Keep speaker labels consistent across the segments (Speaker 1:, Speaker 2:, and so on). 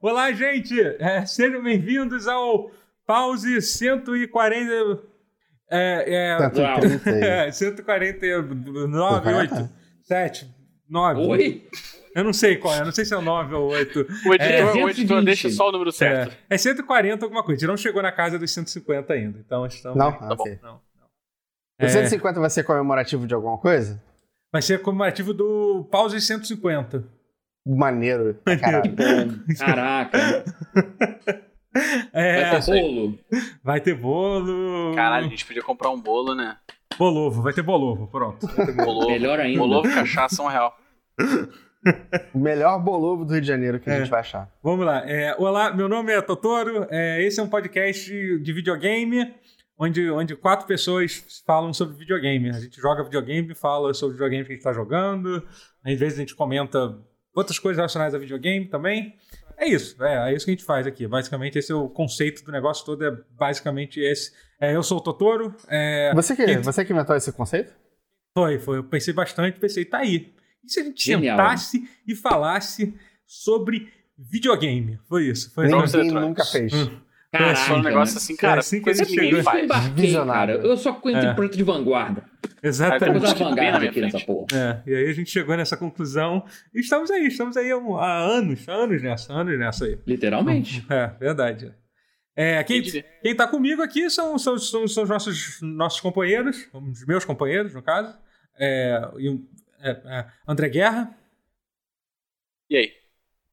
Speaker 1: Olá, gente! É, sejam bem-vindos ao Pause 140. É, é,
Speaker 2: Tanto
Speaker 3: Uau.
Speaker 2: trinta um. aí.
Speaker 1: é, 149, 8, 7, 9.
Speaker 3: Oi?
Speaker 1: Eu não sei qual é, eu não sei se é o 9 ou 8.
Speaker 4: O editor, o
Speaker 3: 320.
Speaker 4: editor deixa só o número certo.
Speaker 1: É, é 140 alguma coisa. A gente não chegou na casa dos 150 ainda, então estamos.
Speaker 2: Não?
Speaker 1: Não,
Speaker 2: Ah, ok.
Speaker 1: não.
Speaker 2: O
Speaker 1: É,
Speaker 2: 150 vai ser comemorativo de alguma coisa?
Speaker 1: vai ser comemorativo do Pause 150.
Speaker 2: Maneiro. pra Caralho.
Speaker 3: Bom, Caraca.
Speaker 1: É,
Speaker 4: É,
Speaker 3: Vai ter bolo.
Speaker 1: vai ter bolo.
Speaker 4: Caralho, a gente podia comprar um bolo, né?
Speaker 1: Bolovo, vai ter bolovo, pronto.
Speaker 4: Bolovo,
Speaker 3: Melhor ainda.
Speaker 4: bolovo cachaça, um real.
Speaker 2: O melhor bolovo do Rio de Janeiro que
Speaker 1: É.
Speaker 2: a gente vai achar.
Speaker 1: Vamos lá. É, olá, meu nome é Totoro. É, esse é um podcast de videogame, onde, onde quatro pessoas falam sobre videogame. A gente joga videogame, fala sobre o videogame que a gente está jogando. Às vezes a gente comenta outras coisas relacionadas a videogame também. É isso, é, é isso que a gente faz aqui. Basicamente, esse é o conceito do negócio todo, é basicamente esse. É, eu sou o Totoro. é,
Speaker 2: Você que,
Speaker 1: Quem-
Speaker 2: você que inventou esse conceito?
Speaker 1: foi, foi. Eu pensei bastante, pensei, tá aí. E se a gente
Speaker 3: Genial.
Speaker 1: sentasse e falasse sobre videogame? Foi isso. Foi
Speaker 4: Não,
Speaker 1: isso.
Speaker 4: você
Speaker 2: Ninguém
Speaker 4: trouxe.
Speaker 2: nunca fez.
Speaker 1: Hum.
Speaker 3: Caraca.
Speaker 4: Foi um negócio
Speaker 3: né?
Speaker 4: assim, cara,
Speaker 1: É assim que
Speaker 4: coisa
Speaker 1: ele
Speaker 4: que ninguém
Speaker 1: chegou.
Speaker 3: Eu
Speaker 4: faz.
Speaker 3: embarquei, cara.
Speaker 2: Visionário.
Speaker 3: Eu sou Quentin
Speaker 1: É.
Speaker 3: Preto de vanguarda. Eu
Speaker 4: Tem
Speaker 3: vou
Speaker 4: um
Speaker 1: Exatamente.
Speaker 3: dar
Speaker 4: mosquito bem na
Speaker 3: vanguarda
Speaker 4: minha
Speaker 3: aqui nessa
Speaker 4: frente.
Speaker 3: porra.
Speaker 1: É, e aí a gente chegou nessa conclusão e estamos aí, estamos aí há um- há anos, há anos nessa, anos nessa aí.
Speaker 3: Literalmente.
Speaker 1: É, verdade. É, quem,
Speaker 4: Entendi.
Speaker 1: quem tá comigo aqui são, são, são, são os nossos, nossos companheiros, os meus companheiros, no caso. É, e um- é, é, André Guerra,
Speaker 4: E aí?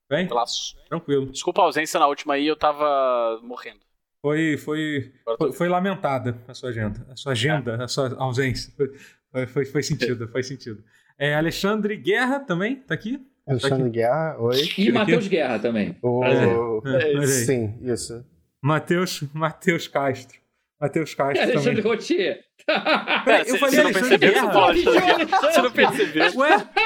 Speaker 1: bem?
Speaker 4: Laços.
Speaker 1: Tranquilo.
Speaker 4: Desculpa a ausência na última aí, eu tava morrendo.
Speaker 1: Foi, foi,
Speaker 4: Agora eu
Speaker 1: foi,
Speaker 4: tô-
Speaker 1: foi lamentada a sua agenda, a sua agenda, a sua ausência. Foi, foi, foi sentido, foi sentido. É, Alexandre Guerra também, tá aqui?
Speaker 2: Alexandre Guerra, oi.
Speaker 3: E Matheus Guerra também.
Speaker 2: O...
Speaker 1: É, olha aí.
Speaker 2: Sim, isso.
Speaker 1: Matheus, Matheus Castro. Matheus
Speaker 3: E
Speaker 4: É,
Speaker 1: Castro
Speaker 3: Alexandre
Speaker 1: também.
Speaker 3: Rotier.
Speaker 4: Cara,
Speaker 1: eu
Speaker 4: você-
Speaker 1: falei
Speaker 4: você não
Speaker 1: Alexandre
Speaker 4: percebeu é que
Speaker 1: Guerra.
Speaker 4: você falou Alexandre Guerra?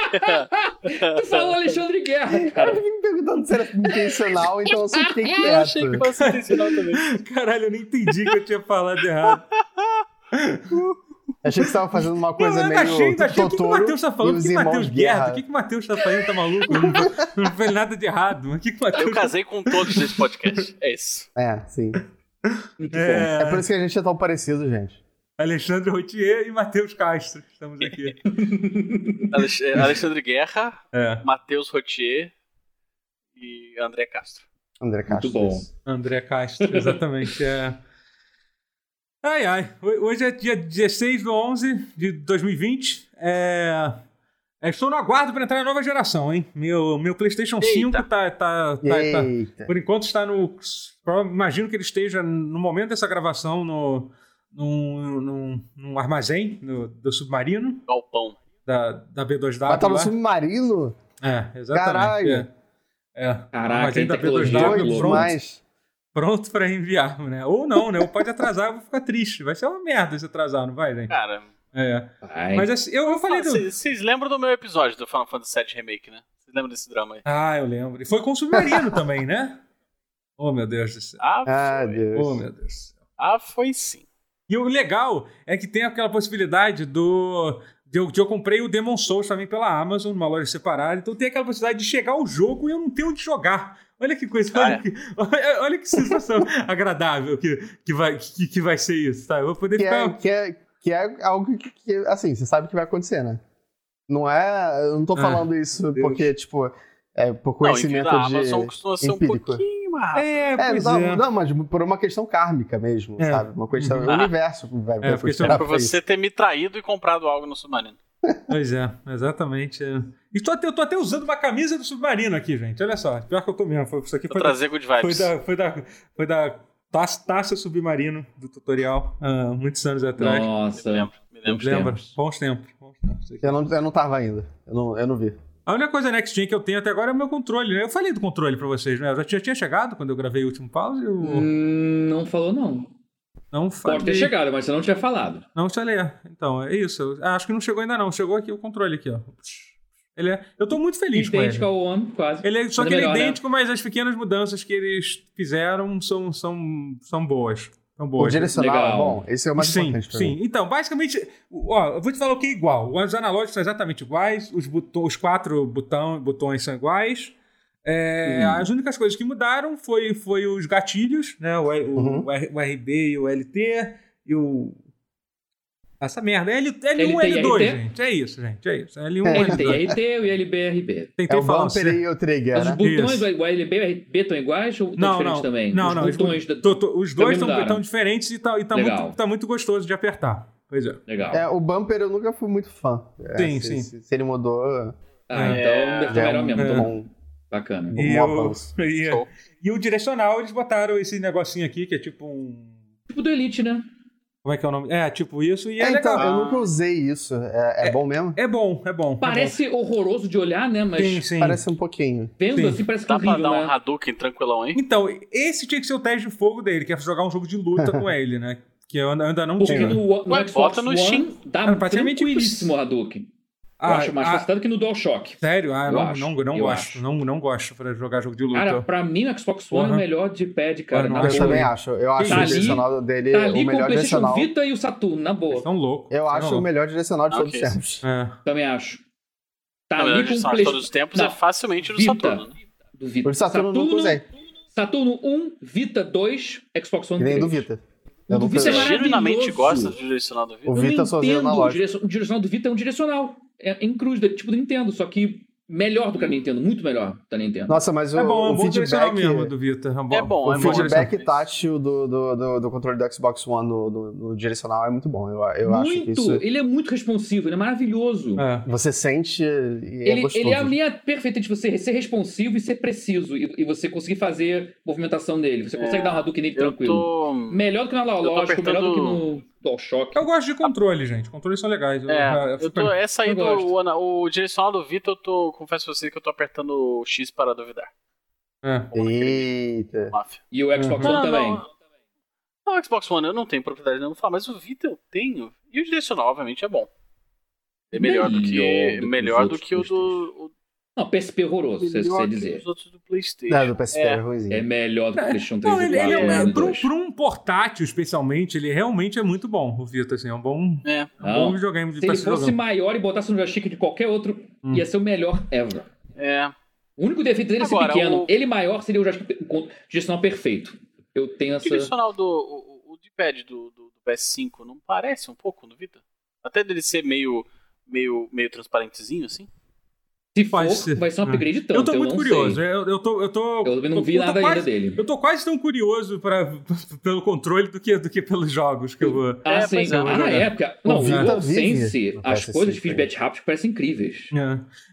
Speaker 3: Tu
Speaker 4: Você não percebeu?
Speaker 1: Ué?
Speaker 3: falou Alexandre Guerra, cara.
Speaker 2: Eu fiquei me perguntando se era intencional, então eu só fiquei
Speaker 4: Eu achei que
Speaker 2: quieto.
Speaker 4: fosse intencional também.
Speaker 1: Caralho, eu nem entendi que eu tinha falado errado.
Speaker 2: Achei que você tava fazendo uma coisa
Speaker 1: não, eu
Speaker 2: meio
Speaker 1: achei, ainda achei. O que que o
Speaker 2: Totoro
Speaker 1: Matheus tá
Speaker 2: e
Speaker 1: falando? O
Speaker 2: os
Speaker 1: que que o
Speaker 2: irmãos
Speaker 1: Matheus Guerra? O que que o Matheus tá falando? Tá maluco? Eu Não, não fez nada de errado. Mas O que que o
Speaker 4: Eu
Speaker 1: Matheus...
Speaker 4: casei com todos nesse podcast. É isso.
Speaker 2: É, sim.
Speaker 3: Muito bom.
Speaker 2: É
Speaker 1: É,
Speaker 2: por isso que a gente é tão parecido, gente.
Speaker 1: Alexandre Rotier e Matheus Castro. Estamos aqui.
Speaker 4: Alex- Alexandre Guerra,
Speaker 1: É,
Speaker 4: Matheus Rotier e André Castro.
Speaker 2: André Castro.
Speaker 3: bom.
Speaker 2: isso.
Speaker 1: André Castro, exatamente. é. Ai, ai. Ho- Hoje é dia 16 do 11 de 2020. É... é, Estou no aguardo para entrar na nova geração, hein? Meu, meu PlayStation 5
Speaker 4: Eita.
Speaker 1: tá, tá, tá, tá,
Speaker 2: Eita.
Speaker 1: Por enquanto está no. prova- Imagino que ele esteja no momento dessa gravação no, num, num- num armazém do, do submarino,
Speaker 4: Galpão.
Speaker 1: da, da B2W.
Speaker 2: Mas tá no
Speaker 1: lá.
Speaker 2: submarino?
Speaker 1: É, exatamente.
Speaker 2: Caralho.
Speaker 1: É. É.
Speaker 3: Caraca,
Speaker 1: Armazém
Speaker 3: tem
Speaker 1: da
Speaker 3: tecnologia
Speaker 1: B2W,
Speaker 2: Doido
Speaker 3: Globo.
Speaker 1: pronto.
Speaker 2: demais.
Speaker 1: Pronto para enviar, né? Ou não, né? Ou pode atrasar, eu vou ficar triste. Vai ser uma merda se atrasar, não vai, gente?
Speaker 4: Cara,
Speaker 1: É.
Speaker 3: Vai.
Speaker 1: Mas assim, eu, eu falei
Speaker 4: ah,
Speaker 1: do.
Speaker 4: vocês vocês lembram do meu episódio do Final Fantasy VII Remake, né? Vocês lembram desse drama aí?
Speaker 1: Ah, eu lembro. E foi com o submarino também, né? Oh, meu Deus do céu.
Speaker 4: Ah,
Speaker 2: Ah,
Speaker 4: foi.
Speaker 2: Deus.
Speaker 1: Oh, meu Deus do céu.
Speaker 4: Ah, foi sim.
Speaker 1: E o legal é que tem aquela possibilidade do. de Eu, de eu comprei o Demon Souls também pela Amazon, numa loja separada, então tem aquela possibilidade de chegar o jogo e eu não ter onde jogar. Olha que coisa,
Speaker 4: Ah,
Speaker 1: olha,
Speaker 4: é?
Speaker 1: que, olha, olha que sensação agradável que, que, vai, que, que vai ser isso, tá? Eu vou poder
Speaker 2: Que
Speaker 1: ficar.
Speaker 2: é, que, é, que é algo que, que, assim, você sabe que vai acontecer, né? Não é. Eu não tô
Speaker 1: Ah,
Speaker 2: falando isso
Speaker 1: Deus.
Speaker 2: porque, tipo, é por
Speaker 4: Não, envio
Speaker 2: conhecimento
Speaker 4: da
Speaker 2: de.
Speaker 4: Amazon costuma ser um
Speaker 2: empírico.
Speaker 4: pouquinho mais rápido.
Speaker 1: É,
Speaker 2: É,
Speaker 1: pois
Speaker 2: não,
Speaker 1: é.
Speaker 2: não, mas por uma questão kármica mesmo,
Speaker 1: É.
Speaker 2: sabe? Uma questão.
Speaker 1: Uhum.
Speaker 2: O universo vai
Speaker 1: É,
Speaker 2: vai
Speaker 1: porque
Speaker 2: funcionar
Speaker 4: Por
Speaker 2: pra isso.
Speaker 4: você ter me traído e comprado algo no Submarino.
Speaker 1: Pois é, exatamente. é. E tô até, eu tô até usando uma camisa do submarino aqui, gente. Olha só, pior que eu tô mesmo. Foi, isso aqui
Speaker 4: Vou
Speaker 1: foi da,
Speaker 4: trazer good
Speaker 1: foi
Speaker 4: vibes.
Speaker 1: da, foi da, foi da taça, taça submarino do tutorial, ah, muitos anos atrás.
Speaker 4: Me
Speaker 3: Nossa.
Speaker 4: lembro, me lembro.
Speaker 3: Lembra?
Speaker 1: Lembra? Bons tempos. Bons tempos.
Speaker 2: Eu não, eu não tava ainda. Eu não, eu não vi.
Speaker 1: A única coisa Next Gen que eu tenho até agora é o meu controle, né? Eu falei do controle pra vocês, né? Eu já tinha, tinha chegado quando eu gravei o último pause, eu
Speaker 3: Hum, Não falou, não.
Speaker 1: não
Speaker 3: Pode ter
Speaker 1: falei.
Speaker 3: chegado, mas você não tinha falado.
Speaker 1: Não falei. é. Então, é isso. Eu acho que não chegou ainda não. Chegou aqui o controle aqui, ó. Ele é... Eu tô muito feliz
Speaker 3: Idêntico
Speaker 1: com ele.
Speaker 3: ao One, é quase.
Speaker 1: Ele é- só
Speaker 3: Mas
Speaker 1: que
Speaker 3: é
Speaker 1: ele é
Speaker 3: melhor, né?
Speaker 1: idêntico, mas as pequenas mudanças que eles fizeram são, são, são boas. São
Speaker 2: O
Speaker 1: boas.
Speaker 2: direcional
Speaker 3: Legal.
Speaker 2: é bom. Esse é o mais
Speaker 1: sim,
Speaker 2: importante pra
Speaker 1: sim.
Speaker 2: mim.
Speaker 1: Então, basicamente, ó, eu vou te falar o que é igual. Os analógicos são exatamente iguais, os, botões- os quatro botão- botões são iguais. É,
Speaker 3: Hum.
Speaker 1: As únicas coisas que mudaram foi, foi os gatilhos, né? O, o-
Speaker 2: Uhum.
Speaker 1: o R- o RB e o LT e o. Essa merda. É L, L1
Speaker 3: LT e
Speaker 1: e L2,
Speaker 3: RT?
Speaker 1: gente. É isso, gente. É isso. L1
Speaker 3: O
Speaker 1: e
Speaker 3: LT
Speaker 1: L2.
Speaker 3: e RT e o LBRB.
Speaker 1: Tentei
Speaker 2: É o
Speaker 1: falar um
Speaker 2: bumper e o trigger,
Speaker 3: Mas os
Speaker 2: né?
Speaker 3: botões,
Speaker 1: Isso.
Speaker 3: o LB e o RB estão iguais ou estão
Speaker 1: Não,
Speaker 3: diferentes
Speaker 1: não.
Speaker 3: também?
Speaker 1: Não,
Speaker 3: os
Speaker 1: não, os
Speaker 3: botões da...
Speaker 1: Tô- tô- os dois
Speaker 3: Também mudaram.
Speaker 1: estão diferentes e tá, e tá
Speaker 3: Legal.
Speaker 1: muito, tá muito gostoso de apertar. Pois é.
Speaker 3: Legal.
Speaker 2: É, o bumper eu nunca fui muito fã. É,
Speaker 1: Sim,
Speaker 2: se,
Speaker 1: sim.
Speaker 2: Se, se ele mudou,
Speaker 3: Ah,
Speaker 1: É.
Speaker 3: então deve
Speaker 2: já
Speaker 3: ficar
Speaker 2: é
Speaker 3: melhor
Speaker 2: um,
Speaker 3: mesmo.
Speaker 2: é.
Speaker 3: Então,
Speaker 2: um,
Speaker 3: bacana.
Speaker 2: um
Speaker 1: E eu-
Speaker 2: avanço.
Speaker 1: e-
Speaker 3: É
Speaker 4: Show.
Speaker 1: e o direcional, eles botaram esse negocinho aqui, que é tipo um.
Speaker 3: Tipo do Elite, né?
Speaker 1: Como é que é o nome? É, tipo isso, e é,
Speaker 2: É,
Speaker 1: legal.
Speaker 2: então, eu nunca usei isso. É, é bom mesmo?
Speaker 1: É bom, é bom.
Speaker 3: Parece horroroso de olhar, né?
Speaker 1: é
Speaker 3: Mas
Speaker 1: bom. Sim, sim.
Speaker 2: Parece um pouquinho.
Speaker 3: vendo
Speaker 1: Sim.
Speaker 3: assim parece que é
Speaker 4: Dá pra
Speaker 3: horrível,
Speaker 4: dar um
Speaker 3: né?
Speaker 4: Hadouken tranquilão, hein?
Speaker 1: Então, esse tinha que ser o teste de fogo dele, que é jogar um jogo de luta com ele, né? Que eu ainda, ainda não
Speaker 3: Porque
Speaker 1: tinha.
Speaker 3: no, no
Speaker 4: Ué,
Speaker 3: Xbox
Speaker 4: bota no
Speaker 3: One
Speaker 4: Steam.
Speaker 3: dá
Speaker 1: Cara, praticamente
Speaker 3: tranquilíssimo o Hadouken. eu
Speaker 1: Ah,
Speaker 3: acho mais
Speaker 1: ah,
Speaker 3: facilitado que no DualShock.
Speaker 1: Sério? Ah,
Speaker 3: Eu
Speaker 1: não,
Speaker 3: acho,
Speaker 1: não, não
Speaker 3: eu
Speaker 1: gosto.
Speaker 3: acho.
Speaker 1: Não, não gosto pra jogar jogo de luta.
Speaker 3: Cara, pra mim o Xbox One é
Speaker 1: Aham.
Speaker 3: o melhor de pad, cara.
Speaker 1: Eu
Speaker 3: Na
Speaker 1: não
Speaker 2: Eu
Speaker 1: acho
Speaker 3: boa.
Speaker 2: também acho. Eu acho
Speaker 1: Tá
Speaker 2: o
Speaker 1: ali-
Speaker 2: direcional dele
Speaker 3: Tá
Speaker 2: o
Speaker 3: ali com o
Speaker 2: melhor
Speaker 3: PlayStation
Speaker 2: direcional.
Speaker 3: Vita e o Saturno, na boa.
Speaker 1: Eles são loucos.
Speaker 2: Eu acho o
Speaker 1: o
Speaker 2: melhor direcional de
Speaker 4: Ah,
Speaker 2: todos os
Speaker 4: ok.
Speaker 2: tempos.
Speaker 1: É.
Speaker 3: Também acho. Tá
Speaker 4: Na
Speaker 3: ali
Speaker 4: verdade,
Speaker 3: com
Speaker 4: os
Speaker 3: o
Speaker 4: Saturno
Speaker 3: PlayStation
Speaker 4: dos tempos
Speaker 3: Não,
Speaker 4: é facilmente no
Speaker 3: Vita.
Speaker 4: Saturno. né?
Speaker 3: do Vita.
Speaker 2: O de Saturno, eu nunca usei.
Speaker 3: Saturno 1, Vita 2, Xbox One
Speaker 2: Que nem
Speaker 3: 3.
Speaker 2: do Vita.
Speaker 3: O
Speaker 2: Eu
Speaker 3: do
Speaker 2: nunca
Speaker 3: Vita é
Speaker 4: Você
Speaker 2: usei.
Speaker 3: maravilhoso.
Speaker 4: genuinamente gosta do direcional do Vita?
Speaker 2: O
Speaker 3: Eu
Speaker 2: Vita
Speaker 3: não
Speaker 2: sozinho
Speaker 3: entendo,
Speaker 2: na
Speaker 3: o
Speaker 2: loja.
Speaker 3: direcion- o direcional do Vita é um direcional. É em cruz, da- tipo do Nintendo, só que melhor do que a Nintendo, muito melhor do que a Nintendo.
Speaker 2: Nossa, mas o,
Speaker 1: É bom, é
Speaker 2: o
Speaker 1: um bom direcional
Speaker 2: feedback...
Speaker 1: mesmo do Vita. É bom,
Speaker 4: É bom,
Speaker 2: O
Speaker 4: é bom.
Speaker 2: feedback
Speaker 4: direcional.
Speaker 2: tátil do, do, do, do controle do Xbox One no, no- no direcional é muito bom. Eu, eu acho que
Speaker 3: muito!
Speaker 2: isso...
Speaker 3: Ele é muito responsivo, ele é maravilhoso.
Speaker 1: É.
Speaker 2: Você sente e é
Speaker 3: Ele,
Speaker 2: gostoso.
Speaker 3: ele é a linha perfeita de você ser responsivo e ser preciso. E, e você conseguir fazer movimentação nele. Você consegue
Speaker 4: É,
Speaker 3: dar um Hadouken nele
Speaker 4: Eu
Speaker 3: tranquilo.
Speaker 4: tô.
Speaker 3: Melhor do que na analógico,
Speaker 4: apertando-
Speaker 3: melhor do que no DualShock.
Speaker 1: Eu gosto de controle, gente. Controles são legais. Eu-
Speaker 4: É, eu
Speaker 1: fico-
Speaker 4: tô, essa aí
Speaker 3: Eu
Speaker 4: do
Speaker 3: gosto.
Speaker 4: o, ana- o direcional do Vita, eu tô, confesso pra você que eu tô apertando o X para duvidar.
Speaker 1: é.
Speaker 2: Eita.
Speaker 4: Máfia.
Speaker 3: E o Xbox
Speaker 4: Uhum.
Speaker 3: One
Speaker 4: Não,
Speaker 3: também.
Speaker 4: não. Não, o Xbox One eu não tenho propriedade de não falar, mas o Vita eu tenho. E o direcional, obviamente, é bom. É melhor,
Speaker 3: Melhor
Speaker 4: do
Speaker 3: do
Speaker 4: que,
Speaker 3: que os
Speaker 4: melhor do
Speaker 3: outros
Speaker 4: que o do. o-
Speaker 3: Não, PSP é horroroso, se
Speaker 4: melhor
Speaker 3: você
Speaker 4: que
Speaker 3: dizer.
Speaker 4: os outros do PlayStation.
Speaker 2: Não, do PSP é,
Speaker 4: É,
Speaker 2: ruimzinho.
Speaker 3: É melhor do que o PlayStation 3
Speaker 1: Não, ele, ele é,
Speaker 3: e né,
Speaker 1: um-
Speaker 3: o
Speaker 1: pra, um,
Speaker 3: 2.
Speaker 1: pra um portátil, especialmente, ele realmente é muito bom, o Vita, assim, é um bom,
Speaker 4: é.
Speaker 1: é um bom
Speaker 3: Não.
Speaker 1: videogame de
Speaker 3: Se
Speaker 1: estar
Speaker 3: ele
Speaker 1: se
Speaker 3: fosse
Speaker 1: jogando.
Speaker 3: maior e botasse no joystick de qualquer outro,
Speaker 1: Hum.
Speaker 3: ia ser o melhor ever.
Speaker 4: É.
Speaker 3: O único defeito dele é ser
Speaker 4: Agora,
Speaker 3: pequeno.
Speaker 4: o-
Speaker 3: Ele maior seria o joystick com direcional perfeito. Eu tenho
Speaker 4: O
Speaker 3: essa.
Speaker 4: direcional do. O, o- o D-pad do, do, do PS5 não parece um pouco no Vita? Até dele ser meio. meio, meio transparentezinho, assim?
Speaker 3: Se for,
Speaker 1: Pode ser. Ah.
Speaker 3: vai ser um upgrade tanto.
Speaker 1: eu tô muito
Speaker 3: não
Speaker 1: curioso, é,
Speaker 3: sei.
Speaker 1: eu, eu tô... Eu, tô,
Speaker 3: Eu também não
Speaker 1: tô-
Speaker 3: vi
Speaker 1: tô
Speaker 3: nada
Speaker 1: quase-
Speaker 3: ainda dele.
Speaker 1: Eu tô quase tão curioso pra, pelo controle do que, do que pelos jogos que eu vou...
Speaker 3: Ah,
Speaker 4: É,
Speaker 3: sim.
Speaker 4: pois é.
Speaker 3: Ah, na época. Não, o
Speaker 1: Vita
Speaker 2: vive
Speaker 3: DualSense,
Speaker 2: no
Speaker 3: as
Speaker 2: PS5,
Speaker 3: coisas de feedback rápido parecem incríveis.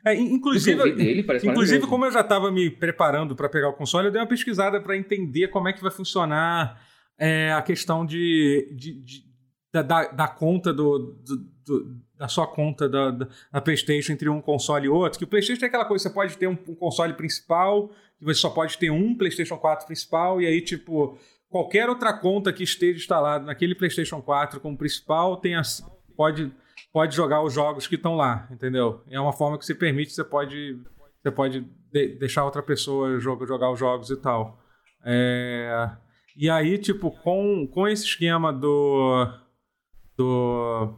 Speaker 1: É. É, in-
Speaker 3: O Vita
Speaker 1: inclusive,
Speaker 3: dele parece
Speaker 1: inclusive
Speaker 3: maravilhoso.
Speaker 1: como eu já tava me preparando pra pegar o console, eu dei uma pesquisada pra entender como é que vai funcionar é, a questão de, de- de- da, da- da conta do, do- do- da sua conta da, da- da PlayStation entre um console e outro. Que o PlayStation é aquela coisa, você pode ter um, um console principal, e você só pode ter um PlayStation 4 principal, e aí, tipo, qualquer outra conta que esteja instalada naquele PlayStation 4 como principal tem as- pode, pode jogar os jogos que estão lá, entendeu? É uma forma que você permite, você pode, você pode de- deixar outra pessoa joga- jogar os jogos e tal. É, E aí, tipo, com, com esse esquema do. do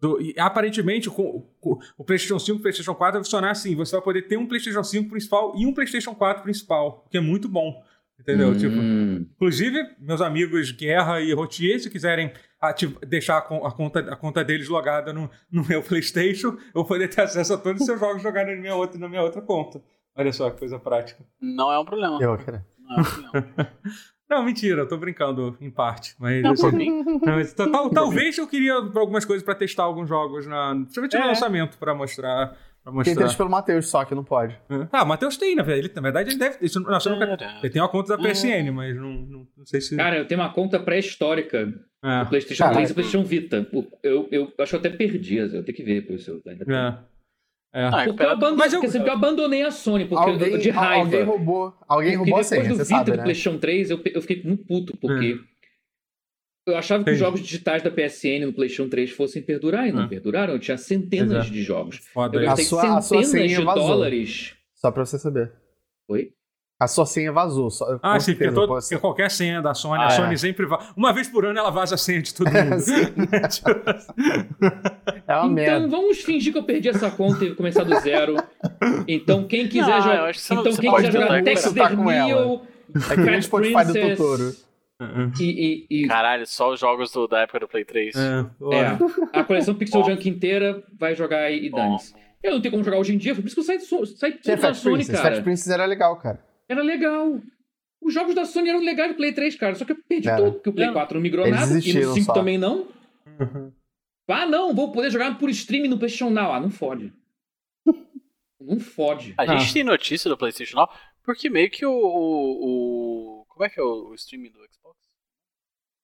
Speaker 1: do- e aparentemente, com- com- o PlayStation 5 e o PlayStation 4 vai funcionar assim: você vai poder ter um PlayStation 5 principal e um PlayStation 4 principal, o que é muito bom. Entendeu? Tipo,
Speaker 3: Hum.
Speaker 1: inclusive, meus amigos Guerra e Rotier, se quiserem ati- deixar a, con- a conta, a conta deles logada no, no meu PlayStation, eu vou poder ter acesso a todos os seus jogos jogados na minha outra, na minha outra conta. Olha só que coisa prática.
Speaker 4: Não é um problema.
Speaker 2: Eu, cara.
Speaker 4: Não é um problema.
Speaker 1: Não, mentira, eu tô brincando em parte. Mas,
Speaker 4: Não, por
Speaker 1: assim,
Speaker 4: mim.
Speaker 1: Não, mas tal- tal- talvez eu queria algumas coisas pra testar alguns jogos, na, principalmente no
Speaker 4: É.
Speaker 1: lançamento, pra mostrar. Pra
Speaker 2: Quem
Speaker 1: mostrar.
Speaker 2: deixa pelo Matheus só, que não pode.
Speaker 1: Ah, Matheus tem, na verdade. Ele, na verdade, ele deve. Isso, não, você nunca- ele tem uma conta
Speaker 4: É.
Speaker 1: da PSN, mas não, não, não sei se.
Speaker 3: Cara, eu tenho uma conta pré-histórica
Speaker 1: é,
Speaker 3: do PlayStation
Speaker 2: Caraca.
Speaker 3: 3 e PlayStation Vita. Eu, eu acho que eu até perdi, eu tenho que ver. Por isso, eu ainda tenho.
Speaker 1: é, é.
Speaker 4: Ah,
Speaker 3: Porque eu,
Speaker 4: recupera-
Speaker 3: abandonei,
Speaker 1: Mas eu-
Speaker 3: quer dizer, porque assim, eu abandonei a Sony, porque eu-
Speaker 2: alguém,
Speaker 3: de
Speaker 2: al-
Speaker 3: raiva.
Speaker 2: alguém roubou, alguém
Speaker 3: porque
Speaker 2: roubou a
Speaker 3: depois
Speaker 2: senha,
Speaker 3: do
Speaker 2: você
Speaker 3: Vita
Speaker 2: sabe,
Speaker 3: do
Speaker 2: né?
Speaker 3: PlayStation 3, eu, pe- eu fiquei muito puto, porque eu achava que os
Speaker 1: Entendi.
Speaker 3: jogos digitais da PSN no PlayStation 3 fossem perdurar e não
Speaker 1: É.
Speaker 3: perduraram. Eu tinha centenas
Speaker 1: Pois é.
Speaker 3: de jogos.
Speaker 1: Foda
Speaker 3: Eu
Speaker 1: isso.
Speaker 3: gastei
Speaker 2: A sua- a sua
Speaker 3: centenas
Speaker 2: senha
Speaker 3: de
Speaker 2: vazou.
Speaker 3: dólares.
Speaker 2: Só pra você saber.
Speaker 3: Oi?
Speaker 2: A sua senha vazou. Só,
Speaker 1: Ah,
Speaker 2: com
Speaker 1: sim, porque,
Speaker 2: certeza,
Speaker 1: todo-
Speaker 2: pode
Speaker 1: porque
Speaker 2: ser.
Speaker 1: qualquer senha da Sony,
Speaker 2: Ah,
Speaker 1: a
Speaker 2: é.
Speaker 1: Sony sempre vai. Uma vez por ano ela vaza a senha de todo mundo. Tipo assim.
Speaker 2: É uma
Speaker 3: então
Speaker 2: merda.
Speaker 3: vamos fingir que eu perdi essa conta e começar do zero. Então quem quiser
Speaker 4: Não, eu
Speaker 3: jogar.
Speaker 4: acho que você
Speaker 3: Então
Speaker 4: não- você
Speaker 3: quem
Speaker 2: pode
Speaker 3: quiser jogar
Speaker 2: tentar consertar com
Speaker 3: Taxidermia,
Speaker 2: ela. É que nem o
Speaker 3: Cat
Speaker 2: Spotify do
Speaker 3: Princess.
Speaker 2: Totoro.
Speaker 3: e, e- e-
Speaker 4: Caralho, só os jogos do- da época do Play 3.
Speaker 1: é,
Speaker 3: é, a coleção Pixel
Speaker 4: Bom.
Speaker 3: Junk inteira vai jogar e, e
Speaker 4: Bom,
Speaker 3: dane-se. Eu não tenho como jogar hoje em dia, foi por isso que eu saí, do so- saí tudo
Speaker 2: Tinha
Speaker 3: da
Speaker 2: é Fat
Speaker 3: Sony,
Speaker 2: Princess. Fat
Speaker 3: cara.
Speaker 2: Princess era legal, cara.
Speaker 3: Era legal. Os jogos da Sony eram legais do Play 3, cara. Só que eu perdi
Speaker 2: Era.
Speaker 3: tudo, porque o Play
Speaker 4: Não.
Speaker 3: 4 não migrou
Speaker 2: Eles
Speaker 3: nada, e no
Speaker 2: desistiram
Speaker 3: 5
Speaker 2: só.
Speaker 3: também não. Ah, não, vou poder jogar por streaming no PlayStation Now. Ah, não fode. não fode.
Speaker 4: a gente
Speaker 1: Ah.
Speaker 4: tem notícia do PlayStation 9, porque meio que o. o- o- como é que é o, o streaming do Xbox?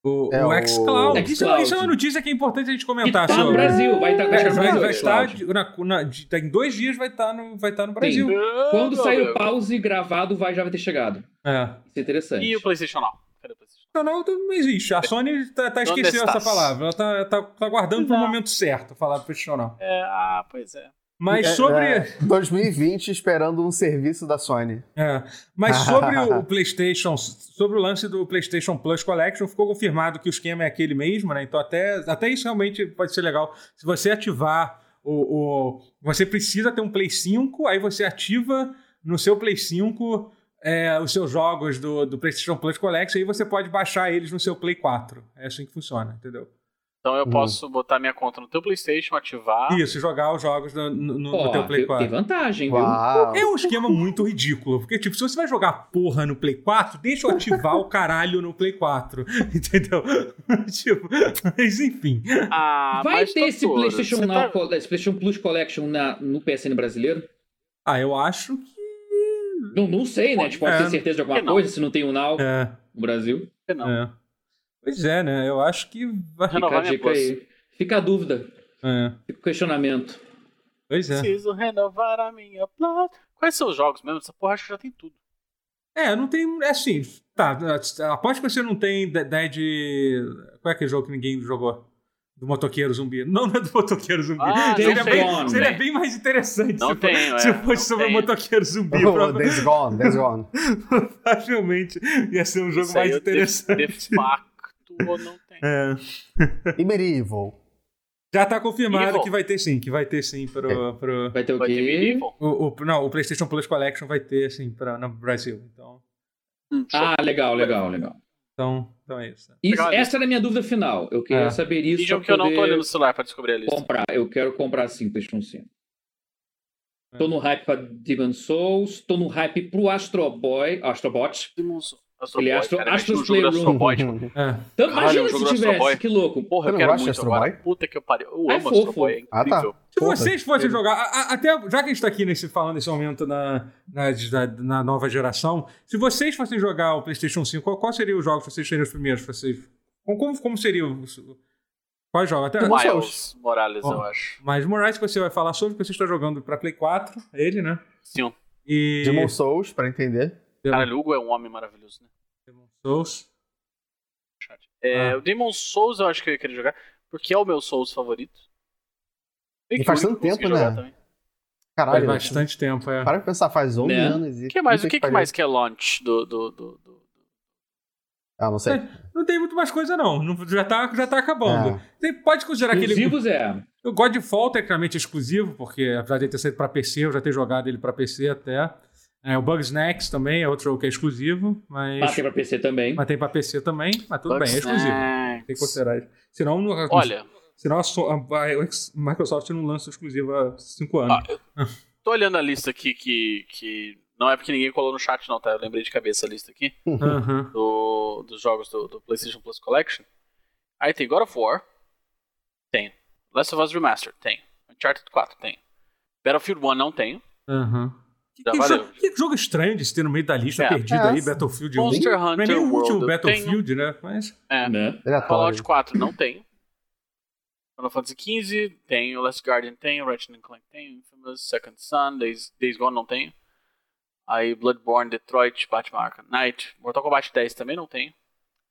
Speaker 1: o,
Speaker 2: É,
Speaker 1: o
Speaker 2: o-
Speaker 1: xCloud. Isso, é-
Speaker 3: xCloud.
Speaker 1: isso é uma notícia que é importante a gente
Speaker 3: E
Speaker 1: comentar
Speaker 3: tá no
Speaker 1: sobre. É,
Speaker 3: Brasil, vai estar
Speaker 1: Vai,
Speaker 3: vai,
Speaker 1: vai-
Speaker 3: vai,
Speaker 1: vai estar de- na- na- de- tá em dois dias vai estar no, vai estar no Brasil.
Speaker 3: Quando sair o
Speaker 4: pau.
Speaker 3: pause gravado, vai, já vai ter chegado.
Speaker 1: É.
Speaker 3: Isso é interessante.
Speaker 4: E o PlayStation 9? Cadê o PlayStation
Speaker 1: Não, não, não existe. A Sony tá, tá
Speaker 4: Onde
Speaker 1: esquecendo essa
Speaker 4: estás?
Speaker 1: palavra. Ela tá, tá, tá guardando para o
Speaker 4: Não.
Speaker 1: momento certo falar do profissional.
Speaker 4: 9? É, ah, pois é.
Speaker 1: Mas
Speaker 2: É,
Speaker 1: sobre.
Speaker 2: é, 2020 esperando um serviço da Sony.
Speaker 1: É. Mas sobre o PlayStation, sobre o lance do PlayStation Plus Collection, ficou confirmado que o esquema é aquele mesmo, né? Então até, até isso realmente pode ser legal. Se você ativar o, o- você precisa ter um Play 5, aí você ativa no seu Play 5 é, os seus jogos do, do PlayStation Plus Collection, aí você pode baixar eles no seu Play 4. É assim que funciona, entendeu?
Speaker 4: Então eu
Speaker 2: Hum.
Speaker 4: posso botar minha conta no teu PlayStation, ativar.
Speaker 1: Isso, jogar os jogos no, no- no
Speaker 3: Ó,
Speaker 1: teu Play
Speaker 3: tem,
Speaker 1: 4.
Speaker 3: tem vantagem, viu?
Speaker 2: Uau!
Speaker 1: É um esquema muito ridículo, porque, tipo, se você vai jogar porra no Play 4, deixa eu ativar o caralho no Play 4, entendeu? tipo, mas enfim.
Speaker 4: Ah,
Speaker 3: vai
Speaker 4: mas,
Speaker 3: ter esse
Speaker 4: Totoro,
Speaker 3: PlayStation,
Speaker 4: você
Speaker 3: Now,
Speaker 4: tá-
Speaker 3: Col- esse PlayStation Plus Collection na- no PSN brasileiro?
Speaker 1: Ah, eu acho que.
Speaker 3: Não, não sei, né? A gente pode
Speaker 1: É.
Speaker 3: ter certeza de alguma
Speaker 4: Por que não?
Speaker 3: coisa se não tem o Now
Speaker 1: É,
Speaker 3: no Brasil.
Speaker 4: Não.
Speaker 1: é. Pois é, né? Eu acho que. vai-
Speaker 4: Não,
Speaker 3: Fica a
Speaker 4: vai
Speaker 3: dica
Speaker 4: minha
Speaker 3: aí. Fica a dúvida,
Speaker 1: É,
Speaker 3: fica o questionamento.
Speaker 1: pois é.
Speaker 4: Preciso renovar a minha plata. Quais são os jogos mesmo? Essa porra acho que já tem tudo.
Speaker 1: É, não tem. É assim, tá. Aposto que você não tem de- Dead. Qual é aquele jogo que ninguém jogou? Do motoqueiro zumbi. Não, não é do motoqueiro zumbi.
Speaker 4: Ah,
Speaker 1: seria,
Speaker 4: não
Speaker 1: bem,
Speaker 3: tem.
Speaker 1: seria bem mais interessante
Speaker 4: Não
Speaker 1: se, fo-
Speaker 4: tenho, é.
Speaker 1: se fosse
Speaker 4: Não
Speaker 1: sobre o
Speaker 4: tenho.
Speaker 1: motoqueiro zumbi.
Speaker 2: Oh,
Speaker 1: prova-
Speaker 2: days gone, days gone.
Speaker 1: Provavelmente ia ser um jogo
Speaker 4: Isso
Speaker 1: mais
Speaker 4: aí eu de-
Speaker 1: interessante.
Speaker 4: De, facto, eu não tem.
Speaker 1: É.
Speaker 2: E Medieval.
Speaker 1: Já tá confirmado
Speaker 4: Evil.
Speaker 1: que vai ter sim, que vai ter sim
Speaker 4: É.
Speaker 1: pro. pro
Speaker 3: Vai ter o
Speaker 4: Vai ter
Speaker 3: quê?
Speaker 4: Medieval.
Speaker 1: o, o- não, o PlayStation Plus Collection vai ter assim pra, no Brasil. Então,
Speaker 4: Hum, show.
Speaker 3: Ah, legal, legal, legal.
Speaker 1: então, então é isso.
Speaker 3: Isso-
Speaker 4: Legal,
Speaker 3: essa era a minha dúvida final. Eu queria
Speaker 1: É.
Speaker 3: saber isso.
Speaker 4: Finjam
Speaker 3: pra
Speaker 4: que eu não tô
Speaker 3: poder
Speaker 4: olhando o celular pra descobrir a lista.
Speaker 3: comprar. Eu quero comprar sim, PlayStation 5.
Speaker 4: É.
Speaker 3: Tô no hype pra Demon Souls, tô no hype pro Astro Boy, Astrobot.
Speaker 4: Demons, Astro
Speaker 3: Ele é
Speaker 4: Boy,
Speaker 3: Astro-
Speaker 4: cara,
Speaker 3: Astro's
Speaker 4: imagina um jogo
Speaker 3: Playroom.
Speaker 4: do Astro Boy, tipo,
Speaker 2: Uhum.
Speaker 1: É.
Speaker 3: Então,
Speaker 4: Caralho,
Speaker 3: imagina
Speaker 4: eu
Speaker 3: se
Speaker 4: jogo do Astro
Speaker 3: tivesse,
Speaker 4: Boy.
Speaker 3: que louco.
Speaker 4: Porra,
Speaker 2: Você
Speaker 4: eu
Speaker 2: não
Speaker 4: quero
Speaker 2: gosta de
Speaker 4: muito
Speaker 2: Astro
Speaker 4: agora.
Speaker 2: Boy?
Speaker 4: Puta que eu pariu. Eu
Speaker 3: Ah, é
Speaker 4: amo Astro
Speaker 3: fofo.
Speaker 4: Boy, é
Speaker 2: Ah, tá.
Speaker 4: incrível.
Speaker 1: Se
Speaker 2: Porra.
Speaker 1: vocês fossem jogar, a- a- até já que a gente tá aqui nesse, falando nesse momento na, na, na- na nova geração, se vocês fossem jogar o PlayStation 5, qual, qual seria o jogo que vocês seriam os primeiros? que Vocês, como, como, como seria o. Quais jogos? Até,
Speaker 4: Miles Morales,
Speaker 1: Bom.
Speaker 4: eu acho.
Speaker 1: Mas Moraes que você vai falar sobre, porque você está jogando pra Play 4, ele, né?
Speaker 4: Sim,
Speaker 1: E.
Speaker 2: Demon Souls, pra entender.
Speaker 4: caralho, o Hugo é um homem maravilhoso, né?
Speaker 1: Demon Souls.
Speaker 4: Chat. É,
Speaker 1: Ah.
Speaker 4: O Demon Souls eu acho que eu ia querer jogar, porque é o meu Souls favorito. Bem
Speaker 2: E
Speaker 4: que
Speaker 2: faz
Speaker 4: o único
Speaker 2: tanto
Speaker 4: que eu consegui
Speaker 2: tempo,
Speaker 4: jogar
Speaker 2: né?
Speaker 4: também.
Speaker 1: Faz
Speaker 2: Caralho.
Speaker 1: bastante tempo, é.
Speaker 2: Para pra pensar, faz 11
Speaker 3: Né?
Speaker 2: anos. e
Speaker 4: O que mais, o
Speaker 2: puta
Speaker 4: que, que
Speaker 2: pariu.
Speaker 4: mais que é launch do... do, do, do-
Speaker 2: Ah, não sei.
Speaker 1: Não tem muito mais coisa, não. Não- já, tá, já tá acabando. Tem- pode considerar aquele.
Speaker 3: Exclusivos é.
Speaker 1: O Godfall, tecnicamente é exclusivo, porque apesar de ele ter saído pra PC, eu já ter jogado ele pra PC até. É, o Bugsnax também é outro jogo que é exclusivo, mas.
Speaker 3: Passei pra PC também.
Speaker 1: Mas tem pra PC também, mas tudo bem, é
Speaker 4: Bugsnax.
Speaker 1: exclusivo. Tem que considerar é isso. Senão, não-
Speaker 4: Olha,
Speaker 1: senão a, so- a- a Microsoft não lança exclusivo há cinco anos.
Speaker 4: Ah, tô olhando a lista aqui que, que... Não é porque ninguém colou no chat não, tá? Eu lembrei de cabeça a lista aqui.
Speaker 1: Aham.
Speaker 4: do- dos jogos do, do PlayStation Plus Collection. Aí tem God of War. Tem. Last of Us Remastered. Tem. Uncharted 4. Tem. Battlefield 1 não tem.
Speaker 1: Aham. Que,
Speaker 4: Já
Speaker 1: que
Speaker 4: valeu.
Speaker 1: jogo, que jogo estranho de se ter no meio da lista
Speaker 4: É.
Speaker 1: perdido
Speaker 2: É.
Speaker 1: aí, Battlefield 1.
Speaker 4: Monster
Speaker 1: não é
Speaker 4: Hunter
Speaker 1: nem o
Speaker 4: World.
Speaker 1: último
Speaker 4: eu tenho.
Speaker 1: Battlefield, né? Mas.
Speaker 4: É.
Speaker 3: Né?
Speaker 4: Fallout
Speaker 2: Aleatório.
Speaker 4: 4 não tem. Final Fantasy XV tem. O Last Guardian tem. Ratchet and Clank tem. Infamous, Second Son. Days, Days Gone não tem. Aí Bloodborne, Detroit, Batman Arkham Knight. Mortal Kombat 10 também não tem.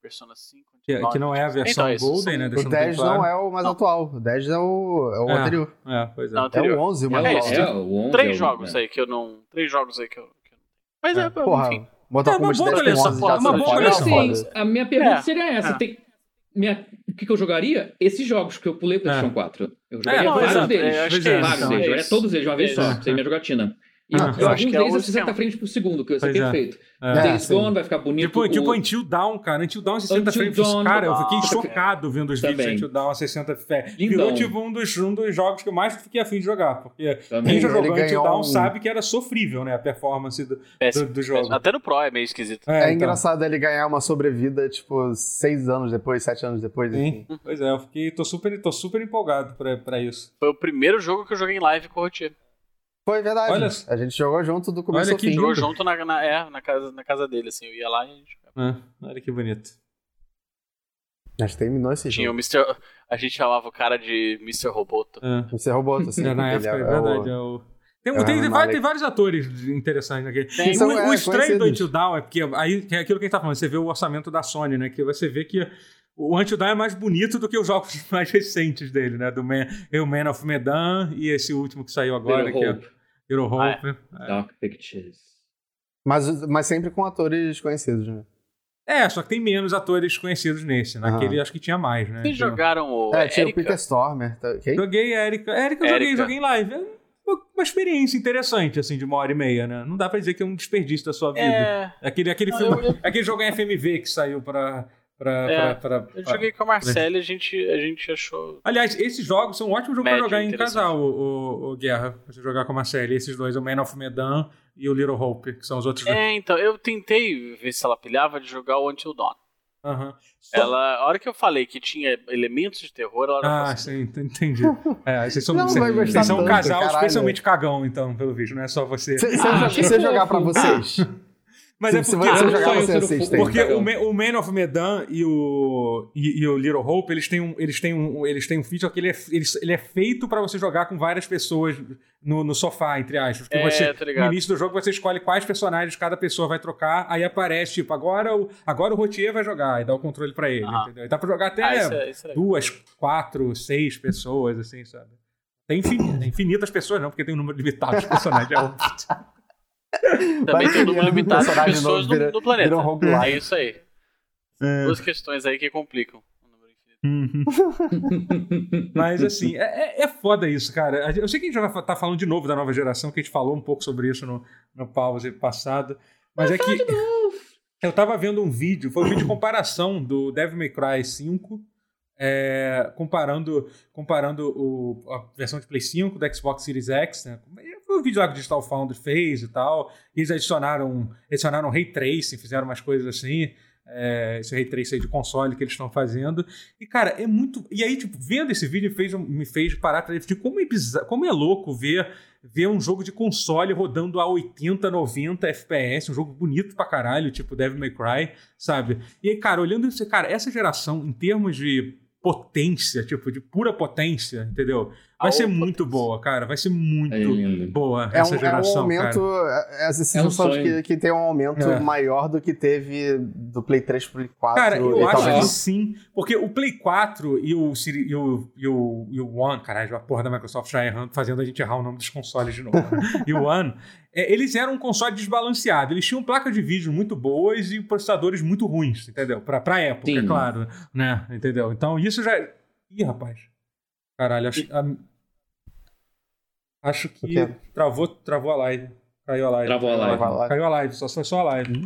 Speaker 4: Persona 5.
Speaker 1: Que, que não é a versão
Speaker 4: Então, isso,
Speaker 1: Golden, né?
Speaker 2: O
Speaker 1: Deixando bem
Speaker 2: 10
Speaker 1: claro.
Speaker 2: não é o mais
Speaker 4: Não.
Speaker 2: atual. O 10 é o, é o
Speaker 1: É.
Speaker 2: anterior.
Speaker 1: É, pois é.
Speaker 4: Não,
Speaker 2: É
Speaker 4: anterior.
Speaker 2: o 11, o mais
Speaker 4: É
Speaker 2: atual.
Speaker 4: isso.
Speaker 3: o 11, é
Speaker 4: Três
Speaker 3: o-
Speaker 4: jogos
Speaker 3: é.
Speaker 4: aí que eu não. Três jogos aí que eu. que eu não- Mas é,
Speaker 1: É.
Speaker 4: enfim.
Speaker 2: Porra, Botar
Speaker 1: É uma
Speaker 2: como
Speaker 1: boa
Speaker 2: Death
Speaker 1: coleção,
Speaker 2: Wars
Speaker 4: pô, é uma
Speaker 2: já
Speaker 4: boa
Speaker 2: são
Speaker 3: Mas
Speaker 4: coleção.
Speaker 2: foda.
Speaker 3: assim, a minha pergunta
Speaker 4: É,
Speaker 3: seria essa.
Speaker 4: é.
Speaker 3: Tem- minha- o que, que eu jogaria? Esses jogos que eu pulei
Speaker 1: É.
Speaker 3: pro PlayStation 4. Eu jogaria
Speaker 1: não,
Speaker 3: vários
Speaker 1: exato.
Speaker 3: deles.
Speaker 4: É, acho
Speaker 1: Pois
Speaker 4: que é
Speaker 1: isso,
Speaker 3: vários
Speaker 1: então,
Speaker 4: isso.
Speaker 3: deles. Eu
Speaker 4: é
Speaker 3: jogaria
Speaker 4: isso.
Speaker 3: todos eles de uma vez só,
Speaker 1: É.
Speaker 3: sem minha jogatina. E
Speaker 1: Ah,
Speaker 3: ah,
Speaker 1: eu
Speaker 3: alguns
Speaker 4: acho que é
Speaker 3: deles
Speaker 4: o
Speaker 3: eu fiz
Speaker 4: esquema.
Speaker 3: acerta frente pro segundo, que você
Speaker 1: Pois
Speaker 3: é
Speaker 1: é.
Speaker 3: perfeito.
Speaker 1: É.
Speaker 2: É,
Speaker 3: Days
Speaker 2: sim.
Speaker 3: Gone vai ficar bonito.
Speaker 1: Tipo, tipo
Speaker 3: o-
Speaker 1: Until Down, cara. Until Down 60
Speaker 3: Until
Speaker 1: frames.
Speaker 3: Dawn,
Speaker 1: cara, eu fiquei
Speaker 4: nossa,
Speaker 1: chocado vendo os vídeos de
Speaker 3: Também.
Speaker 1: Until Down a 60 frames.
Speaker 3: Lindão.
Speaker 1: Virou tipo um dos, um dos jogos que eu mais fiquei afim de jogar. Porque
Speaker 3: Também.
Speaker 1: quem já
Speaker 2: Ele
Speaker 1: jogou Until
Speaker 2: ganhou
Speaker 1: Down
Speaker 2: um-
Speaker 1: sabe que era sofrível, né? A performance do, do,
Speaker 4: Péssimo.
Speaker 1: do jogo.
Speaker 4: Até no Pro é meio esquisito.
Speaker 2: É
Speaker 1: então.
Speaker 2: engraçado ele ganhar uma sobrevida, tipo, seis anos depois, sete anos depois.
Speaker 1: Sim.
Speaker 2: enfim.
Speaker 1: Pois é, eu fiquei, tô super, tô super empolgado pra, pra isso.
Speaker 4: Foi o primeiro jogo que eu joguei em live com o Rotier.
Speaker 2: Foi verdade.
Speaker 1: Olha-
Speaker 2: a gente jogou junto do começo
Speaker 1: Olha
Speaker 2: ao
Speaker 1: que
Speaker 2: fim.
Speaker 1: jogo.
Speaker 4: Jogou junto na, na- é, na, casa, na casa dele, assim. Eu ia lá e a gente jogava.
Speaker 1: Ah, olha que bonito.
Speaker 2: A gente terminou esse
Speaker 4: Tinha
Speaker 2: jogo.
Speaker 4: o Mr. A gente chamava o cara de Mr. Roboto.
Speaker 1: Ah.
Speaker 2: Você roubou outro, assim.
Speaker 1: É, na
Speaker 2: ele
Speaker 1: época, é,
Speaker 2: o-
Speaker 1: verdade. É o... Tem,
Speaker 2: É,
Speaker 1: tem, tem
Speaker 2: o
Speaker 1: vários,
Speaker 2: Malik.
Speaker 1: tem vários atores interessantes naquele.
Speaker 4: Tem.
Speaker 1: E
Speaker 2: São-
Speaker 1: o,
Speaker 2: é,
Speaker 1: o estranho do
Speaker 2: conhecidos.
Speaker 1: Until Down é porque aí que é aquilo que a gente tá falando, você vê o orçamento da Sony, né? Que você vê que o Until Down é mais bonito do que os jogos mais recentes dele, né? Do Man, é o Man of Medan e esse último que saiu agora,
Speaker 3: Little
Speaker 1: que é
Speaker 3: Hope,
Speaker 1: Hero
Speaker 4: Ah, é.
Speaker 1: Hope.
Speaker 3: Dark Pictures.
Speaker 2: Mas, mas sempre com atores conhecidos, né?
Speaker 1: É, só que tem menos atores conhecidos nesse. Naquele acho que tinha mais, né?
Speaker 4: Vocês
Speaker 1: Então-
Speaker 4: jogaram o
Speaker 2: é, tinha o
Speaker 4: Erika?
Speaker 2: Peter Stormer. Tá, quem?
Speaker 1: Joguei Erika. Erika eu joguei,
Speaker 4: Erika.
Speaker 1: joguei em live. É uma, uma experiência interessante, assim, de uma hora e meia, né? Não dá pra dizer que é um desperdício da sua vida.
Speaker 4: É,
Speaker 1: Aquele, aquele,
Speaker 4: Não,
Speaker 1: filme,
Speaker 4: eu- eu-
Speaker 1: É aquele jogo em FMV que saiu pra. pra,
Speaker 4: É,
Speaker 1: pra, pra-
Speaker 4: eu
Speaker 1: pra-
Speaker 4: joguei com a Marcela e a gente, a gente achou.
Speaker 1: Aliás, esses jogos são ótimos jogos
Speaker 4: Médio,
Speaker 1: pra jogar em
Speaker 4: interessante.
Speaker 1: casal, o, o- o Guerra. Você jogar com a série. Esses dois, o Man of Medan e o Little Hope, que são os outros dois.
Speaker 4: É, então, eu tentei ver se ela pilhava de jogar o Until Dawn.
Speaker 1: Aham. Só-
Speaker 4: Ela, a hora que eu falei que tinha elementos de terror, ela já
Speaker 1: Ah,
Speaker 4: falou assim,
Speaker 1: sim, ent- entendi. É, vocês são,
Speaker 2: Não
Speaker 1: vocês-
Speaker 2: vai gostar
Speaker 1: vocês são um
Speaker 2: tanto,
Speaker 1: casal
Speaker 2: caralho.
Speaker 1: especialmente cagão, então, pelo vídeo, não é só você.
Speaker 2: Se, se,
Speaker 3: Ah,
Speaker 2: eu-
Speaker 3: achei
Speaker 2: se eu jogar
Speaker 3: fofo.
Speaker 2: pra vocês.
Speaker 1: Mas
Speaker 2: se,
Speaker 1: é
Speaker 2: se
Speaker 1: porque.
Speaker 2: você
Speaker 3: Ah,
Speaker 2: jogar,
Speaker 3: só eu
Speaker 2: você
Speaker 3: sou
Speaker 2: assiste.
Speaker 3: fofo.
Speaker 1: Porque
Speaker 3: Entendeu?
Speaker 1: o, Ma- o Man of Medan e o, e, e o Little Hope, eles têm um, eles têm um, eles têm um feature que ele é, ele, ele é feito pra você jogar com várias pessoas no, no sofá, entre aspas. Porque
Speaker 4: É,
Speaker 1: você,
Speaker 4: tá ligado.
Speaker 1: no início do jogo você escolhe quais personagens cada pessoa vai trocar, aí aparece, tipo, agora o, agora o Rotier vai jogar e dá o controle pra ele,
Speaker 4: Aham.
Speaker 1: entendeu? E dá pra jogar até
Speaker 4: ah, isso é, isso é legal.
Speaker 1: duas, quatro, seis pessoas, assim, sabe? Tem infinitas, infinitas pessoas, não, porque tem um número limitado de personagens. é óbvio.
Speaker 4: Também tem um número
Speaker 2: Vai-
Speaker 4: limitado de
Speaker 2: personagem novo
Speaker 4: pessoas no,
Speaker 2: vira-
Speaker 4: no planeta.
Speaker 2: vira um roguelike.
Speaker 4: É isso aí. Duas questões aí que complicam. o número infinito.
Speaker 1: Uhum. Mas assim, é, é- é foda isso, cara. A gente- Eu sei que a gente já vai tá falando de novo da nova geração, que a gente falou um pouco sobre isso no, no pause passado. Mas é que. Eu tava vendo um vídeo, foi um vídeo de comparação do Devil May Cry 5, é, comparando, comparando o- a versão de Play 5 da Xbox Series X, né? Foi um vídeo lá que o Digital Foundry fez e tal. E eles adicionaram, adicionaram Ray Tracing, fizeram umas coisas assim. É, esse Ray Tracing aí de console que eles estão fazendo. E, cara, é muito. E aí, tipo, vendo esse vídeo fez, me fez parar pra refletir como é, bizarro, como é louco ver, ver um jogo de console rodando a 80, 90 FPS, um jogo bonito pra caralho, tipo Devil May Cry, sabe? E aí, cara, olhando isso, cara, essa geração, em termos de potência, tipo, de pura potência, entendeu? Vai
Speaker 4: Ah,
Speaker 1: ser
Speaker 4: ou
Speaker 1: muito
Speaker 4: potência.
Speaker 1: boa, cara. Vai ser muito
Speaker 3: É lindo.
Speaker 1: boa
Speaker 2: É um,
Speaker 1: essa
Speaker 2: é um
Speaker 1: geração, cara.
Speaker 2: aumento. É, essa
Speaker 3: É um
Speaker 2: sensação de que,
Speaker 3: sonho.
Speaker 2: que tem um aumento
Speaker 1: É.
Speaker 2: maior do que teve do Play 3 pro Play 4.
Speaker 1: Cara, eu
Speaker 2: e
Speaker 1: acho
Speaker 2: talvez um.
Speaker 1: que
Speaker 3: Ó.
Speaker 1: sim, porque o Play 4 e o, Siri- e o, e o, e o One, caralho, a porra da Microsoft já errando, fazendo a gente errar o nome dos consoles de novo. né? e o One, é, eles eram um console desbalanceado. Eles tinham placas de vídeo muito boas e processadores muito ruins, entendeu? Pra, pra época,
Speaker 3: Sim.
Speaker 1: é claro, né? Entendeu? Então isso já... Ih, rapaz. Caralho, acho, a- acho que
Speaker 2: O quê?
Speaker 1: travou, travou a live. Caiu a live.
Speaker 3: Travou a live.
Speaker 2: vai Uhum. lá.
Speaker 1: Caiu a live, só foi só a live.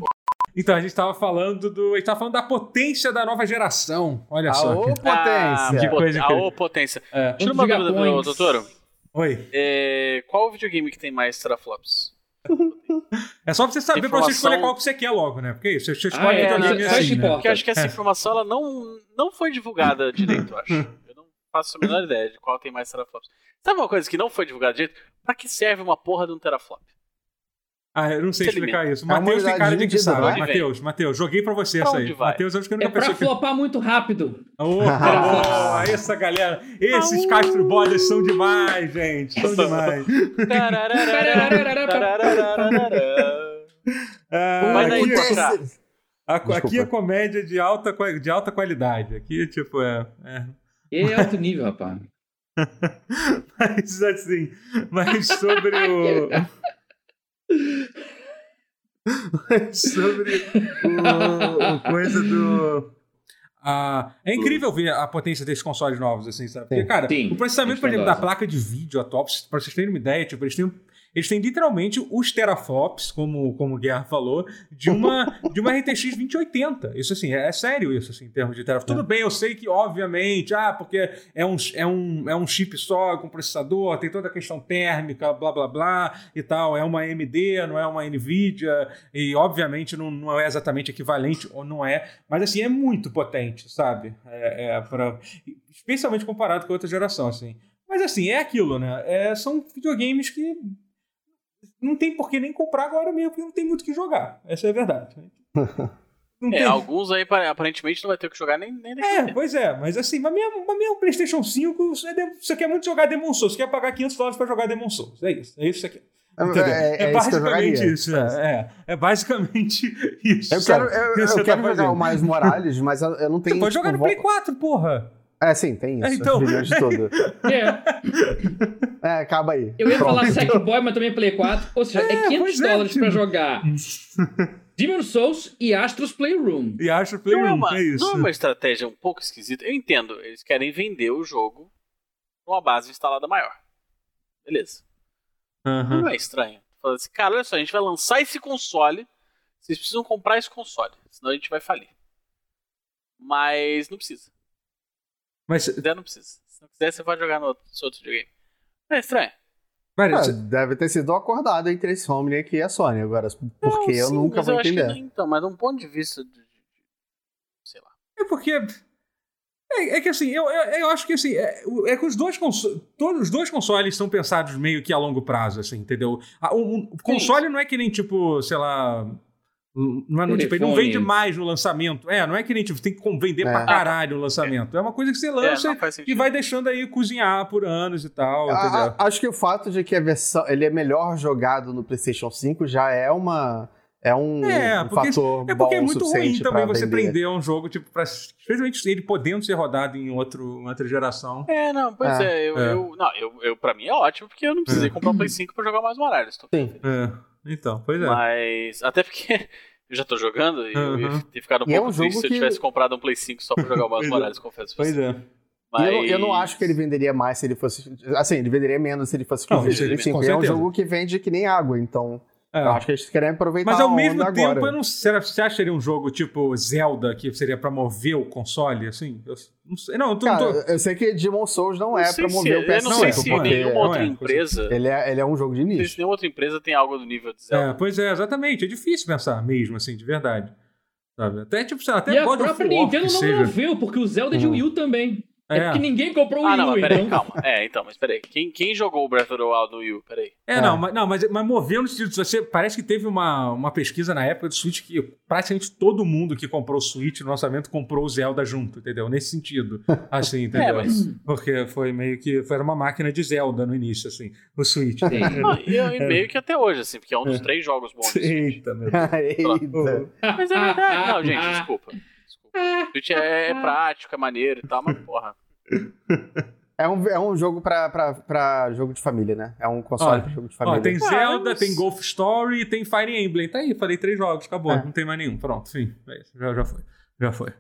Speaker 1: Então, a gente tava falando do. A gente tava falando da potência da nova geração. Olha só.
Speaker 2: Aô,
Speaker 4: Ah,
Speaker 2: potência!
Speaker 1: de-
Speaker 4: pot-
Speaker 1: coisa incrível.
Speaker 4: Aô, potência.
Speaker 1: É.
Speaker 4: Tira uma dúvida,
Speaker 3: Gigacoins.
Speaker 4: meu doutor.
Speaker 1: Oi.
Speaker 4: É, qual o videogame que tem mais teraflops?
Speaker 1: É só pra você saber pra você
Speaker 4: Informação-
Speaker 1: escolher qual que você quer logo, né? Porque isso, você escolhe
Speaker 3: Ah, é,
Speaker 1: videogame
Speaker 4: não,
Speaker 1: assim,
Speaker 4: acho que
Speaker 1: né?
Speaker 3: importa.
Speaker 4: Porque eu acho que essa informação ela não, não foi divulgada direito, eu acho. Eu não faço a menor ideia de qual tem mais teraflops. Sabe uma coisa que não foi divulgada direito? Pra que serve uma porra de um teraflop?
Speaker 1: Ah, eu não sei
Speaker 4: Você
Speaker 1: explicar isso.
Speaker 2: É uma
Speaker 1: Matheus tem
Speaker 2: unidade
Speaker 1: cara de que
Speaker 2: dividida,
Speaker 1: sabe.
Speaker 2: né?
Speaker 4: Onde
Speaker 1: Matheus, Matheus, joguei pra você
Speaker 4: Pra
Speaker 1: essa
Speaker 4: onde
Speaker 1: aí.
Speaker 4: vai?
Speaker 1: Matheus, acho que a
Speaker 3: É
Speaker 1: única
Speaker 3: pra
Speaker 1: pessoa que.
Speaker 3: flopar muito rápido.
Speaker 1: Ô, cara, ô, essa galera. Esses Castro Brothers são demais, gente. São demais. Ah,
Speaker 4: Vai daí, então.
Speaker 1: aqui,
Speaker 4: pô.
Speaker 1: a- aqui
Speaker 2: Desculpa.
Speaker 1: é comédia de alta, qua- de alta qualidade. Aqui, tipo, é- é
Speaker 3: E é alto nível, rapaz.
Speaker 1: Mas assim, mas sobre o. sobre o, o coisa do. Ah, é incrível ver a potência desses consoles novos, assim, sabe? Porque,
Speaker 2: Sim.
Speaker 1: cara,
Speaker 3: Sim,
Speaker 1: o processamento, por exemplo, da
Speaker 3: estrondosa.
Speaker 1: placa de vídeo atual, pra vocês terem uma ideia, tipo, eles têm, eles têm literalmente os teraflops, como, como o Guerra falou, de uma, de uma RTX 2080. Isso, assim, é, é sério isso, assim, em termos de teraflops. Tudo bem, eu sei que, obviamente, ah, porque é um, é um, é um chip só, com processador, tem toda a questão térmica, blá, blá, blá, e tal, é uma AMD, não é uma NVIDIA, e, obviamente, não, não é exatamente equivalente, ou não é, mas assim, é muito potente, sabe? É, é pra- Especialmente comparado com a outra geração, assim. Mas assim, é aquilo, né? É, são videogames que não tem por que nem comprar agora mesmo, porque não tem muito o que jogar. Essa é a verdade. Não
Speaker 4: É, alguns aí pare- aparentemente não vai ter o que jogar nem, nem daqui a
Speaker 1: É,
Speaker 4: tempo.
Speaker 1: pois é, mas assim, mas mesmo, mas mesmo PlayStation 5, você, de- você quer muito jogar Demon Souls, você quer pagar 500 dólares pra jogar Demon Souls. É isso, é isso que você quer.
Speaker 2: É,
Speaker 1: Entendeu?
Speaker 2: é- é isso que eu
Speaker 1: basicamente
Speaker 2: jogaria.
Speaker 1: isso, é, é. É basicamente isso.
Speaker 2: Eu quero,
Speaker 1: sabe?
Speaker 2: eu,
Speaker 1: Isso
Speaker 2: eu
Speaker 1: você
Speaker 2: quero
Speaker 1: tá
Speaker 2: jogar
Speaker 1: fazendo.
Speaker 2: o mais Morales, mas eu, eu não tenho.
Speaker 1: Você pode jogar
Speaker 2: tipo,
Speaker 1: no Play
Speaker 2: vo-
Speaker 1: 4, porra!
Speaker 2: É, sim, tem isso.
Speaker 1: É, então.
Speaker 2: gigante todo.
Speaker 3: É,
Speaker 2: É, acaba aí.
Speaker 3: eu ia
Speaker 2: Pronto.
Speaker 3: falar Sackboy, mas também Play 4. Ou seja, é,
Speaker 1: então. É,
Speaker 3: 500
Speaker 1: pois é,
Speaker 3: dólares pra
Speaker 1: tipo.
Speaker 3: jogar Demon Souls e Astros Playroom.
Speaker 1: E acho Play
Speaker 4: Não é,
Speaker 1: 1,
Speaker 4: uma,
Speaker 1: é isso.
Speaker 4: não é uma estratégia um pouco esquisita. Eu entendo, eles querem vender o jogo com uma base instalada maior. Beleza.
Speaker 1: Aham.
Speaker 4: Não é estranho. Falando assim, cara, olha só, a gente vai lançar esse console. Vocês precisam comprar esse console, senão a gente vai falir. Mas não precisa.
Speaker 1: Mas,
Speaker 4: Se quiser, não precisa. Se não quiser, você pode jogar no outro, seu outro videogame. Não é estranho.
Speaker 1: pera,
Speaker 2: Ah,
Speaker 1: cê-
Speaker 2: deve ter sido acordado entre esse Homem aqui e a Sony agora, porque eu
Speaker 4: sim,
Speaker 2: nunca
Speaker 4: mas
Speaker 2: vou
Speaker 4: eu acho que
Speaker 2: entender.
Speaker 4: não, então, mas de um ponto de vista de. de- de- sei lá.
Speaker 1: é porque. É, é que assim, eu, eu, eu acho que assim, é, o- é que os dois consoles. Todos os dois consoles são pensados meio que a longo prazo, assim, entendeu? A- o- o console não é que nem, tipo, sei lá. Não, é, não, tipo, ele não
Speaker 3: Telefone.
Speaker 1: vende mais no lançamento. É, não é que nem tipo, tem que com- vender
Speaker 2: É.
Speaker 1: pra caralho no lançamento. É uma coisa que você
Speaker 4: É,
Speaker 1: lança
Speaker 4: não faz
Speaker 1: e
Speaker 4: sentido.
Speaker 1: vai deixando aí cozinhar por anos e
Speaker 2: Ah,
Speaker 1: tal, entendeu?
Speaker 2: A- a- acho que o fato de que a versão, ele é melhor jogado no PlayStation 5 já é uma é um,
Speaker 1: É,
Speaker 2: um
Speaker 1: porque-
Speaker 2: fator
Speaker 1: É porque
Speaker 2: bom
Speaker 1: é
Speaker 2: o
Speaker 1: muito ruim
Speaker 2: suficiente
Speaker 1: também
Speaker 2: pra
Speaker 1: você
Speaker 2: vender.
Speaker 1: prender um jogo, tipo, pra, especialmente ele podendo ser rodado em outro, em outra geração.
Speaker 4: É, não, pois
Speaker 2: É,
Speaker 4: é. eu,
Speaker 1: é.
Speaker 4: eu- não, eu, eu, pra mim é ótimo, porque eu não precisei comprar um Play 5 pra jogar mais Morales. Tô
Speaker 2: Sim.
Speaker 1: É, então, pois é.
Speaker 4: Mas. Até porque eu já tô jogando e eu ia
Speaker 1: Aham.
Speaker 4: ter ficado um
Speaker 2: E é um
Speaker 4: pouco triste
Speaker 2: jogo
Speaker 4: se eu
Speaker 2: que-
Speaker 4: tivesse comprado um Play 5 só pra jogar o Miles
Speaker 1: Pois é.
Speaker 4: Morales, confesso. pra
Speaker 1: Pois
Speaker 4: você.
Speaker 1: é.
Speaker 2: E Eu, não- eu não
Speaker 4: Mas-
Speaker 2: acho que ele venderia mais se ele fosse. Assim, ele venderia menos se ele fosse
Speaker 1: Não,
Speaker 2: com
Speaker 1: isso ele-
Speaker 2: 25.
Speaker 1: com
Speaker 2: E É um
Speaker 1: certeza.
Speaker 2: jogo que vende que nem água, então
Speaker 1: É.
Speaker 2: eu acho que eles querem aproveitar
Speaker 1: Mas
Speaker 2: a
Speaker 1: ao
Speaker 2: onda
Speaker 1: mesmo tempo,
Speaker 2: agora.
Speaker 1: eu não sei. será- Você acha que seria um jogo tipo Zelda que seria pra mover o console, assim? Eu não sei. Não, eu tô.
Speaker 2: Cara,
Speaker 1: tô-
Speaker 2: eu sei que Demon Souls não
Speaker 4: Não
Speaker 2: é
Speaker 4: sei
Speaker 2: pra mover
Speaker 4: se,
Speaker 2: o
Speaker 4: eu
Speaker 2: PS5,
Speaker 4: não sei
Speaker 1: é,
Speaker 4: se
Speaker 1: não é,
Speaker 2: porque
Speaker 4: nenhuma
Speaker 1: não é,
Speaker 4: outra
Speaker 1: com
Speaker 4: empresa.
Speaker 2: ele é, ele é um jogo de
Speaker 4: Não sei
Speaker 2: nicho.
Speaker 4: se nenhuma outra empresa tem algo do nível de Zelda.
Speaker 1: É, pois é, exatamente. É difícil pensar mesmo, assim, de verdade. Sabe? Até, tipo, sei lá, até
Speaker 3: e a
Speaker 1: God of
Speaker 3: própria
Speaker 1: War
Speaker 3: Nintendo
Speaker 1: que
Speaker 3: não
Speaker 1: seja.
Speaker 3: moveu, porque o Zelda é de
Speaker 2: Uhum.
Speaker 3: Wii U também. É,
Speaker 1: É.
Speaker 3: porque ninguém comprou o
Speaker 4: Ah,
Speaker 3: Wii
Speaker 4: não,
Speaker 3: U,
Speaker 4: mas peraí,
Speaker 3: então.
Speaker 4: calma. É, então, mas peraí. Quem, quem jogou o Breath of the Wild no Wii U? Peraí.
Speaker 1: É,
Speaker 2: É.
Speaker 1: não, mas, não mas, mas moveu no sentido. de Você, parece que teve uma, uma pesquisa na época do Switch que praticamente todo mundo que comprou o Switch no lançamento comprou o Zelda junto, entendeu? Nesse sentido. Assim, entendeu?
Speaker 4: É, mas.
Speaker 1: Porque foi meio que. Foi uma máquina de Zelda no início, assim, o Switch.
Speaker 3: Sim.
Speaker 4: Não, e eu- e meio que até hoje, assim, porque é um dos três jogos bons. do Switch.
Speaker 1: Eita, meu Deus.
Speaker 2: Eita.
Speaker 4: Mas é verdade. Não, gente, desculpa. Desculpa. O Switch é, é prático, é maneiro e tal, mas porra.
Speaker 2: É um, é um jogo pra, pra, pra jogo de família, né? É um console
Speaker 1: Olha,
Speaker 2: pra jogo de
Speaker 1: Ó,
Speaker 2: família.
Speaker 1: tem Zelda,
Speaker 4: mas-
Speaker 1: tem Golf Story, tem Fire Emblem. Tá aí, falei três jogos, acabou.
Speaker 2: É.
Speaker 1: Não tem mais nenhum. Pronto, fim. É isso, Já, já foi. Já foi.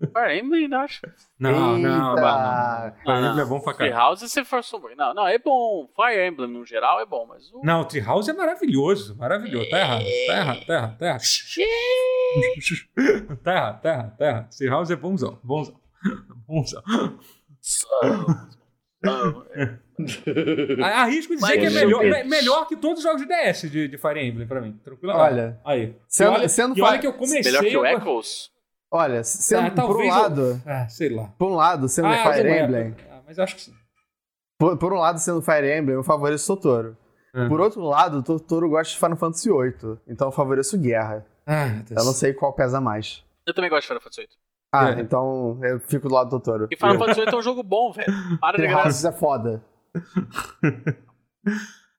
Speaker 4: Fire Emblem, não acho.
Speaker 1: Não,
Speaker 2: Eita.
Speaker 1: não, não, não. Fire Emblem é bom pra
Speaker 4: Free
Speaker 1: caralho.
Speaker 4: House você forçou muito. Não, não, é bom. Fire Emblem no geral é bom, mas o.
Speaker 1: Não, o Treehouse é maravilhoso, maravilhoso. Tá errado, tá errado, tá errado, tá errado. tá errado, tá errado, tá errado. Treehouse é bonzão, bonzão, bonzão.
Speaker 4: Slow. Slow.
Speaker 1: Arrisco dizer
Speaker 4: Mas
Speaker 1: que é
Speaker 4: eu-
Speaker 1: melhor, me- melhor que todos os jogos de DS de, de Fire Emblem pra mim, tranquilo.
Speaker 2: Olha,
Speaker 1: aí.
Speaker 2: sendo-
Speaker 1: e olha,
Speaker 2: sendo
Speaker 1: e olha
Speaker 2: Fire-
Speaker 1: que eu comecei...
Speaker 4: Melhor que o
Speaker 1: a-
Speaker 4: Echoes?
Speaker 2: Olha, sendo
Speaker 1: Ah,
Speaker 2: por um
Speaker 1: talvez eu-
Speaker 2: lado,
Speaker 1: Ah, sei lá.
Speaker 2: por um lado, sendo
Speaker 1: Ah,
Speaker 2: Fire
Speaker 1: sei lá.
Speaker 2: Emblem,
Speaker 1: Ah, mas acho que sim.
Speaker 2: por, por um lado sendo Fire Emblem, eu favoreço Totoro.
Speaker 1: Ah.
Speaker 2: Por outro lado, o Totoro gosta de Final Fantasy VIII, então eu favoreço Guerra.
Speaker 1: Ah, meu Deus.
Speaker 2: Eu não sei qual pesa mais.
Speaker 4: Eu também gosto de Final Fantasy VIII.
Speaker 2: Ah,
Speaker 1: É.
Speaker 2: então eu fico do lado do Totoro.
Speaker 4: E Final Fantasy VIII é um jogo bom, velho. Para de
Speaker 2: Three
Speaker 4: graça.
Speaker 2: Houses é foda.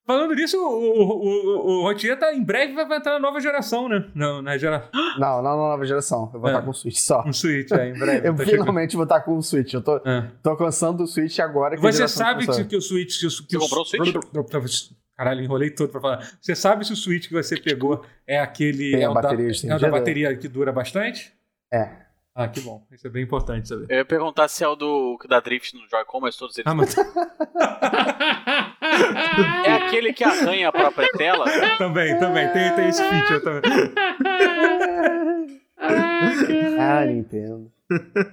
Speaker 1: Falando nisso, o, o, o, o Rotier tá, em breve vai vai entrar na nova geração, né? Não, na geração...
Speaker 2: Não, não na nova geração. Eu vou
Speaker 1: É.
Speaker 2: estar com o Switch só.
Speaker 1: Um Switch, é, em breve.
Speaker 2: Eu
Speaker 1: tá chegando.
Speaker 2: finalmente vou estar com o Switch. Eu tô,
Speaker 1: É.
Speaker 2: tô alcançando o Switch agora que a
Speaker 1: Você
Speaker 2: geração
Speaker 1: sabe
Speaker 2: começou.
Speaker 1: que, que o Switch. Que, o- que
Speaker 4: Você comprou o Switch?
Speaker 1: Switch? Caralho, enrolei todo pra falar. Você sabe se o Switch que você pegou é aquele.
Speaker 2: Tem a
Speaker 1: é o da-
Speaker 2: bateria
Speaker 1: é o da
Speaker 2: estendida?
Speaker 1: bateria que dura bastante?
Speaker 2: É.
Speaker 1: Ah, que bom. Isso é bem importante saber.
Speaker 4: Eu ia perguntar se é o do que dá drift no Joy-Con, mas todos eles.
Speaker 1: Ah, mas
Speaker 4: É aquele que arranha a própria tela?
Speaker 1: também, também. Tem, tem esse feature também.
Speaker 2: Ah, Nintendo.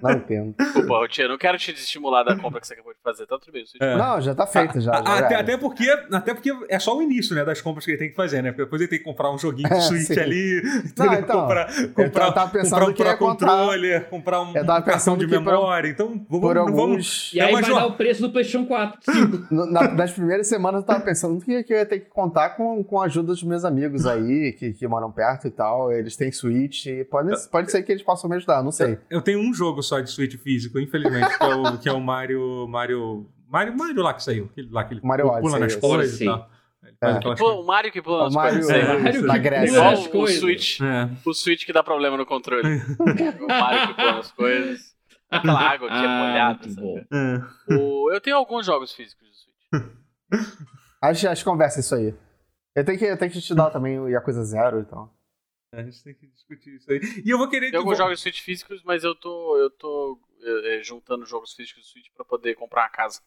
Speaker 2: Não entendo.
Speaker 4: Desculpa, Rotinha, não quero te desestimular da compra que você acabou de fazer, tá tudo bem. Switch.
Speaker 1: É.
Speaker 2: Não, já tá feito, já.
Speaker 1: Ah,
Speaker 2: já
Speaker 1: até,
Speaker 2: era.
Speaker 1: até porque, até porque é só o início né, das compras que ele tem que fazer, né? Porque depois ele tem que comprar um joguinho de
Speaker 2: É,
Speaker 1: Switch
Speaker 2: sim.
Speaker 1: ali,
Speaker 2: Não,
Speaker 1: entendeu?
Speaker 2: então,
Speaker 1: comprar, comprar,
Speaker 2: eu tava pensando
Speaker 1: comprar um
Speaker 2: que ia
Speaker 1: Pro
Speaker 2: comprar-
Speaker 1: Controller, comprar um
Speaker 2: Eu tava
Speaker 1: cartão
Speaker 2: pensando
Speaker 1: de
Speaker 2: que por-
Speaker 1: memória. Então, vamos,
Speaker 2: Por
Speaker 1: não vamos,
Speaker 2: alguns.
Speaker 3: E aí
Speaker 1: É uma
Speaker 3: vai
Speaker 1: jo-
Speaker 3: dar o preço do PlayStation 4. Sim.
Speaker 2: No- na- nas primeiras semanas eu tava pensando que, que eu ia ter que contar com, com a ajuda dos meus amigos aí, que, que moram perto e tal. Eles têm Switch. e Pode, pode ser que eles possam me ajudar, não sei.
Speaker 1: Eu tenho um jogo só de Switch físico, infelizmente, que é o, que é o Mario, Mario. Mario. Mario lá que saiu. Aquele lá que ele
Speaker 2: Mario
Speaker 1: pula
Speaker 2: Odyssey,
Speaker 1: nas
Speaker 2: esse.
Speaker 1: coisas e
Speaker 3: Odyssey.
Speaker 1: tal. Ele faz
Speaker 2: É.
Speaker 1: aquelas
Speaker 4: Pô,
Speaker 1: coisas.
Speaker 4: o Mario que pula
Speaker 2: O
Speaker 4: nas
Speaker 2: Mario é,
Speaker 4: coisas. né?
Speaker 1: Mario
Speaker 2: da
Speaker 3: que
Speaker 2: Grécia.
Speaker 3: pula.
Speaker 4: Igual
Speaker 3: Essas
Speaker 4: o
Speaker 3: coisas.
Speaker 4: Switch.
Speaker 1: É.
Speaker 4: O Switch que dá problema no controle. o Mario que pula nas coisas. Aquela água que é
Speaker 3: Ah,
Speaker 4: molhada.
Speaker 3: muito
Speaker 4: sabe?
Speaker 3: bom.
Speaker 1: É.
Speaker 4: O- Eu tenho alguns jogos físicos do Switch.
Speaker 2: As, as conversas, isso aí. Eu tenho que, eu tenho que te dar também o Yakuza Zero então. e tal.
Speaker 1: A gente tem que discutir isso aí. E eu vou querer.
Speaker 4: Tem alguns
Speaker 1: vou-
Speaker 4: jogos Switch físicos, mas eu tô, eu tô eh, eh, juntando jogos físicos do Switch pra poder comprar uma casa.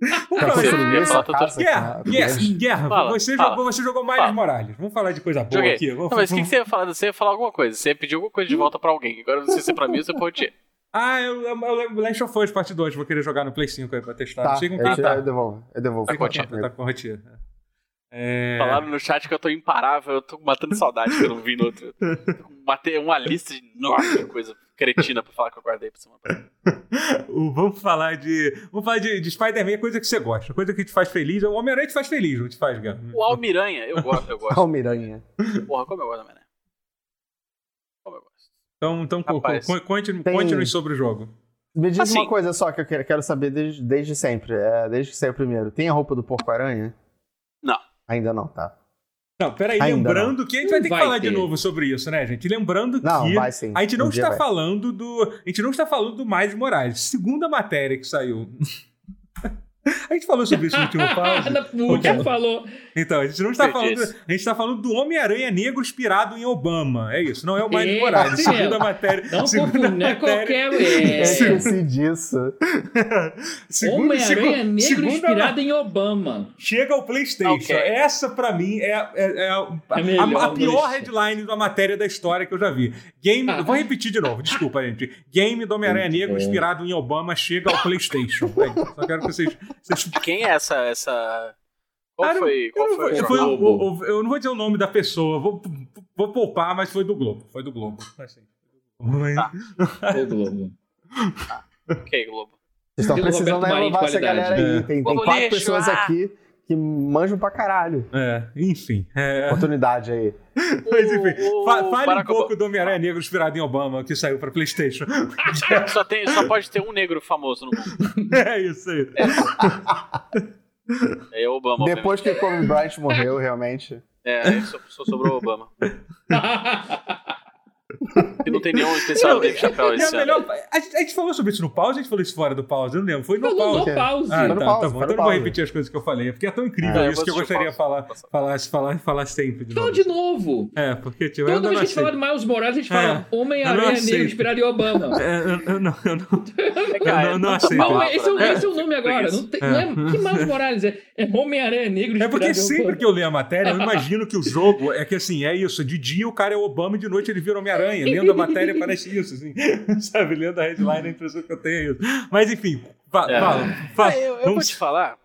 Speaker 1: Vamos
Speaker 2: Pra
Speaker 1: falar
Speaker 4: você-
Speaker 1: de-
Speaker 2: construir
Speaker 4: ia
Speaker 2: essa
Speaker 4: falar tanto-
Speaker 2: casa, tá?
Speaker 1: Guerra,
Speaker 2: cara.
Speaker 1: yes, guerra.
Speaker 4: Fala,
Speaker 1: você,
Speaker 4: fala.
Speaker 1: jogou, você jogou Miles
Speaker 4: Fala.
Speaker 1: Morales. Vamos falar de coisa boa
Speaker 4: Joguei.
Speaker 1: aqui. Vamos,
Speaker 4: Não, mas o que, que
Speaker 1: vamos-
Speaker 4: você ia falar? Você ia falar alguma coisa. Você ia pedir alguma coisa de volta pra alguém. Agora eu não sei se é pra mim ou se é pra ti.
Speaker 1: Ah, eu, eu, eu lembro Last of Us Parte 2. Vou querer jogar no Play 5 aí pra testar.
Speaker 2: Tá,
Speaker 1: não sei com
Speaker 2: eu,
Speaker 1: quem
Speaker 2: te-
Speaker 1: tá.
Speaker 2: eu devolvo. Eu devolvo.
Speaker 1: Não sei com quem
Speaker 2: Fica
Speaker 1: tá, tá
Speaker 2: comigo.
Speaker 1: com a rotina. É...
Speaker 4: Falaram no chat que eu tô imparável, eu tô matando saudade que eu não vi no outro. Tô com- Matei uma lista enorme de coisa cretina pra falar que eu guardei pra semana. passada.
Speaker 1: O- vamos falar de. Vamos falar de, de Spider-Man, é coisa que você gosta, coisa que te faz feliz. O Homem-Aranha te faz feliz, não te faz, Gabo?
Speaker 4: O Almiranha, eu gosto, eu
Speaker 2: Tá,
Speaker 4: gosto.
Speaker 2: Almiranha.
Speaker 4: Porra, como eu gosto da Almiranha. Como eu gosto.
Speaker 1: Então, então co-
Speaker 4: Rapaz.
Speaker 1: co- conte,
Speaker 2: Tem-
Speaker 1: conte-nos sobre o jogo.
Speaker 2: Me diz
Speaker 4: Assim.
Speaker 2: uma coisa só que eu quero, quero saber desde, desde sempre, é, desde que saiu primeiro. Tem a roupa do Porco-Aranha?
Speaker 4: Não.
Speaker 2: Ainda não, tá.
Speaker 1: Não, peraí,
Speaker 2: Ainda
Speaker 1: lembrando que a gente vai ter que
Speaker 3: Vai
Speaker 1: falar de
Speaker 3: ter.
Speaker 1: novo sobre isso, né, gente? Lembrando
Speaker 2: Não,
Speaker 1: que.
Speaker 2: vai sim.
Speaker 1: A gente não
Speaker 2: Um dia
Speaker 1: está
Speaker 2: vai.
Speaker 1: falando do. A gente não está falando do Miles Morales. Segunda matéria que saiu. a gente falou sobre isso no último pause.
Speaker 3: No último falou.
Speaker 1: Então, a gente não está
Speaker 4: Eu
Speaker 1: falando.
Speaker 4: disse.
Speaker 1: A gente está falando do Homem-Aranha Negro inspirado em Obama. É isso, não é o Miles
Speaker 3: Esse
Speaker 1: Morales.
Speaker 3: mesmo.
Speaker 1: Segunda matéria.
Speaker 3: Não
Speaker 1: segunda
Speaker 3: confunde, não é qualquer. É,
Speaker 2: Eu esqueci disso.
Speaker 3: Homem-Aranha é
Speaker 1: segu-
Speaker 3: negro
Speaker 1: segunda
Speaker 3: inspirado em Obama.
Speaker 1: Chega ao PlayStation.
Speaker 4: Ok.
Speaker 1: Essa, pra mim, é, é- é a, a-
Speaker 3: É melhor,
Speaker 1: a pior
Speaker 3: Luiz.
Speaker 1: headline da matéria da história que eu já vi. Game.
Speaker 3: Ah.
Speaker 1: eu Vou repetir de novo, desculpa, gente. Game do Homem-Aranha
Speaker 3: Muito
Speaker 1: Negro
Speaker 3: bom.
Speaker 1: inspirado em Obama chega ao PlayStation. É isso. Só quero que vocês. vocês...
Speaker 4: Quem é essa. essa... Qual
Speaker 1: Cara,
Speaker 4: foi,
Speaker 1: Eu,
Speaker 4: qual
Speaker 1: não
Speaker 4: foi,
Speaker 1: vou,
Speaker 4: o
Speaker 1: foi
Speaker 4: jornal?
Speaker 1: o- o- o- eu não vou dizer o nome da pessoa, vou, vou poupar, mas foi do Globo. Foi do Globo. Assim.
Speaker 4: Tá.
Speaker 3: Ô, Globo.
Speaker 4: Ok, Globo.
Speaker 2: Vocês estão
Speaker 3: Estilo
Speaker 2: precisando
Speaker 3: Roberto Marinho de
Speaker 2: elevar essa
Speaker 3: qualidade.
Speaker 2: galera aí.
Speaker 1: É.
Speaker 2: Tem, tem
Speaker 4: Vamos
Speaker 2: quatro
Speaker 4: lixo,
Speaker 2: pessoas
Speaker 4: ah!
Speaker 2: aqui que manjam pra caralho.
Speaker 1: É, enfim. É,
Speaker 2: Oportunidade aí.
Speaker 1: mas enfim.
Speaker 4: O- o
Speaker 1: fa- fale um
Speaker 4: Barack
Speaker 1: pouco do Homem-Aranha Negro inspirado em Obama que saiu pra PlayStation.
Speaker 4: Obama. Só, tem, só pode ter um negro famoso no mundo.
Speaker 1: é isso aí.
Speaker 4: É o Obama.
Speaker 2: Depois que o Kobe Bryant morreu, realmente.
Speaker 4: obviamente. É, só, só sobrou o Obama. E não tem nenhum especial dele chapéu
Speaker 1: E é a
Speaker 4: esse ano.
Speaker 1: melhor- a, gente, a gente falou sobre isso no pause, a gente falou isso fora do pause, eu não lembro. Foi no
Speaker 3: Falou
Speaker 1: pause.
Speaker 3: no pause.
Speaker 1: Ah,
Speaker 2: Foi
Speaker 1: tá,
Speaker 2: no
Speaker 1: tá
Speaker 2: pause,
Speaker 1: bom.
Speaker 2: foi
Speaker 1: Então
Speaker 2: no
Speaker 1: eu não vou
Speaker 2: pause.
Speaker 1: repetir as coisas que eu falei, porque é tão incrível
Speaker 4: É, eu
Speaker 1: isso que eu
Speaker 4: vou assistir o
Speaker 1: gostaria de falar,
Speaker 4: pause.
Speaker 1: falar, falar, falar sempre de
Speaker 3: Então,
Speaker 1: novo.
Speaker 3: de novo.
Speaker 1: É, porque tipo, eu
Speaker 3: Toda
Speaker 1: ainda não
Speaker 3: vez que a gente
Speaker 1: aceito.
Speaker 3: fala de Miles Morales, a gente fala
Speaker 1: Eu não
Speaker 3: Homem-Aranha
Speaker 1: aceito.
Speaker 3: Negro inspirado em Obama.
Speaker 1: É, eu, eu não, eu não.
Speaker 4: É, cara,
Speaker 1: Eu não- não
Speaker 4: é tanta
Speaker 1: aceito.
Speaker 3: Não,
Speaker 4: palavra,
Speaker 3: esse, é, o-
Speaker 4: né?
Speaker 3: esse é o nome agora. Não, tem, não é, que Miles Morales é? É Homem-Aranha Negro
Speaker 1: É
Speaker 3: inspirado
Speaker 1: porque
Speaker 3: em
Speaker 1: sempre
Speaker 3: Obama.
Speaker 1: que eu leio a matéria, eu imagino que o jogo é que assim, é isso. De dia o cara é o Obama e de noite ele vira Homem-Aranha. Lendo a matéria parece isso, assim. Sabe, lendo a headline, a impressão que eu tenho é isso. Mas enfim, fa-
Speaker 4: É.
Speaker 1: fala.
Speaker 4: Ah,
Speaker 1: fala.
Speaker 4: eu, eu vou
Speaker 1: Vamos-
Speaker 4: te falar.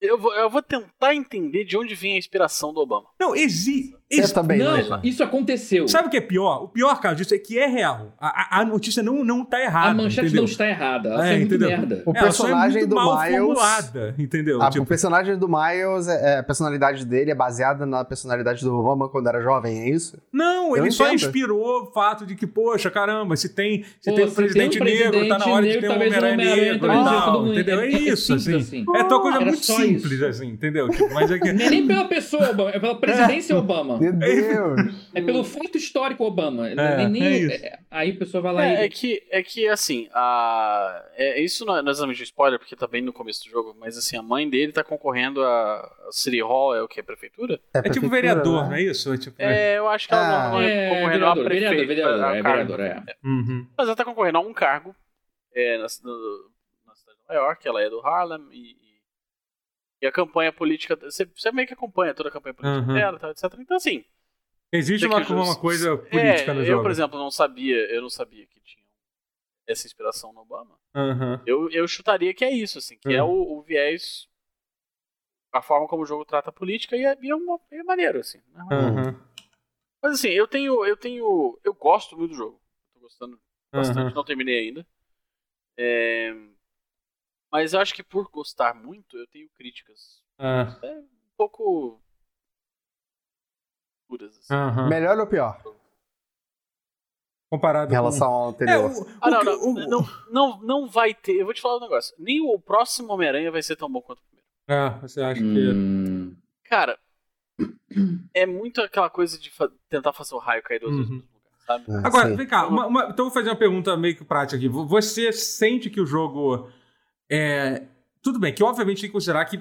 Speaker 4: Eu vou, eu vou tentar entender de onde vem a inspiração do Obama.
Speaker 1: Não, existe.
Speaker 2: Eu também,
Speaker 3: Não,
Speaker 1: é
Speaker 2: mas-
Speaker 3: isso aconteceu.
Speaker 1: Sabe o que é pior? O pior caso disso é que é real. A, a- a notícia não, não tá errada.
Speaker 3: a manchete
Speaker 1: entendeu?
Speaker 3: não está errada. Ela
Speaker 1: É,
Speaker 3: foi muito
Speaker 1: entendeu?
Speaker 3: merda.
Speaker 2: O
Speaker 1: Ela só é
Speaker 2: personagem
Speaker 1: muito
Speaker 2: do
Speaker 1: mal
Speaker 2: Miles- Ah,
Speaker 1: formulada, entendeu?
Speaker 2: A,
Speaker 1: Tipo,
Speaker 2: O personagem do Miles, é- é, a personalidade dele é baseada na personalidade do Obama quando era jovem, é isso?
Speaker 1: não,
Speaker 2: Eu
Speaker 1: ele só
Speaker 2: entendo.
Speaker 1: inspirou o fato de que, poxa, caramba, se tem, se
Speaker 3: Pô,
Speaker 1: tem um
Speaker 3: se
Speaker 1: presidente
Speaker 3: tem um
Speaker 1: negro, tá na hora de
Speaker 3: presidente
Speaker 1: ter um
Speaker 3: negro, talvez
Speaker 1: Homem-Aranha
Speaker 3: um Homem-Aranha,
Speaker 1: negro e
Speaker 3: talvez seja todo
Speaker 1: tal,
Speaker 3: mundo-
Speaker 1: entendeu?
Speaker 3: é-
Speaker 1: É
Speaker 3: é
Speaker 1: isso,
Speaker 3: simples
Speaker 1: assim.
Speaker 3: assim.
Speaker 1: É uma coisa
Speaker 3: Era
Speaker 1: muito
Speaker 3: só
Speaker 1: simples,
Speaker 3: isso.
Speaker 1: assim, entendeu? Tipo, mas é que...
Speaker 3: Não é nem pela pessoa Obama, é pela presidência Obama. Obama.
Speaker 2: Meu Deus!
Speaker 3: É
Speaker 4: Hum.
Speaker 3: pelo fato histórico Obama.
Speaker 1: É,
Speaker 3: nem,
Speaker 1: é
Speaker 3: nem-
Speaker 1: isso.
Speaker 3: é, aí a pessoa vai lá
Speaker 4: É,
Speaker 3: e.
Speaker 4: é que, é que assim, a... é, isso não é, não é exatamente um spoiler, porque tá bem no começo do jogo, mas assim, a mãe dele tá concorrendo a a City Hall, é o que? A prefeitura?
Speaker 1: É tipo
Speaker 2: prefeitura,
Speaker 1: vereador,
Speaker 2: né?
Speaker 1: não é isso? É tipo.
Speaker 4: É, eu acho que ela
Speaker 2: Ah.
Speaker 4: não- não é concorrendo a
Speaker 3: vereador,
Speaker 4: prefeito.
Speaker 3: vereador, vereador,
Speaker 4: a- a
Speaker 3: é,
Speaker 4: cargo.
Speaker 3: vereador, é.
Speaker 1: Uhum.
Speaker 4: Mas ela tá concorrendo a um cargo é, na, ci- no- na cidade de Nova York, ela é do Harlem e, e- e a campanha política. Você, você meio que acompanha toda a campanha política
Speaker 1: Uhum.
Speaker 4: dela e tal, etc. Então, assim.
Speaker 1: Existe uma,
Speaker 4: Daqui,
Speaker 1: uma
Speaker 4: Jus.
Speaker 1: coisa
Speaker 4: É,
Speaker 1: política no jogo.
Speaker 4: eu, por exemplo, não sabia, eu não sabia que tinha essa inspiração no Obama.
Speaker 1: Aham.
Speaker 4: Eu, eu chutaria que é isso, assim, que é
Speaker 1: Uhum.
Speaker 4: o, o viés. A forma como o jogo trata a política e é, e é, uma- é maneiro, assim. não é ruim.
Speaker 1: Aham.
Speaker 4: Mas assim, eu tenho. Eu tenho. Eu gosto muito do jogo. Tô gostando bastante,
Speaker 1: Aham.
Speaker 4: não terminei ainda. É, Mas eu acho que por gostar muito, eu tenho críticas
Speaker 1: Ah,
Speaker 4: um pouco. duras, assim.
Speaker 1: Aham.
Speaker 2: Melhor ou pior?
Speaker 1: Comparado
Speaker 2: Em relação ao
Speaker 1: com... É,
Speaker 2: anterior.
Speaker 1: o,
Speaker 4: Ah, não,
Speaker 1: o que-
Speaker 4: não,
Speaker 1: o-
Speaker 4: não, não, não vai ter. Eu vou te falar um negócio. Nem o próximo Homem-Aranha vai ser tão bom quanto o primeiro.
Speaker 1: Ah, você acha que...
Speaker 3: Hum,
Speaker 4: Cara, é muito aquela coisa de fa- tentar fazer o raio cair duas vezes no
Speaker 1: Uhum.
Speaker 4: mesmo lugar, sabe?
Speaker 2: Ah,
Speaker 1: Agora,
Speaker 2: sei.
Speaker 1: vem cá, uma- uma- então eu vou fazer uma pergunta meio que prática aqui. Vo- Você sente que o jogo é... Tudo bem, que obviamente tem que considerar que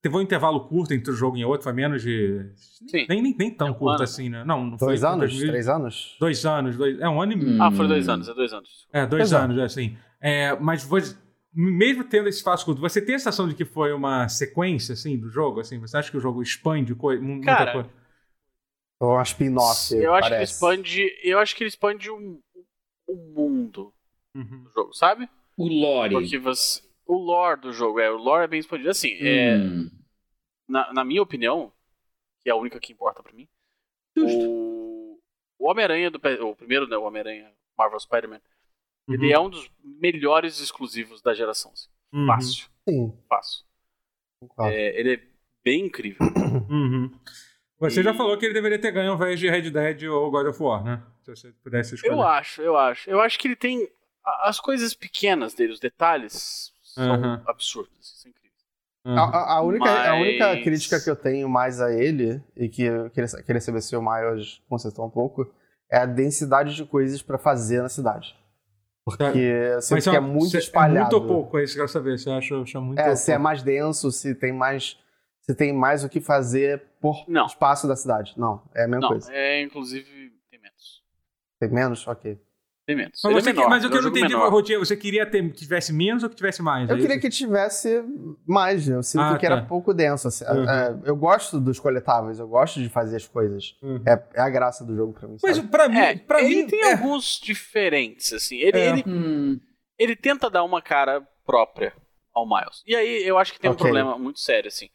Speaker 1: teve um intervalo curto entre um jogo e outro, foi menos de...
Speaker 4: Sim.
Speaker 1: Nem, nem, nem tão
Speaker 4: É um
Speaker 1: curto
Speaker 4: ano.
Speaker 1: assim, né? Não, não foi...
Speaker 2: Dois
Speaker 1: foi
Speaker 2: anos?
Speaker 1: 2000
Speaker 2: Três anos?
Speaker 1: Dois anos, dois... É um ano e meio.
Speaker 3: hum.
Speaker 4: Ah, foi dois anos, é dois anos.
Speaker 1: É, dois
Speaker 2: Exato.
Speaker 1: anos, assim. É, mas você- mesmo tendo esse espaço curto, você tem a sensação de que foi uma sequência, assim, do jogo? Assim, você acha que o jogo expande coi- mu- muita
Speaker 4: Cara,
Speaker 1: coisa?
Speaker 2: Ou é uma spin-off?
Speaker 4: Eu acho que ele
Speaker 2: parece.
Speaker 4: expande. Eu acho que ele expande o, o mundo
Speaker 1: Uhum.
Speaker 4: do jogo, sabe?
Speaker 3: o Lore.
Speaker 4: Porque você. O lore do jogo, é, o lore é bem expandido. Assim, é,
Speaker 3: Hum,
Speaker 4: na, na minha opinião, que é a única que importa pra mim,
Speaker 3: justo.
Speaker 4: é o, o Homem-Aranha do. P- O primeiro, né? O Homem-Aranha, Marvel Spider-Man, ele
Speaker 1: Uhum.
Speaker 4: é um dos melhores exclusivos da geração. assim.
Speaker 1: Uhum.
Speaker 4: Fácil,
Speaker 2: Sim.
Speaker 4: fácil.
Speaker 2: claro.
Speaker 4: É, ele é bem incrível.
Speaker 1: Uhum. Você já
Speaker 4: E-
Speaker 1: falou que ele deveria ter ganho ao invés de Red Dead ou God of War, né? Se você pudesse escolher.
Speaker 2: né?
Speaker 4: Eu acho, eu acho. Eu acho que ele tem. a- As coisas pequenas dele, os detalhes, são
Speaker 1: Aham.
Speaker 4: absurdos. é São incríveis.
Speaker 1: Uhum.
Speaker 2: A,
Speaker 4: Ah,
Speaker 2: a- a única, a única
Speaker 4: Mas-
Speaker 2: crítica que eu tenho mais a ele, e que eu queria, queria saber se o Miles consertou um pouco, é a densidade de coisas pra fazer na cidade.
Speaker 1: Tá.
Speaker 2: Que eu sinto
Speaker 1: é
Speaker 2: que é
Speaker 1: uma-
Speaker 2: muito
Speaker 1: cê-
Speaker 2: espalhado.
Speaker 1: É muito ou pouco, é isso que eu quero saber. Você acha, acha muito
Speaker 2: É,
Speaker 1: ou
Speaker 2: se é
Speaker 1: pouco?
Speaker 2: mais denso, se tem mais. Se tem mais o que fazer por
Speaker 4: Não.
Speaker 2: espaço da cidade. Não, é a mesma
Speaker 4: Não,
Speaker 2: coisa.
Speaker 4: é inclusive. Tem menos.
Speaker 2: Tem menos? Ok.
Speaker 4: Tem menos.
Speaker 1: Mas,
Speaker 4: Ele é
Speaker 1: você que-
Speaker 4: menor,
Speaker 1: mas o
Speaker 4: ele
Speaker 1: que
Speaker 4: é
Speaker 1: eu
Speaker 4: um
Speaker 1: não
Speaker 4: jogo
Speaker 1: entendi,
Speaker 4: menor.
Speaker 1: Rotinha, você queria ter, que tivesse menos ou que tivesse mais?
Speaker 2: Eu
Speaker 1: É
Speaker 2: queria
Speaker 1: isso?
Speaker 2: que tivesse mais, né? eu sinto
Speaker 1: Ah,
Speaker 2: que era
Speaker 1: tá.
Speaker 2: pouco denso. assim.
Speaker 1: Uhum.
Speaker 2: É, eu gosto dos coletáveis, eu gosto de fazer as coisas.
Speaker 1: Uhum.
Speaker 2: É, é a graça do jogo pra mim.
Speaker 1: Mas
Speaker 2: sabe?
Speaker 1: pra mim,
Speaker 4: É,
Speaker 1: pra
Speaker 4: ele
Speaker 1: mim
Speaker 4: tem
Speaker 1: é,
Speaker 4: alguns diferentes, assim. Ele,
Speaker 1: É.
Speaker 4: ele,
Speaker 3: Hum,
Speaker 4: ele tenta dar uma cara própria ao Miles. E aí eu acho que tem um
Speaker 2: Ok.
Speaker 4: problema muito sério, assim.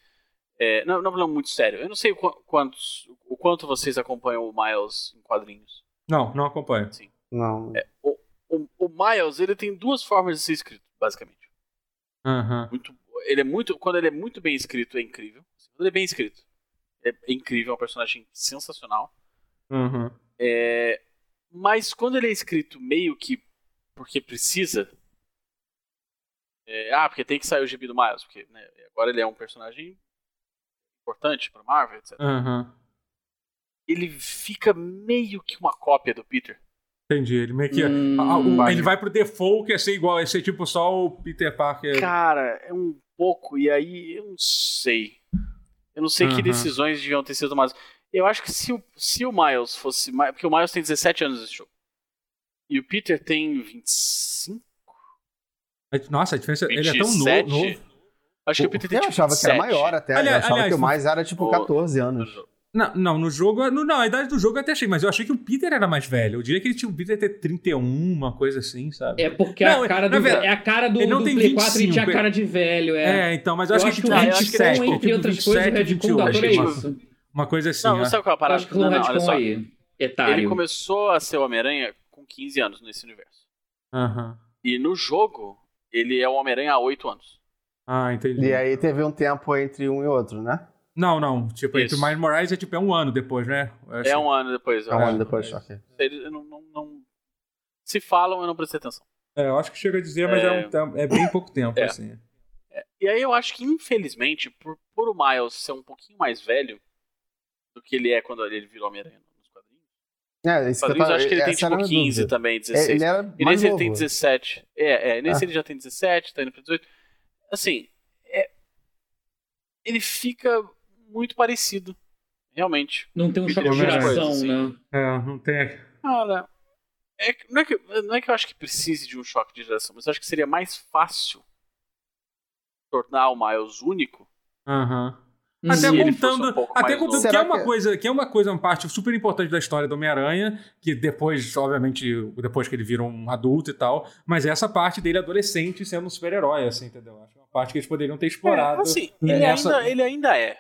Speaker 4: É, não, não é um problema muito sério. Eu não sei o qu- quantos, o quanto vocês acompanham o Miles em quadrinhos.
Speaker 1: Não, não acompanho.
Speaker 2: Não.
Speaker 4: É, O, o Miles, ele tem duas formas de ser escrito, basicamente.
Speaker 1: Aham.
Speaker 4: muito ele é muito quando ele é muito bem escrito é incrível quando ele é bem escrito é incrível é um personagem sensacional
Speaker 1: Aham.
Speaker 4: é, mas quando ele é escrito meio que porque precisa é, ah porque tem que sair o gibi do Miles porque né, agora ele é um personagem importante para Marvel etc
Speaker 1: Aham.
Speaker 4: ele fica meio que uma cópia do Peter
Speaker 1: Entendi. Ele meio que.
Speaker 3: Hum,
Speaker 1: Ah, o-
Speaker 3: vai.
Speaker 1: ele vai pro default, que é ser igual, é ser tipo só o Peter Parker.
Speaker 4: Cara, é um pouco, e aí eu não sei. Eu não sei
Speaker 1: Aham.
Speaker 4: que decisões deviam ter sido tomadas. Eu acho que se o, se o Miles fosse. mais- Porque o Miles tem 17 anos nesse jogo. E o Peter tem 25?
Speaker 1: Nossa, a diferença. Ele é tão
Speaker 4: 27?
Speaker 1: novo. novo.
Speaker 4: Acho que o Peter tipo, tem
Speaker 2: eu achava que era
Speaker 4: 27
Speaker 2: maior até.
Speaker 1: Aliás-
Speaker 2: eu achava
Speaker 1: aliás,
Speaker 2: que o mais era tipo
Speaker 4: o-
Speaker 2: 14
Speaker 4: no
Speaker 2: anos.
Speaker 4: jogo.
Speaker 1: Não, não, no jogo. No, não, a idade do jogo eu até achei, mas eu achei que o Peter era mais velho. Eu diria que ele tinha o Peter ter 31, uma coisa assim, sabe?
Speaker 3: É porque
Speaker 1: Não,
Speaker 3: a cara
Speaker 1: na
Speaker 3: do,
Speaker 1: verdade,
Speaker 3: é a cara do,
Speaker 1: ele não
Speaker 3: do
Speaker 1: tem
Speaker 3: Play 4 e
Speaker 1: 25,
Speaker 3: tinha a cara de velho, é.
Speaker 1: então, mas eu, acho que
Speaker 3: o
Speaker 1: tinha
Speaker 4: Ah, eu acho que
Speaker 1: 27.
Speaker 3: retcon, um, entre
Speaker 1: tipo,
Speaker 3: outras coisas, o
Speaker 1: 27,
Speaker 3: retcon
Speaker 4: um,
Speaker 3: da
Speaker 1: 28,
Speaker 3: autora é
Speaker 1: uma-
Speaker 3: isso.
Speaker 1: Uma coisa assim.
Speaker 4: Não,
Speaker 1: é.
Speaker 4: sabe qual é a
Speaker 3: Eu
Speaker 4: parada?
Speaker 3: acho que foi um
Speaker 4: Não, não, olha
Speaker 3: retcon
Speaker 4: só.
Speaker 3: aí.
Speaker 4: Ele
Speaker 3: Etário.
Speaker 4: começou a ser o Homem-Aranha com 15 anos nesse universo.
Speaker 1: Aham.
Speaker 4: E no jogo, ele é o Homem-Aranha há 8 anos.
Speaker 1: Ah, entendi.
Speaker 2: E aí teve um tempo entre um e outro, né?
Speaker 1: Não, não. Tipo, entre o
Speaker 4: Isso.
Speaker 1: Miles Morales é tipo, é um ano depois, né? Eu acho-
Speaker 4: É um ano depois. eu
Speaker 2: É um
Speaker 4: acho.
Speaker 2: ano depois. ok.
Speaker 4: Eles não- não- não... Se falam, eu não prestei atenção.
Speaker 1: É, eu acho que chega a dizer, mas é,
Speaker 4: É.
Speaker 1: um tempo- é bem pouco tempo,
Speaker 4: É.
Speaker 1: assim.
Speaker 4: E aí eu acho que, infelizmente, por, por o Miles ser um pouquinho mais velho, do que ele é quando ele virou Homem-Aranha nos quadrinhos.
Speaker 2: É,
Speaker 4: Nos
Speaker 2: isso que eu
Speaker 4: quadrinhos
Speaker 2: tava-
Speaker 4: eu acho que ele tem
Speaker 2: essa era a
Speaker 4: tipo
Speaker 2: minha
Speaker 4: 15
Speaker 2: dúvida.
Speaker 4: também,
Speaker 2: É,
Speaker 4: 16.
Speaker 2: Ele era
Speaker 4: E
Speaker 2: mais
Speaker 4: nesse ele
Speaker 2: novo.
Speaker 4: tem 17. É, é nesse
Speaker 2: Ah.
Speaker 4: ele já tem 17, tá indo pra 18. Assim, é... ele fica muito parecido, realmente.
Speaker 3: Não tem um choque de
Speaker 1: Peter Parker,
Speaker 3: geração,
Speaker 4: assim.
Speaker 3: né?
Speaker 1: É, não tem.
Speaker 4: Cara, é que- não, é que, não é que eu acho que precise de um choque de geração, mas eu acho que seria mais fácil tornar o Miles único.
Speaker 1: Aham.
Speaker 3: Hum.
Speaker 1: Até
Speaker 4: Se ele fosse
Speaker 1: contando,
Speaker 4: um pouco
Speaker 1: até
Speaker 4: mais
Speaker 1: contando
Speaker 4: novo.
Speaker 1: que é
Speaker 2: Será
Speaker 1: uma
Speaker 2: que-
Speaker 1: coisa, que é uma coisa, uma parte super importante da história do Homem-Aranha, que depois, obviamente, depois que ele vira um adulto e tal, mas é essa parte dele adolescente sendo um super-herói, assim, entendeu? Acho que é uma parte que eles poderiam ter explorado.
Speaker 4: É, assim, ele,
Speaker 1: nessa-
Speaker 4: ainda, ele ainda é.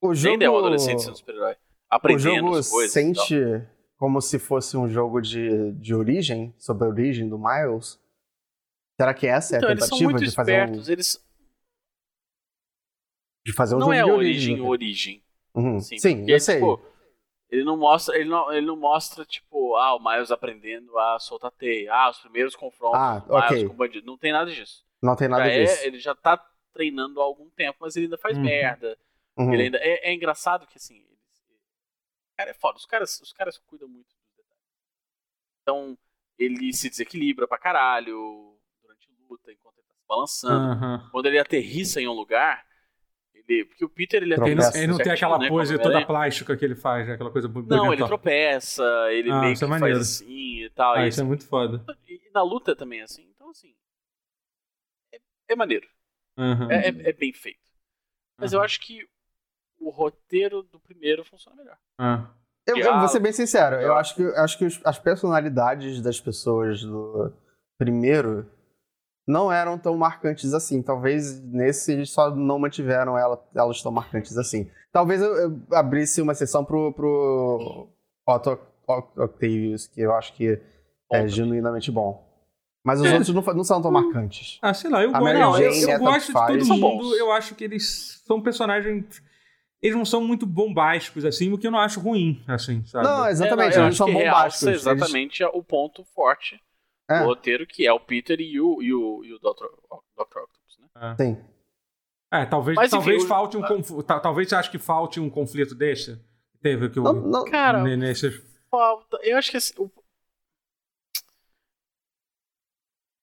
Speaker 2: O
Speaker 4: Ele
Speaker 2: jogo,
Speaker 4: ainda é um adolescente sendo super-herói.
Speaker 2: o
Speaker 4: Aprendendo
Speaker 2: jogo
Speaker 4: as coisas. e tal.
Speaker 2: sente como se fosse um jogo de, de origem, sobre a origem do Miles? Será que essa
Speaker 4: Então,
Speaker 2: é a
Speaker 4: eles são
Speaker 2: tentativa
Speaker 4: muito
Speaker 2: de fazer, um,
Speaker 4: espertos. Eles...
Speaker 2: de fazer um
Speaker 4: Não
Speaker 2: jogo
Speaker 4: é
Speaker 2: de
Speaker 4: origem,
Speaker 2: origem?
Speaker 4: origem.
Speaker 2: Uhum.
Speaker 4: Assim,
Speaker 2: Sim,
Speaker 4: porque,
Speaker 2: eu sei.
Speaker 4: tipo, ele não mostra, ele não, ele não mostra, tipo, ah, o Miles aprendendo a soltar teia. Ah, os primeiros confrontos
Speaker 2: Ah,
Speaker 4: do Miles
Speaker 2: ok.
Speaker 4: com o bandido. Não tem nada disso.
Speaker 2: Não tem nada
Speaker 4: já é-
Speaker 2: disso.
Speaker 4: ele já tá treinando há algum tempo, mas ele ainda faz
Speaker 1: Uhum.
Speaker 4: merda.
Speaker 2: Uhum.
Speaker 1: Hum.
Speaker 4: Ele ainda, é, é engraçado que assim. Ele, cara, é foda. Os caras, os caras cuidam muito dos detalhes. Então, ele se desequilibra pra caralho durante a luta, enquanto ele tá se balançando.
Speaker 1: Aham.
Speaker 4: Quando ele aterrissa em um lugar, ele. Porque o Peter ele
Speaker 1: Ele não,
Speaker 4: aterrissa.
Speaker 1: ele não tem
Speaker 4: certinho,
Speaker 1: aquela
Speaker 4: né,
Speaker 1: pose
Speaker 4: como
Speaker 1: toda
Speaker 4: Homem-Aranha.
Speaker 1: plástica que ele faz, né? aquela coisa bu-
Speaker 4: Não, ele
Speaker 1: bonitona.
Speaker 4: tropeça, ele
Speaker 1: Ah,
Speaker 4: meio que
Speaker 1: isso é
Speaker 4: faz
Speaker 1: maneiro.
Speaker 4: assim e tal.
Speaker 1: Ah,
Speaker 4: e
Speaker 1: isso é muito foda.
Speaker 4: e na luta também, é assim. Então, assim. É, é maneiro.
Speaker 1: Aham.
Speaker 4: É, é- é bem feito. Mas eu
Speaker 1: Aham.
Speaker 4: acho que o roteiro do primeiro funciona melhor.
Speaker 1: Ah.
Speaker 2: Eu, eu vou ser bem sincero, eu acho que, eu acho que os- as personalidades das pessoas do primeiro não eram tão marcantes assim. Talvez nesse eles só não mantiveram ela- elas tão marcantes assim. Talvez eu, eu abrisse uma sessão pro, pro Otto Oct- Octavius, que eu acho que
Speaker 4: Bom
Speaker 2: é
Speaker 4: também.
Speaker 2: genuinamente bom. Mas os
Speaker 1: É.
Speaker 2: outros não, fa- não são tão marcantes.
Speaker 1: Ah, sei lá, eu,
Speaker 2: A
Speaker 1: go-
Speaker 2: Mary
Speaker 1: não, eu-
Speaker 2: Jane,
Speaker 1: eu
Speaker 2: né, tanto
Speaker 1: gosto de
Speaker 2: faz.
Speaker 1: todo
Speaker 4: Eles são
Speaker 1: mundo.
Speaker 4: bons.
Speaker 1: Eu acho que eles são personagens. Eles não são muito bombásticos, assim, o que eu não acho ruim, assim, sabe?
Speaker 2: Não, exatamente,
Speaker 4: É, não,
Speaker 2: eles
Speaker 4: eu acho
Speaker 2: são
Speaker 4: que
Speaker 2: bombásticos.
Speaker 4: realça
Speaker 2: eles-
Speaker 4: exatamente o ponto forte
Speaker 2: É.
Speaker 4: do roteiro, que é o Peter e o, e o, e o Dr. O- Dr. Octopus, né?
Speaker 2: Sim.
Speaker 1: É, talvez,
Speaker 4: Mas, enfim,
Speaker 1: talvez
Speaker 4: o-
Speaker 1: falte um conflito. Talvez acho que falte um conflito desse. que Teve que
Speaker 2: Não,
Speaker 1: o.
Speaker 2: não-
Speaker 4: Cara,
Speaker 1: ne- nesse-
Speaker 4: falta. Eu acho que assim, o...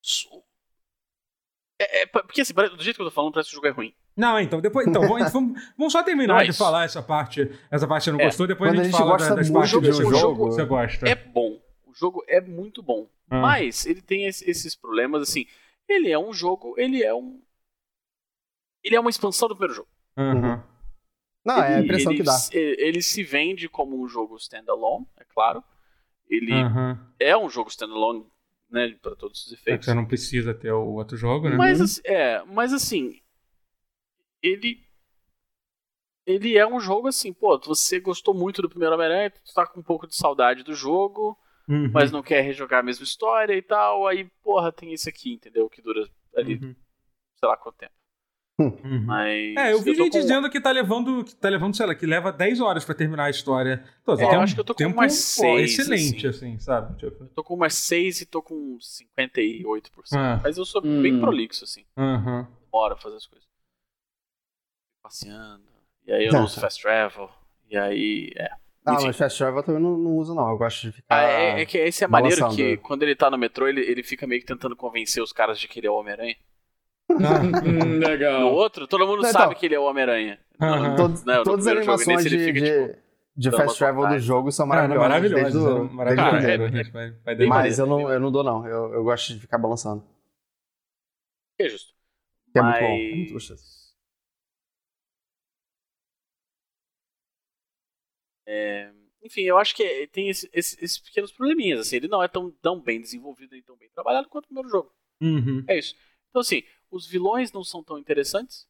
Speaker 4: Su- É, é, porque assim, pare- do jeito que eu tô falando, parece que o jogo é ruim.
Speaker 1: Não, então, depois. Então, vamos, vamos- vamos só terminar
Speaker 4: Não é
Speaker 1: de
Speaker 4: isso.
Speaker 1: falar essa parte. Essa parte você não
Speaker 4: É.
Speaker 1: gostou, depois
Speaker 2: Quando
Speaker 1: a gente
Speaker 2: a gente
Speaker 1: fala da-
Speaker 2: gosta
Speaker 1: das
Speaker 2: muito
Speaker 1: partes
Speaker 4: de um
Speaker 1: do jogo
Speaker 4: jogo,
Speaker 1: que você gosta.
Speaker 4: É bom. O jogo é muito bom.
Speaker 1: Ah.
Speaker 4: Mas ele tem es- esses problemas, assim. Ele é um jogo, ele é um. Ele é uma expansão do primeiro jogo.
Speaker 1: Aham.
Speaker 2: não, é a
Speaker 4: Ele-
Speaker 2: impressão
Speaker 4: ele
Speaker 2: que dá.
Speaker 4: se- Ele se vende como um jogo standalone, é claro. Ele
Speaker 1: Aham.
Speaker 4: é um jogo standalone, né, para todos
Speaker 1: Ah. É
Speaker 4: os
Speaker 1: que
Speaker 4: efeitos.
Speaker 1: você não precisa ter o outro jogo, né?
Speaker 4: Mas, assim- é, mas assim, ele. Ele é um jogo assim, pô, você gostou muito do primeiro Homem-Aranha, tu tá com um pouco de saudade do jogo,
Speaker 1: Uhum.
Speaker 4: mas não quer rejogar a mesma história e tal, aí, porra, tem isso aqui, entendeu? Que dura ali,
Speaker 1: Uhum.
Speaker 4: sei lá quanto tempo.
Speaker 1: Uhum.
Speaker 4: Mas.
Speaker 1: É, eu vi
Speaker 4: tô
Speaker 1: gente
Speaker 4: com- um
Speaker 1: dizendo que tá levando, que tá levando, sei lá, que leva 10 horas pra terminar a história. Pô,
Speaker 4: É,
Speaker 1: tem
Speaker 4: eu
Speaker 1: um
Speaker 4: acho que eu tô com
Speaker 1: tempo
Speaker 4: umas
Speaker 1: pô,
Speaker 4: seis,
Speaker 1: excelente, assim, sabe? Tipo,
Speaker 4: Eu tô com umas 6 e tô com 58%.
Speaker 1: Ah.
Speaker 4: Mas eu sou
Speaker 3: Hum.
Speaker 4: bem prolixo, assim.
Speaker 1: aham.
Speaker 4: Bora fazer as coisas. Passeando. E aí eu não uso fast travel. E aí. É.
Speaker 2: Ah,
Speaker 4: Enfim.
Speaker 2: mas Fast Travel eu também não, não uso, não. Eu gosto de ficar.
Speaker 4: Ah, é, é que esse é maneiro
Speaker 2: balançando.
Speaker 4: que quando ele tá no metrô, ele, ele fica meio que tentando convencer os caras de que ele é o Homem-Aranha.
Speaker 1: Ah,
Speaker 3: Hum,
Speaker 4: No
Speaker 3: legal.
Speaker 4: outro, todo mundo
Speaker 2: Não,
Speaker 4: sabe
Speaker 2: então. Ah.
Speaker 4: que ele é o Homem-Aranha.
Speaker 1: Aham.
Speaker 4: No-
Speaker 2: Todos-
Speaker 4: né, no
Speaker 2: todas as
Speaker 4: primeiro jogo,
Speaker 2: animações
Speaker 4: nesse
Speaker 2: de,
Speaker 4: ele fica, tipo,
Speaker 2: de- de
Speaker 4: dando
Speaker 2: Fast
Speaker 4: uma
Speaker 2: Travel do
Speaker 4: vontade.
Speaker 2: jogo são
Speaker 1: Cara,
Speaker 2: maravilhosas.
Speaker 1: maravilhoso.
Speaker 2: desde o-
Speaker 1: né?
Speaker 2: desde o
Speaker 1: Maravilhoso.
Speaker 4: Cara,
Speaker 2: primeiro.
Speaker 1: a
Speaker 4: é-
Speaker 1: gente vai, vai
Speaker 4: bem
Speaker 1: demorar.
Speaker 2: Mas eu não, eu não dou, não. Eu, eu gosto de ficar balançando.
Speaker 4: É justo.
Speaker 2: Que é
Speaker 4: Mas...
Speaker 2: muito bom. É muito gostoso.
Speaker 4: É, Enfim, eu acho que é- tem esse- esse- esses pequenos probleminhas. Assim, ele não é tão, tão bem desenvolvido e tão bem trabalhado quanto o primeiro jogo.
Speaker 1: Uhum.
Speaker 4: É isso. Então, assim, os vilões não são tão interessantes.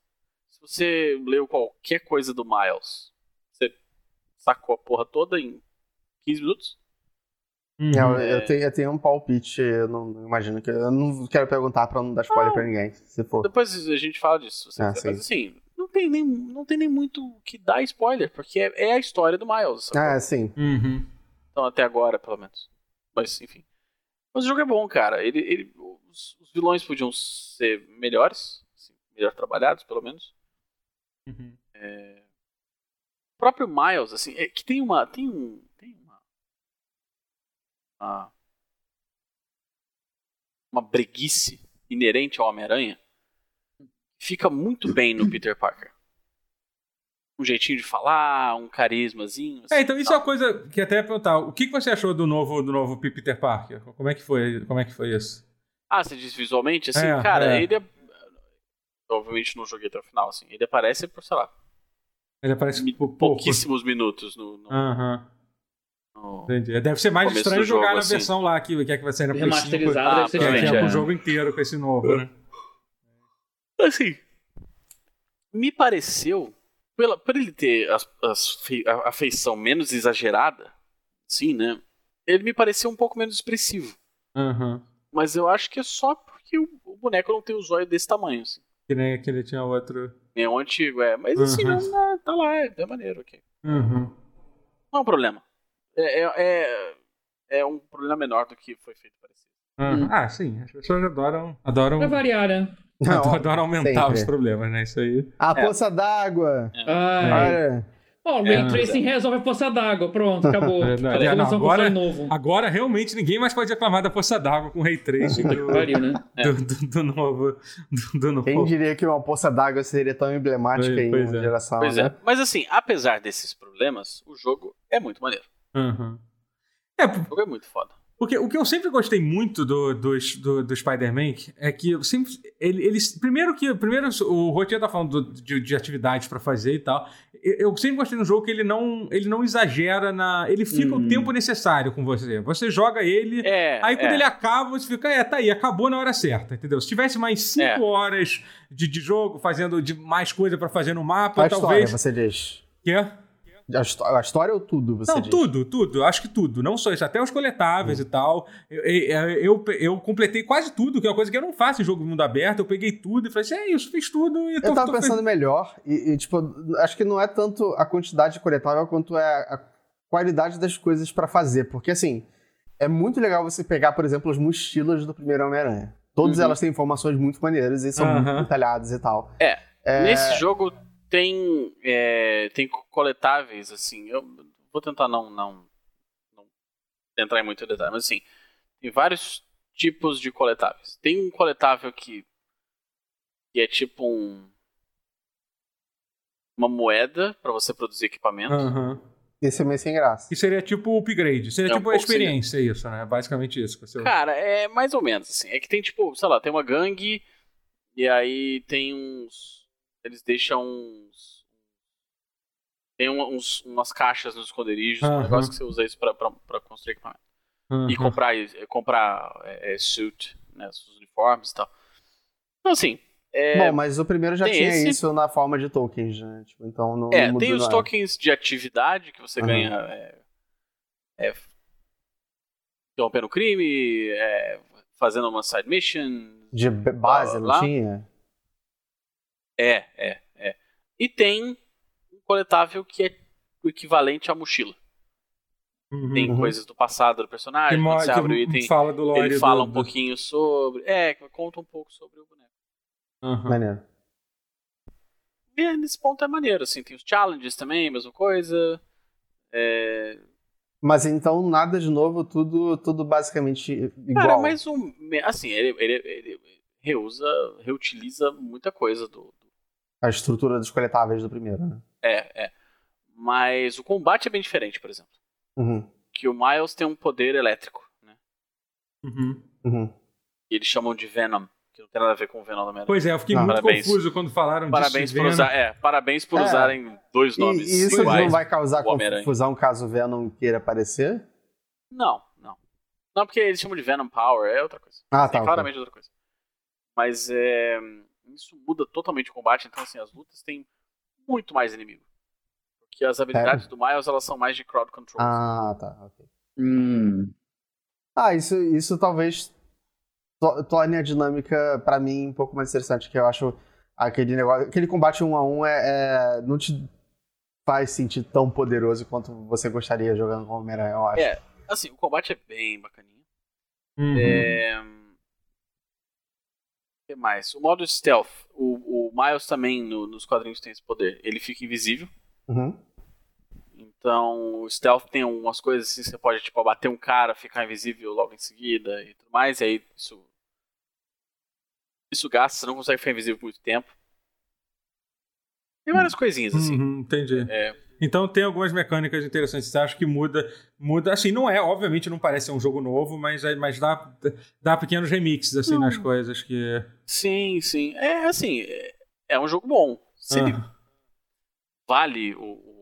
Speaker 4: Se você leu qualquer coisa do Miles, você sacou a porra toda em 15 minutos.
Speaker 2: É,
Speaker 1: Uhum.
Speaker 2: Eu, eu tenho, eu tenho um palpite, eu não não imagino que. Eu não quero perguntar pra não dar spoiler pra ninguém, se for.
Speaker 4: Depois a gente fala disso. se você
Speaker 2: Ah, sim.
Speaker 4: quiser. Mas, assim, não tem, nem, não tem nem muito o que dar spoiler, porque é, é a história do Miles. sacou?
Speaker 2: Ah, sim.
Speaker 1: Uhum.
Speaker 4: Então, até agora, pelo menos. Mas, enfim. Mas o jogo é bom, cara. Ele, ele- os, os vilões podiam ser melhores. assim, melhor trabalhados, pelo menos.
Speaker 1: Uhum.
Speaker 4: É... próprio Miles, assim, é que tem uma. Tem um. Tem uma. Uma, uma breguice inerente ao Homem-Aranha. Fica muito bem no Peter Parker. Um jeitinho de falar, um carismazinho.
Speaker 1: É,
Speaker 4: assim,
Speaker 1: então isso é
Speaker 4: tal.
Speaker 1: uma coisa que até ia perguntar. O que que você achou do novo, do novo Peter Parker? Como é que foi, como é que foi isso?
Speaker 4: Ah, você diz visualmente? Assim,
Speaker 1: É,
Speaker 4: cara,
Speaker 1: é.
Speaker 4: ele é. Obviamente não joguei até o final, assim. Ele aparece por, sei lá,
Speaker 1: Ele aparece
Speaker 4: Mi-
Speaker 1: por pouco. assim. É.
Speaker 4: pouquíssimos minutos no. no-
Speaker 1: Aham,
Speaker 4: no-
Speaker 1: entendi. Deve ser mais
Speaker 4: Começo
Speaker 1: estranho
Speaker 4: do jogo,
Speaker 1: jogar na
Speaker 4: assim.
Speaker 1: versão lá que, que é que vai sair na Play 5. Que
Speaker 3: Remasterizado
Speaker 4: Ah,
Speaker 3: deve ser
Speaker 1: é, que é
Speaker 3: diferente.
Speaker 1: o
Speaker 4: é.
Speaker 1: jogo inteiro com esse novo, né?
Speaker 4: Assim. Me pareceu. Pela, por ele ter as- as fei- a, a feição menos exagerada, sim, né? Ele me pareceu um pouco menos expressivo.
Speaker 1: Aham.
Speaker 4: Mas eu acho que é só porque o, o boneco não tem os olhos desse tamanho, assim.
Speaker 1: Que nem aquele tinha outro.
Speaker 4: Nem o antigo, é. Mas assim,
Speaker 1: Uhum.
Speaker 4: não, não, tá lá, é, é maneiro, ok.
Speaker 1: Aham.
Speaker 4: Não é um problema. É, é, é, é um problema menor do que foi feito parecer. Hum.
Speaker 1: Aham. Ah, sim. As pessoas adoram. Adoram,
Speaker 3: Pra variar, né?
Speaker 1: adoram, adoram aumentar
Speaker 2: sempre.
Speaker 1: os problemas, né? Isso aí.
Speaker 2: A
Speaker 4: É.
Speaker 2: poça d'água!
Speaker 1: É.
Speaker 3: Ah,
Speaker 2: Olha,
Speaker 3: Ó, o Ray
Speaker 4: É.
Speaker 3: Tracing resolve a poça d'água. Pronto, acabou.
Speaker 1: É verdade.
Speaker 3: Cada
Speaker 1: É, não,
Speaker 3: evolução
Speaker 1: agora-
Speaker 3: console novo.
Speaker 1: Agora realmente ninguém mais pode reclamar da poça d'água com Ray Tracing
Speaker 3: Puta
Speaker 1: do,
Speaker 3: que pariu, né?
Speaker 1: do, do- do novo. Do, do novo.
Speaker 2: quem diria que uma poça d'água seria tão emblemática
Speaker 1: Pois-
Speaker 2: em
Speaker 1: pois
Speaker 2: uma
Speaker 1: é.
Speaker 2: geração,
Speaker 4: Pois
Speaker 2: né?
Speaker 4: é. Mas assim, apesar desses problemas, o jogo é muito maneiro.
Speaker 1: Aham. É, p-
Speaker 4: O jogo é muito foda.
Speaker 1: porque o que eu sempre gostei muito do, do, do, do Spider-Man é que eu sempre, ele, ele- primeiro que primeiro o Rotier tá falando do- de, de atividades pra fazer e tal. Eu, eu sempre gostei no jogo que ele não, ele não exagera na. Ele fica
Speaker 3: Hum.
Speaker 1: o tempo necessário com você. Você joga ele.
Speaker 4: É.
Speaker 1: Aí quando
Speaker 4: é.
Speaker 1: ele acaba, você fica, é, tá aí, acabou na hora certa, entendeu? Se tivesse mais cinco
Speaker 4: É.
Speaker 1: horas de, de jogo, fazendo de mais coisa pra fazer no mapa,
Speaker 2: A história,
Speaker 1: talvez.
Speaker 2: você diz.
Speaker 1: Quê?
Speaker 2: A, histó- a história ou tudo, você
Speaker 1: Não,
Speaker 2: diz? Hum.
Speaker 1: tudo, tudo, acho que tudo. Não só isso, até os coletáveis e tal. Eu, eu, eu, eu completei quase tudo, que é uma coisa que eu não faço em jogo de mundo aberto. Eu peguei tudo e falei assim, é isso, fiz tudo. E tô-
Speaker 2: Eu tava
Speaker 1: Então, tô
Speaker 2: pensando melhor, e, e, tipo, acho que não é tanto a quantidade coletável quanto é a qualidade das coisas pra fazer. Porque, assim, é muito legal você pegar, por exemplo, as mochilas do primeiro Homem-Aranha. Todas
Speaker 3: Uhum.
Speaker 2: elas têm informações muito maneiras e são muito
Speaker 1: Aham.
Speaker 2: detalhadas e tal.
Speaker 4: É, Nesse jogo tem, é, tem coletáveis, assim. Eu vou tentar não, não, não entrar em muito detalhe, mas assim, tem vários tipos de coletáveis. Tem um coletável que, que é tipo um. Uma moeda pra você produzir equipamento.
Speaker 1: Aham.
Speaker 2: Esse é meio sem graça.
Speaker 1: Que seria tipo o upgrade, seria
Speaker 4: É um
Speaker 1: tipo a
Speaker 4: pouco
Speaker 1: experiência, isso, né? Basicamente isso. que você-
Speaker 2: Então.
Speaker 4: Cara, é mais ou menos assim. É que tem tipo, sei lá, tem uma gangue e aí tem uns. Eles deixam uns. Tem um- uns, umas caixas nos esconderijos, um
Speaker 1: Aham.
Speaker 4: negócio que você usa isso pra, pra, pra construir equipamento. E
Speaker 1: Aham.
Speaker 4: comprar, e- comprar é, é, suit, né? Os uniformes e tal. Então assim. É,
Speaker 2: Bom, mas o primeiro já
Speaker 4: tem
Speaker 2: tinha
Speaker 4: esse.
Speaker 2: isso na forma de tokens, né? Tipo, então não,
Speaker 4: É,
Speaker 2: não
Speaker 4: tem
Speaker 2: mudou
Speaker 4: os
Speaker 2: nada.
Speaker 4: tokens de atividade que você
Speaker 2: Aham.
Speaker 4: ganha. É, é, interrompendo o crime, é, fazendo uma side mission.
Speaker 2: De b- base, não
Speaker 4: Lá.
Speaker 2: tinha?
Speaker 4: É, é, é. E tem um coletável que é o equivalente à mochila. Tem
Speaker 1: Uhum.
Speaker 4: coisas do passado do personagem,
Speaker 1: Que mo-
Speaker 4: quando você
Speaker 1: que
Speaker 4: abre o item,
Speaker 1: fala do lore
Speaker 4: ele fala
Speaker 1: do-
Speaker 4: um pouquinho sobre. É, conta um pouco sobre o boneco. Hum.
Speaker 1: Aham.
Speaker 2: Maneiro.
Speaker 4: E nesse ponto é maneiro, assim, tem os challenges também, mesma coisa. É,
Speaker 2: Mas então nada de novo, tudo, tudo basicamente igual.
Speaker 4: Cara, mas um. Assim, ele, ele, ele reusa, reutiliza muita coisa do. do-
Speaker 2: A estrutura dos coletáveis do primeiro, né?
Speaker 4: É, é. Mas o combate é bem diferente, por exemplo.
Speaker 2: Uhum,
Speaker 4: Que o Miles tem um poder elétrico, né?
Speaker 1: Uhum.
Speaker 2: uhum.
Speaker 4: E eles chamam de Venom, que não tem nada a ver com o Venom da Merda.
Speaker 1: Pois é, eu fiquei
Speaker 2: Não,
Speaker 1: muito
Speaker 4: parabéns.
Speaker 1: confuso quando falaram
Speaker 4: Parabéns
Speaker 1: disso.
Speaker 4: por, usar, é, parabéns por
Speaker 2: É.
Speaker 4: usarem dois
Speaker 2: E,
Speaker 4: nomes
Speaker 2: e isso
Speaker 4: iguais.
Speaker 2: não vai causar
Speaker 4: o Homem-Aranha.
Speaker 2: confusão caso o Venom queira aparecer?
Speaker 4: Não, não. Não, porque eles chamam de Venom Power, é outra coisa.
Speaker 2: Ah,
Speaker 4: é
Speaker 2: tá. ok.
Speaker 4: claramente outra coisa. Mas é, isso muda totalmente o combate, então assim, as lutas têm muito mais inimigo. Porque as habilidades do Miles, elas são mais de crowd control.
Speaker 2: Ah, tá. ok.
Speaker 3: Hum.
Speaker 2: Ah, isso, isso talvez to- torne a dinâmica, pra mim, um pouco mais interessante, que eu acho aquele negócio. Aquele combate um a um é, é- não te faz sentir tão poderoso quanto você gostaria jogando com o Homem-Aranha, eu acho.
Speaker 4: É. Assim, o combate é bem bacaninho.
Speaker 1: Uhum.
Speaker 4: É, O que mais? O modo stealth. O, o Miles também, no- nos quadrinhos, tem esse poder. Ele fica invisível.
Speaker 2: Uhum.
Speaker 4: Então, o stealth tem umas coisas assim, você pode, tipo, abater um cara, ficar invisível logo em seguida e tudo mais, e aí isso. Isso gasta, você não consegue ficar invisível por muito tempo. Tem várias coisinhas assim.
Speaker 1: Uhum, entendi.
Speaker 4: É,
Speaker 1: Então tem algumas mecânicas interessantes. Você acha que muda, muda assim, não é, obviamente não parece ser um jogo novo, mas, é- mas dá, dá pequenos remixes assim nas coisas que
Speaker 4: sim, sim. É assim, é, é um jogo bom. Se ele
Speaker 1: Ah,
Speaker 4: vale o, o.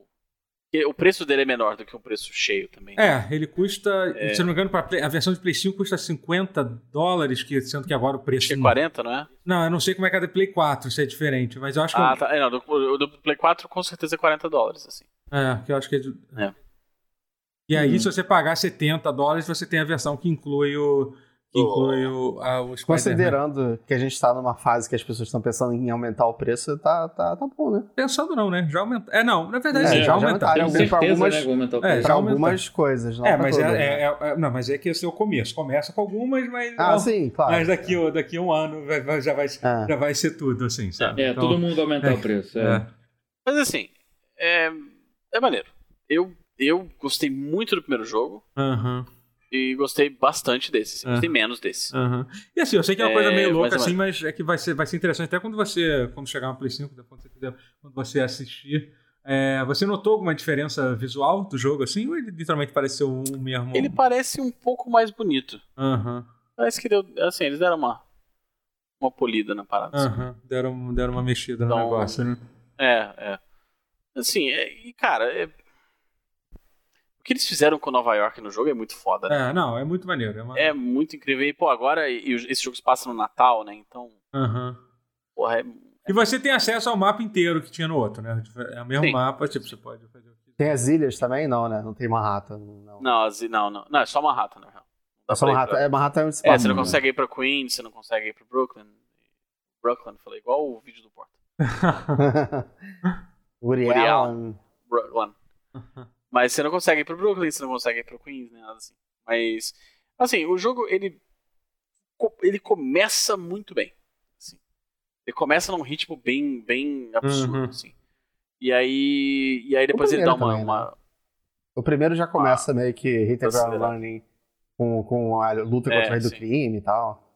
Speaker 4: porque O preço dele é menor do que um preço cheio também. né?
Speaker 1: É, ele custa, se eu não me engano, pra Play- a versão de Play 5 custa 50 dólares, que sendo que agora o preço
Speaker 4: Acho que é
Speaker 1: não-
Speaker 4: 40, não é?
Speaker 1: Não, eu não sei como é que é a do Play 4, se é diferente, mas eu acho que
Speaker 4: Ah, tá. É, não, do- o do, Play 4 com certeza é 40 dólares, assim.
Speaker 1: É, que eu acho que é. de-
Speaker 4: É.
Speaker 1: E aí,
Speaker 3: Uhum.
Speaker 1: se você pagar 70 dólares, você tem a versão que inclui o. Que
Speaker 4: Oh.
Speaker 1: inclui o, a, o Spider-Man.
Speaker 2: Considerando que a gente tá numa fase que as pessoas estão pensando em aumentar o preço, tá, tá, tá bom, né?
Speaker 1: Pensando não, né? Já aumentou. É, não, na verdade,
Speaker 3: É,
Speaker 1: sim,
Speaker 3: já
Speaker 1: já aumentaram.
Speaker 2: aumentaram.
Speaker 3: Tenho
Speaker 2: tem pra
Speaker 3: certeza,
Speaker 2: algumas-
Speaker 3: né? que eu vou aumentar
Speaker 1: É,
Speaker 3: o preço.
Speaker 1: já
Speaker 2: Pra
Speaker 1: aumentou.
Speaker 2: algumas coisas, não
Speaker 1: É,
Speaker 2: pra
Speaker 1: mas é,
Speaker 2: todas, né?
Speaker 1: é- é- é- Não, mas é que esse é o começo. Começa com algumas, mas.
Speaker 2: Ah,
Speaker 1: não.
Speaker 2: sim, claro.
Speaker 1: Mas daqui, a- daqui a um ano vai- vai- já, vai,
Speaker 2: Ah.
Speaker 1: já vai ser tudo, assim, sabe?
Speaker 3: É,
Speaker 1: Então,
Speaker 3: todo mundo aumentar o preço. é.
Speaker 1: é.
Speaker 4: Mas assim, é, é maneiro. Eu, eu gostei muito do primeiro jogo
Speaker 1: Aham,
Speaker 4: e gostei bastante desse. assim,
Speaker 1: É.
Speaker 4: Gostei menos desse.
Speaker 1: aham. E assim, eu sei que é uma coisa
Speaker 4: É,
Speaker 1: meio louca,
Speaker 4: mais ou
Speaker 1: assim, mas é que vai ser, vai ser interessante. Até quando você. Quando chegar no Play 5, quando você, quiser- quando você assistir. é, você notou alguma diferença visual do jogo, assim? Ou ele literalmente pareceu o mesmo?
Speaker 4: Ele parece um pouco mais bonito.
Speaker 1: Aham,
Speaker 4: Parece que deu. Assim, eles deram uma, uma polida na parada. assim.
Speaker 1: aham. Deram, deram uma mexida no
Speaker 4: Então-
Speaker 1: negócio, né?
Speaker 4: É, é. Assim, é- e cara, é- o que eles fizeram com Nova York no jogo é muito foda, né?
Speaker 1: É, não, é muito maneiro. É uma...
Speaker 4: É, muito incrível. E, pô, agora e- e esse jogo se passa no Natal, né? Então,
Speaker 1: Aham.
Speaker 4: porra, é
Speaker 1: E você tem acesso ao mapa inteiro que tinha no outro, né? É o mesmo
Speaker 4: Sim.
Speaker 1: mapa, tipo, você pode fazer o que
Speaker 2: Tem as ilhas também? Não, né? Não tem Manhattan. Não.
Speaker 4: Não, as- não, não. Não, é só Manhattan, na real. Não dá
Speaker 2: é só
Speaker 4: pra ir
Speaker 2: Manhattan.
Speaker 4: pra-
Speaker 2: É, Manhattan é um
Speaker 4: É,
Speaker 2: espaço.
Speaker 4: você não
Speaker 2: né?
Speaker 4: consegue ir pra Queens, você não consegue ir pra Brooklyn. Brooklyn, falei, igual o vídeo do Porta.
Speaker 2: Woody
Speaker 4: Woody
Speaker 2: Allen.
Speaker 4: Brooklyn. Mas você não consegue ir pra Brooklyn, você não consegue ir pra Queens, nem nada assim. Mas, assim, o jogo, ele. co- Ele começa muito bem. assim. Ele começa num ritmo bem, bem absurdo,
Speaker 1: Uhum.
Speaker 4: assim. E aí. E aí depois ele dá
Speaker 2: primeiro
Speaker 4: uma.
Speaker 2: também, né?
Speaker 4: uma-
Speaker 2: O primeiro já começa
Speaker 4: Ah.
Speaker 2: meio que Hit and Ground
Speaker 4: acelerado.
Speaker 2: Running com, com a luta
Speaker 4: É,
Speaker 2: contra o rei do
Speaker 4: sim.
Speaker 2: crime e tal.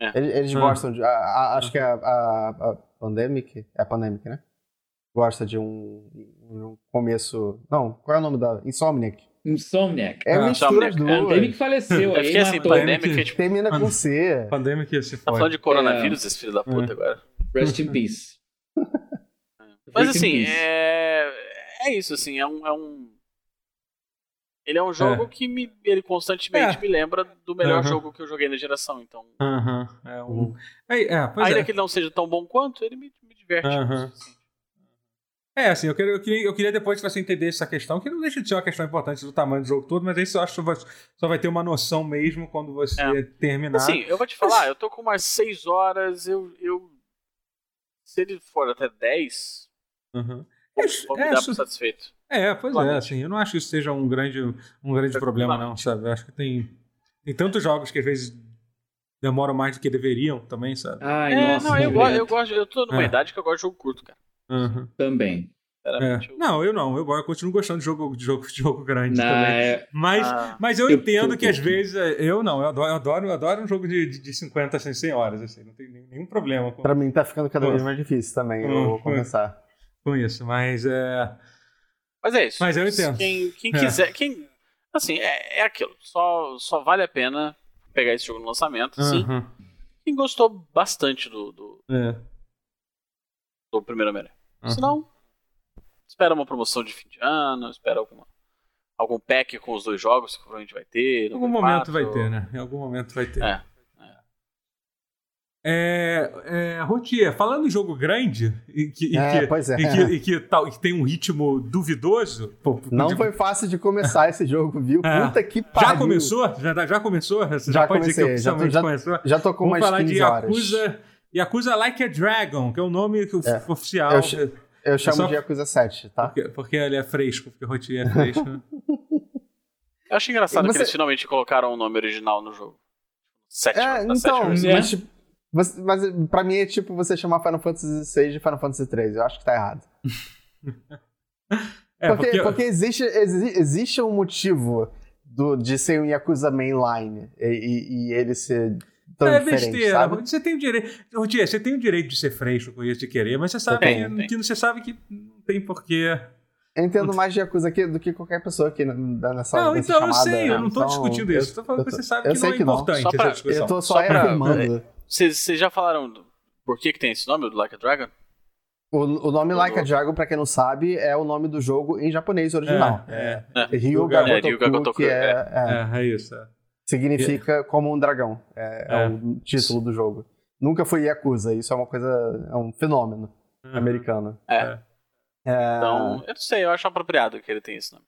Speaker 4: É.
Speaker 2: Eles, eles
Speaker 1: Ah.
Speaker 2: gostam de. a- a-
Speaker 1: Uhum.
Speaker 2: acho que é a, a, a Pandemic. É a Pandemic, né? Gosta de um, um começo. Não, qual é o nome da. Insomniac.
Speaker 3: Insomniac.
Speaker 2: É
Speaker 1: Ah,
Speaker 2: uma mistura
Speaker 4: Insomniac.
Speaker 2: de
Speaker 3: É, teve que
Speaker 2: duas.
Speaker 3: faleceu
Speaker 4: Eu
Speaker 3: aí,
Speaker 4: fiquei assim,
Speaker 3: matou.
Speaker 1: pandemia.
Speaker 4: pandemic, fiquei tipo,
Speaker 2: Termina com C.
Speaker 1: Pandemia que se
Speaker 4: tá
Speaker 1: foi. É. Uhum.
Speaker 4: falando de coronavírus, esse filho da puta agora.
Speaker 3: Rest in peace.
Speaker 4: Mas
Speaker 3: Rest in
Speaker 4: assim,
Speaker 3: peace.
Speaker 4: é... é isso, assim, é um. é um- Ele é um jogo que me, ele constantemente
Speaker 1: É.
Speaker 4: me lembra do melhor
Speaker 1: Aham.
Speaker 4: jogo que eu joguei na geração. Então,
Speaker 1: Aham, é um... É, é, pois
Speaker 4: ainda
Speaker 1: é.
Speaker 4: que Uhum. ele não seja tão bom quanto, ele me, me diverte.
Speaker 1: Aham.
Speaker 4: assim.
Speaker 1: É, assim, eu, quero, eu, queria, eu queria depois que você entender essa questão, que não deixa de ser uma questão importante do tamanho do jogo todo, mas aí você acho que vai- só vai ter uma noção mesmo quando você
Speaker 4: É.
Speaker 1: terminar.
Speaker 4: Assim, eu vou te falar, eu tô com umas 6 horas, eu. eu... Se ele for até 10,
Speaker 1: Aham.
Speaker 4: vou,
Speaker 1: Isso,
Speaker 4: vou me
Speaker 1: é,
Speaker 4: dar
Speaker 1: isso-
Speaker 4: por satisfeito.
Speaker 1: É, pois é,
Speaker 4: Claramente.
Speaker 1: assim, eu não acho que isso seja um grande, um grande problema, não, sabe? Eu acho que tem, tem tantos jogos que às vezes demoram mais do que deveriam também, sabe?
Speaker 3: Ai,
Speaker 4: é,
Speaker 3: nossa.
Speaker 4: não, eu,
Speaker 3: Roberto,
Speaker 4: go- eu gosto. Eu tô numa
Speaker 1: É.
Speaker 4: idade que eu gosto de jogo curto, cara.
Speaker 1: Aham.
Speaker 3: Também.
Speaker 1: Uhum. É.
Speaker 4: Sinceramente, eu-
Speaker 1: Não, eu não, eu, eu continuo gostando de jogo, de jogo, de jogo grande
Speaker 3: Na,
Speaker 1: também.
Speaker 3: é,
Speaker 1: Mas,
Speaker 4: Ah.
Speaker 1: mas eu
Speaker 3: Eu-
Speaker 1: entendo
Speaker 3: eu-
Speaker 1: que às vezes. é, Eu não, eu adoro, eu adoro, eu adoro um jogo de, de, de 50 sem 100 horas, assim, não tem nem- nenhum problema com,
Speaker 2: Pra mim tá ficando cada vez
Speaker 1: Hum.
Speaker 2: mais difícil também.
Speaker 1: Hum,
Speaker 2: Eu vou
Speaker 1: hum.
Speaker 2: começar.
Speaker 1: com isso, mas é.
Speaker 4: Mas é isso.
Speaker 1: Mas eu entendo.
Speaker 4: Quem, quem
Speaker 1: É.
Speaker 4: quiser, quem. Assim, é, é aquilo. Só, só vale a pena pegar esse jogo no lançamento. Sim.
Speaker 1: Aham,
Speaker 4: Quem gostou bastante do, do,
Speaker 1: é,
Speaker 4: do primeiro Homem-Aranha.
Speaker 1: aham.
Speaker 4: Senão, espera uma promoção de fim de ano, espera alguma, algum pack com os dois jogos que provavelmente vai ter.
Speaker 1: Em
Speaker 4: no
Speaker 1: algum
Speaker 4: Play
Speaker 1: momento
Speaker 4: 4.
Speaker 1: vai ter, né? Em algum momento vai ter.
Speaker 4: É.
Speaker 1: É, é, Rotier, falando em jogo grande e que, e
Speaker 2: É,
Speaker 1: que-
Speaker 2: pois é.
Speaker 1: e que- e que tal, e que tem um ritmo duvidoso. pô,
Speaker 2: Não
Speaker 1: de-
Speaker 2: foi fácil de começar esse jogo, viu?
Speaker 1: É.
Speaker 2: Puta que pariu.
Speaker 1: Já começou? Já, já começou? Você já,
Speaker 2: Já
Speaker 1: pode dizer que
Speaker 2: comecei, já tô-
Speaker 1: oficialmente
Speaker 2: já-
Speaker 1: começou?
Speaker 2: Já tô com
Speaker 1: Vamos
Speaker 2: umas
Speaker 1: falar
Speaker 2: 15
Speaker 1: de
Speaker 2: horas.
Speaker 1: Yakuza, Yakuza Like a Dragon, que é o nome que o
Speaker 2: É.
Speaker 1: oficial.
Speaker 2: Eu che- Eu chamo
Speaker 1: só-
Speaker 2: de Yakuza 7, tá?
Speaker 1: Porque, porque ele é fresco, porque o Rotier é fresco. né?
Speaker 4: Eu acho engraçado
Speaker 2: Você-
Speaker 4: que eles finalmente colocaram o nome original no jogo. tá, Sétima,
Speaker 2: É,
Speaker 4: da sétima
Speaker 2: então,
Speaker 4: versão.
Speaker 3: né?
Speaker 2: mas, tipo, você- mas pra mim é tipo você chamar Final Fantasy VI de Final Fantasy III. Eu acho que tá errado.
Speaker 1: É,
Speaker 2: porque,
Speaker 1: porque-
Speaker 2: porque existe, exi- existe um motivo do- de ser um Yakuza mainline e, e- e ele ser tão
Speaker 1: é
Speaker 2: diferente,
Speaker 1: besteira.
Speaker 2: sabe?
Speaker 1: Você tem o direito. Ô, Tia, você tem o direito de ser freixo com isso, de querer, mas você sabe
Speaker 4: Tem,
Speaker 1: que,
Speaker 4: tem.
Speaker 1: que você sabe que não tem porquê.
Speaker 2: Eu entendo mais de Yakuza aqui do que qualquer pessoa aqui na- nessa
Speaker 1: não,
Speaker 2: nessa
Speaker 1: então eu
Speaker 2: chamada,
Speaker 1: sei, eu não tô
Speaker 2: então,
Speaker 1: discutindo
Speaker 2: eu-
Speaker 1: isso. Tô falando
Speaker 2: eu
Speaker 1: que
Speaker 2: tô-
Speaker 1: você sabe
Speaker 2: eu
Speaker 1: que
Speaker 2: sei
Speaker 1: não é
Speaker 2: que não.
Speaker 1: importante
Speaker 4: Só pra-
Speaker 1: essa
Speaker 4: eu
Speaker 1: discussão.
Speaker 2: Eu tô só,
Speaker 4: Só pra-
Speaker 2: reafirmando.
Speaker 4: Vocês vocês já falaram do- por que, que tem esse nome, o Like a Dragon?
Speaker 2: O, o nome
Speaker 4: Eu
Speaker 2: Like a
Speaker 4: não-
Speaker 2: Dragon, pra quem não sabe, é o nome do jogo em japonês original.
Speaker 1: É,
Speaker 2: Ryuga
Speaker 1: É,
Speaker 2: Gotoku,
Speaker 4: Ryuga Gotoku,
Speaker 2: que é-
Speaker 1: é,
Speaker 2: é,
Speaker 1: é, é isso. é.
Speaker 2: significa como um dragão. É, é
Speaker 1: É.
Speaker 2: o título do jogo. Nunca foi Yakuza, isso é uma coisa. é um fenômeno americano.
Speaker 4: É.
Speaker 2: É,
Speaker 4: Então, eu não sei, eu acho apropriado que ele tenha esse nome.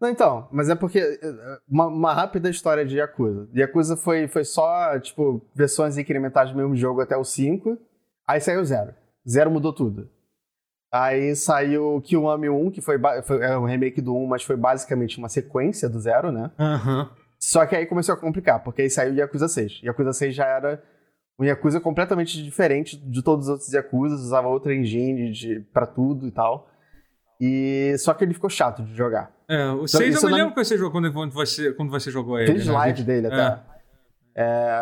Speaker 2: Não, então, mas é porque. eh, Uma, uma rápida história de Yakuza. Yakuza foi, foi só, tipo, versões incrementais do mesmo jogo até o 5. Aí saiu o Zero. Zero mudou tudo. Aí saiu o Kiwami 1, que foi, ba- foi é um remake do 1, mas foi basicamente uma sequência do Zero, né?
Speaker 1: Aham.
Speaker 2: Só que aí começou a complicar, porque aí saiu o Yakuza 6. Yakuza 6 já era um Yakuza completamente diferente de todos os outros Yakuzas, usava outra engine de, pra tudo e tal. E só que ele ficou chato de jogar.
Speaker 1: É, o 6 eu
Speaker 2: Então, isso
Speaker 1: me
Speaker 2: não-
Speaker 1: lembro que você jogou quando quando você, quando você jogou ele.
Speaker 2: Tem
Speaker 1: né?
Speaker 2: slide dele até.
Speaker 1: É.
Speaker 2: É,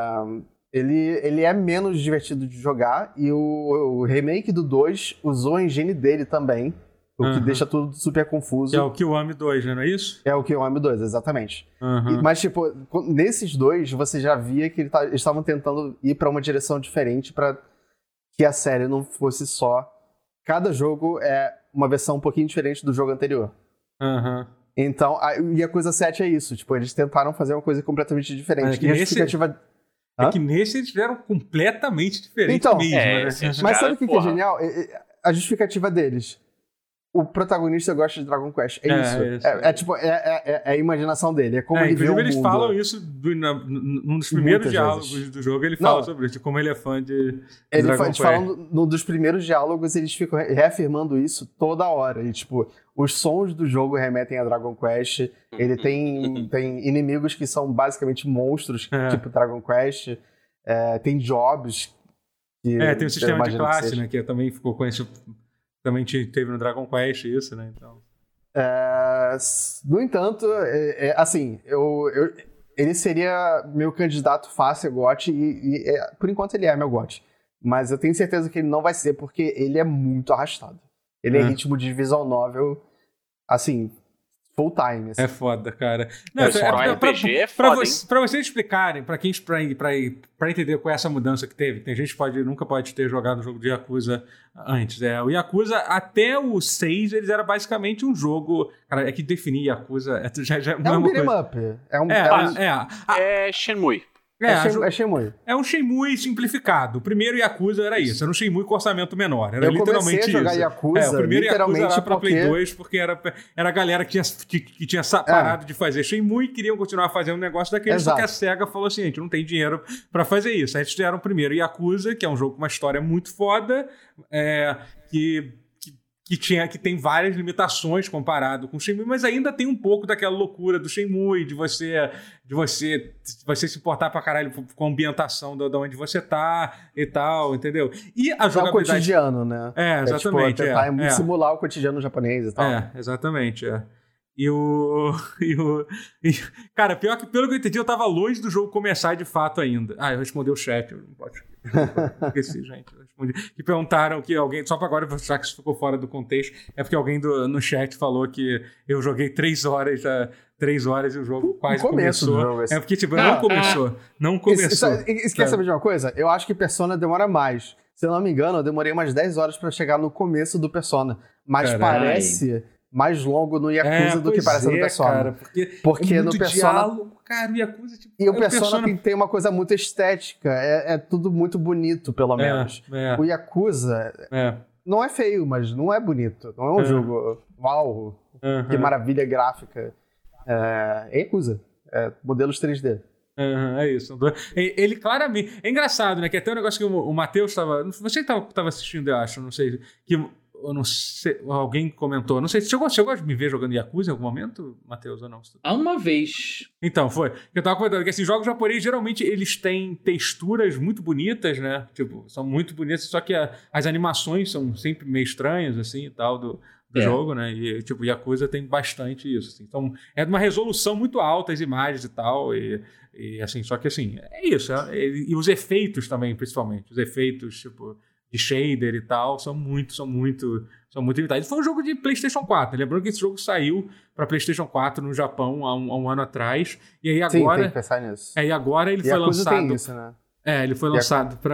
Speaker 2: ele, ele é menos divertido de jogar e o, o remake do 2 usou a engine dele também, o que
Speaker 1: Aham.
Speaker 2: deixa tudo super
Speaker 1: Uhum. Que é
Speaker 2: confuso.
Speaker 1: o Kiwami 2, né? Não é isso?
Speaker 2: É o Kiwami 2, exatamente. E-
Speaker 1: Aham.
Speaker 2: Mas, tipo, co- nesses dois, você já via que ele tá- eles estavam tentando ir pra uma direção diferente pra que a série não fosse só. Cada jogo é uma versão um pouquinho diferente do jogo anterior.
Speaker 1: Aham.
Speaker 2: Então, a, e a coisa 7 é isso. Tipo, eles tentaram fazer uma coisa completamente diferente.
Speaker 1: É que
Speaker 2: e a
Speaker 1: nesse-
Speaker 2: justificativa
Speaker 1: É
Speaker 2: Hã?
Speaker 1: que nesse eles fizeram completamente diferente
Speaker 2: Então,
Speaker 1: mesmo,
Speaker 4: é,
Speaker 1: né?
Speaker 4: esse-
Speaker 2: Mas
Speaker 4: Cara,
Speaker 2: sabe o que, que é
Speaker 4: porra.
Speaker 2: genial? É- é- A justificativa deles. O protagonista gosta de Dragon Quest. É,
Speaker 1: É,
Speaker 2: isso.
Speaker 1: é
Speaker 2: É,
Speaker 1: isso.
Speaker 2: é tipo, é, é- é- é a imaginação dele. É como
Speaker 1: É,
Speaker 2: ele vê o
Speaker 1: inclusive
Speaker 2: mundo.
Speaker 1: eles falam isso do- na- num dos primeiros
Speaker 2: Muitas
Speaker 1: diálogos
Speaker 2: vezes.
Speaker 1: do jogo, ele
Speaker 2: Não.
Speaker 1: fala sobre isso, de como ele é fã de
Speaker 2: Ele
Speaker 1: Dragon
Speaker 2: fa- eles
Speaker 1: Quest.
Speaker 2: falam no- num dos primeiros diálogos, eles ficam re- reafirmando isso toda hora. E, tipo, os sons do jogo remetem a Dragon Quest.
Speaker 1: Uhum.
Speaker 2: Ele tem, tem inimigos que são basicamente monstros,
Speaker 1: É.
Speaker 2: tipo Dragon Quest. É, tem jobs. que
Speaker 1: É, tem
Speaker 2: eu
Speaker 1: o sistema de
Speaker 2: imagino que
Speaker 1: classe,
Speaker 2: seja.
Speaker 1: né? Que também ficou com esse. Também te- teve no Dragon Quest isso, né? Então.
Speaker 2: É, s- no entanto, é- é, assim, eu, eu- ele seria meu candidato fácil a GOT, e, e, é, por enquanto ele é meu GOT. Mas eu tenho certeza que ele não vai ser, porque ele é muito arrastado. Ele é,
Speaker 1: É.
Speaker 2: ritmo de visual novel, assim, full time. assim.
Speaker 1: É foda, cara. Não,
Speaker 2: É
Speaker 1: é,
Speaker 2: foda.
Speaker 1: pra- pra-
Speaker 4: RPG é
Speaker 1: pra
Speaker 4: foda,
Speaker 1: vo- pra vocês explicarem, pra quem pra, pra, pra entender qual é essa mudança que teve, tem gente que pode, nunca pode ter jogado o jogo de Yakuza antes. É, o Yakuza, até o 6, eles era basicamente um jogo. Cara, é que definir Yakuza é, já, já
Speaker 2: É
Speaker 1: não
Speaker 2: um
Speaker 1: uma
Speaker 2: beat'em
Speaker 1: coisa.
Speaker 2: up. É um.
Speaker 1: É,
Speaker 2: É, um-
Speaker 1: é, a-
Speaker 4: É Shenmue.
Speaker 1: é,
Speaker 2: é
Speaker 1: a-
Speaker 2: Shen- é Shenmue.
Speaker 1: é um Shenmue simplificado. O primeiro Yakuza era isso, era um Shenmue com orçamento menor. Era
Speaker 2: Eu comecei
Speaker 1: é literalmente
Speaker 2: a jogar
Speaker 1: isso.
Speaker 2: Yakuza,
Speaker 1: É, o primeiro
Speaker 2: literalmente,
Speaker 1: Yakuza era pra
Speaker 2: porque... é
Speaker 1: Play 2, porque era, era a galera que tinha, que, que tinha sa- parado de fazer Shenmue e queriam continuar fazendo um negócio daquele, só
Speaker 2: Exato.
Speaker 1: que a SEGA falou assim, gente, não tem dinheiro pra fazer isso. Aí eles fizeram o primeiro Yakuza, que é um jogo com uma história muito foda, é, que, que, que tinha, que tem várias limitações comparado com o Shenmue, mas ainda tem um pouco daquela loucura do Shenmue, de você de você, de você se importar pra caralho com a ambientação da da onde você tá e tal, entendeu? E a
Speaker 2: É o
Speaker 1: jogabilidade...
Speaker 2: cotidiano, né?
Speaker 1: É, exatamente. é,
Speaker 2: É, tipo, tentar
Speaker 1: é.
Speaker 2: simular o cotidiano japonês e tal.
Speaker 1: É, exatamente, é. E o. E o e- cara, pior que pelo que eu entendi, eu tava longe do jogo começar de fato ainda. Ah, eu respondi o chat, eu não posso. Esqueci, gente. eu respondi. Que perguntaram que alguém. Só pra agora, já que isso ficou fora do contexto, é porque alguém do- no chat falou que eu joguei três horas, já, três horas e o jogo quase
Speaker 2: começo do
Speaker 1: começou.
Speaker 2: jogo, assim.
Speaker 1: É porque, tipo,
Speaker 3: Ah,
Speaker 1: não começou. Não começou.
Speaker 2: Isso- é isso- isso- Quer
Speaker 1: sabe?
Speaker 2: saber de uma coisa? Eu acho que Persona demora mais. Se eu não me engano, eu demorei umas 10 horas pra chegar no começo do Persona. Mas
Speaker 1: Caralho.
Speaker 2: parece mais longo no
Speaker 1: É,
Speaker 2: Yakuza do que
Speaker 1: pois
Speaker 2: parece
Speaker 1: é,
Speaker 2: no Persona.
Speaker 1: Cara, porque
Speaker 2: Porque
Speaker 1: é
Speaker 2: no
Speaker 1: muito
Speaker 2: Persona.
Speaker 1: diálogo, cara, o Yakuza, tipo,
Speaker 2: E o
Speaker 1: é
Speaker 2: Persona, tem, tem uma coisa muito estética. É, é tudo muito bonito, pelo menos.
Speaker 1: É,
Speaker 2: O Yakuza
Speaker 1: é, é.
Speaker 2: não é feio, mas não é bonito. Não é um
Speaker 1: É.
Speaker 2: jogo. Uau! Que
Speaker 1: Aham,
Speaker 2: maravilha gráfica. É, é Yakuza. É modelos 3D.
Speaker 1: aham, é isso. são dois- e- Ele claramente. É engraçado, né? Que até um negócio que o, o Matheus estava. Você que estava assistindo, eu acho, não sei. Que eu não sei. Alguém comentou. Não sei. Chegou, chegou a me ver jogando Yakuza em algum momento, Matheus, ou não?
Speaker 3: Há uma vez.
Speaker 1: Então, foi. Eu tava comentando que assim, jogos japoneses geralmente eles têm texturas muito bonitas, né? Tipo, são muito bonitas, só que a- as animações são sempre meio estranhas, assim, e tal, do, do
Speaker 3: É.
Speaker 1: jogo, né? E, tipo, Yakuza tem bastante isso. assim. Então, é de uma resolução muito alta as imagens e tal. E, e, assim, só que assim, é isso. é- e, e os efeitos também, principalmente. Os efeitos, tipo, de shader e tal, são muito, são muito, são muito limitados. Foi um jogo de PlayStation 4. Lembrando que esse jogo saiu para PlayStation 4 no Japão há um, há um ano atrás. E aí
Speaker 2: Sim, tem
Speaker 1: agora.
Speaker 2: que pensar nisso.
Speaker 1: é, e agora ele
Speaker 2: e
Speaker 1: foi
Speaker 2: a coisa
Speaker 1: lançado.
Speaker 2: tem isso, né?
Speaker 1: É, ele foi
Speaker 2: a-
Speaker 1: lançado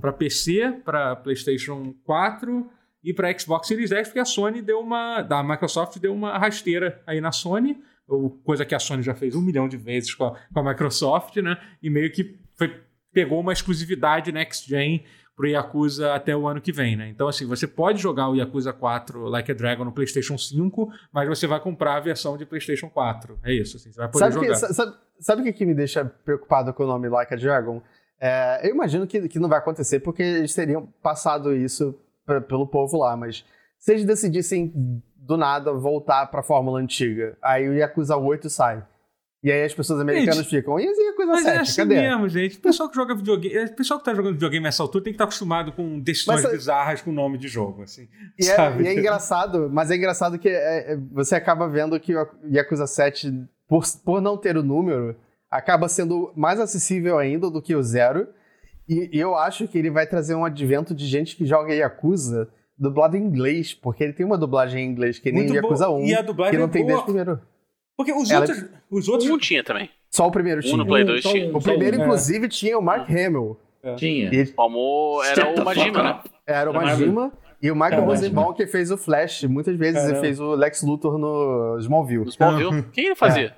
Speaker 1: para PC, para PlayStation 4 e para Xbox Series X, porque a Sony deu uma. Da Microsoft deu uma rasteira aí na Sony, ou coisa que a Sony já fez um milhão de vezes com a, com a Microsoft, né? E meio que foi- pegou uma exclusividade Next Gen pro Yakuza até o ano que vem, né? Então, assim, você pode jogar o Yakuza 4 Like a Dragon no PlayStation 5, mas você vai comprar a versão de PlayStation 4. É isso, assim, você vai poder
Speaker 2: Sabe o
Speaker 1: jogar.
Speaker 2: que, sa- sabe, sabe o que, que me deixa preocupado com o nome Like a Dragon? É, eu imagino que, que não vai acontecer, porque eles teriam passado isso pra- pelo povo lá, mas se eles decidissem do nada voltar pra fórmula antiga, aí o Yakuza 8 sai. E aí as pessoas americanas ficam, e o Yakuza
Speaker 1: Mas
Speaker 2: 7,
Speaker 1: é assim
Speaker 2: Tá cadê?
Speaker 1: mesmo, gente. O pessoal que joga videogame. O pessoal que tá jogando videogame nessa altura tem que estar acostumado com decisões
Speaker 2: Mas, sabe-
Speaker 1: bizarras com nome de jogo, assim.
Speaker 2: E é,
Speaker 1: sabe?
Speaker 2: e é engraçado, mas é engraçado que é, é, você acaba vendo que o Yakuza 7, por, por não ter o número, acaba sendo mais acessível ainda do que o zero. E, e eu acho que ele vai trazer um advento de gente que joga Yakuza dublado em inglês, porque ele tem uma dublagem em inglês que nem
Speaker 1: Muito
Speaker 2: Yakuza
Speaker 1: bom.
Speaker 2: 1,
Speaker 1: E a
Speaker 2: que
Speaker 1: dublagem
Speaker 2: não
Speaker 1: é
Speaker 2: tem desde o
Speaker 1: boa.
Speaker 2: primeiro.
Speaker 1: Porque os
Speaker 2: Ela- é
Speaker 1: outros. Os outros.
Speaker 4: Um tinha também.
Speaker 2: Só o primeiro
Speaker 4: Um no
Speaker 2: tinha.
Speaker 4: Play
Speaker 3: Um,
Speaker 4: 2
Speaker 3: só
Speaker 4: tinha.
Speaker 3: um,
Speaker 2: O
Speaker 3: só um.
Speaker 1: é.
Speaker 2: primeiro, inclusive, tinha o Mark Hamill.
Speaker 3: Tinha.
Speaker 2: E ele
Speaker 4: O amor era
Speaker 3: Shut the
Speaker 4: o Majima,
Speaker 3: fuck
Speaker 4: né?
Speaker 3: up.
Speaker 2: era o
Speaker 3: Era
Speaker 2: Majima. E o Michael
Speaker 3: Era o
Speaker 2: Rosenbaum, que fez o Flash muitas vezes,
Speaker 1: Caramba.
Speaker 2: e fez o Lex Luthor no Smallville.
Speaker 4: No Smallville. Quem ele fazia?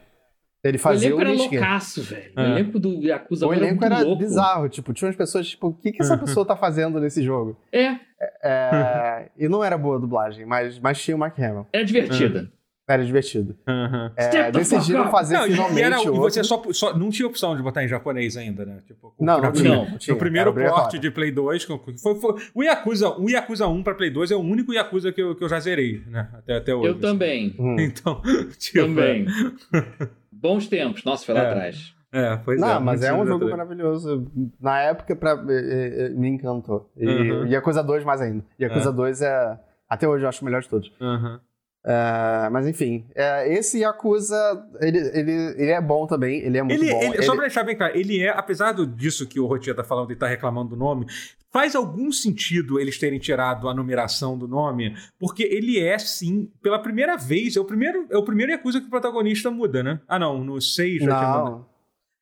Speaker 2: Ele
Speaker 3: O
Speaker 2: fazia
Speaker 3: elenco
Speaker 2: o
Speaker 3: era
Speaker 2: Lich King.
Speaker 3: loucaço, velho. O
Speaker 1: É.
Speaker 3: elenco do Yakuza
Speaker 2: O
Speaker 3: era
Speaker 2: elenco
Speaker 3: muito
Speaker 2: era
Speaker 3: louco.
Speaker 2: bizarro, tipo, tinha umas pessoas, tipo, o que, que essa pessoa tá fazendo nesse jogo?
Speaker 3: É,
Speaker 2: É, e não era boa a dublagem, mas, mas tinha o Mark Hamill.
Speaker 3: era divertida.
Speaker 2: Era divertido.
Speaker 1: Aham.
Speaker 2: É,
Speaker 3: Step the fuck
Speaker 2: decidiram
Speaker 3: up.
Speaker 2: fazer
Speaker 1: Não, e-
Speaker 2: finalmente
Speaker 1: e, era- um, e
Speaker 2: o outro.
Speaker 1: você só, só- Não tinha opção de botar em japonês ainda, né? Tipo, com-
Speaker 2: Não, não
Speaker 1: na-
Speaker 2: tinha.
Speaker 3: Não,
Speaker 2: não tinha,
Speaker 1: No primeiro
Speaker 2: era
Speaker 1: porte
Speaker 2: obrigatório.
Speaker 1: de Play 2, que foi, foi- o, Yakuza, o Yakuza 1 pra Play 2 é o único Yakuza que eu, que eu já zerei, né? Até, até hoje.
Speaker 3: Eu também.
Speaker 2: Hum.
Speaker 1: Então, tipo,
Speaker 3: Também. Bons tempos. Nossa, foi lá
Speaker 1: É.
Speaker 3: atrás.
Speaker 1: É, pois é.
Speaker 2: Não, mas é um
Speaker 1: muito
Speaker 2: jogo
Speaker 1: atrás.
Speaker 2: maravilhoso. Na época, pra, é, é, me encantou. E,
Speaker 1: Uhum.
Speaker 2: e a coisa 2 mais ainda. E a coisa 2 é... Até hoje eu acho o melhor de todos.
Speaker 1: Aham.
Speaker 2: É, mas enfim, é, esse Yakuza, ele, ele, ele é bom também. Ele é muito
Speaker 1: Ele,
Speaker 2: bom.
Speaker 1: ele-
Speaker 2: Ele-
Speaker 1: Só pra deixar bem claro, ele é, apesar do- disso que o Rotier tá falando e tá reclamando do nome, faz algum sentido eles terem tirado a numeração do nome, porque ele é, sim, pela primeira vez, é o primeiro, é o primeiro Yakuza que o protagonista muda, né? Ah, não, no 6 já tinha mudado.
Speaker 2: Não.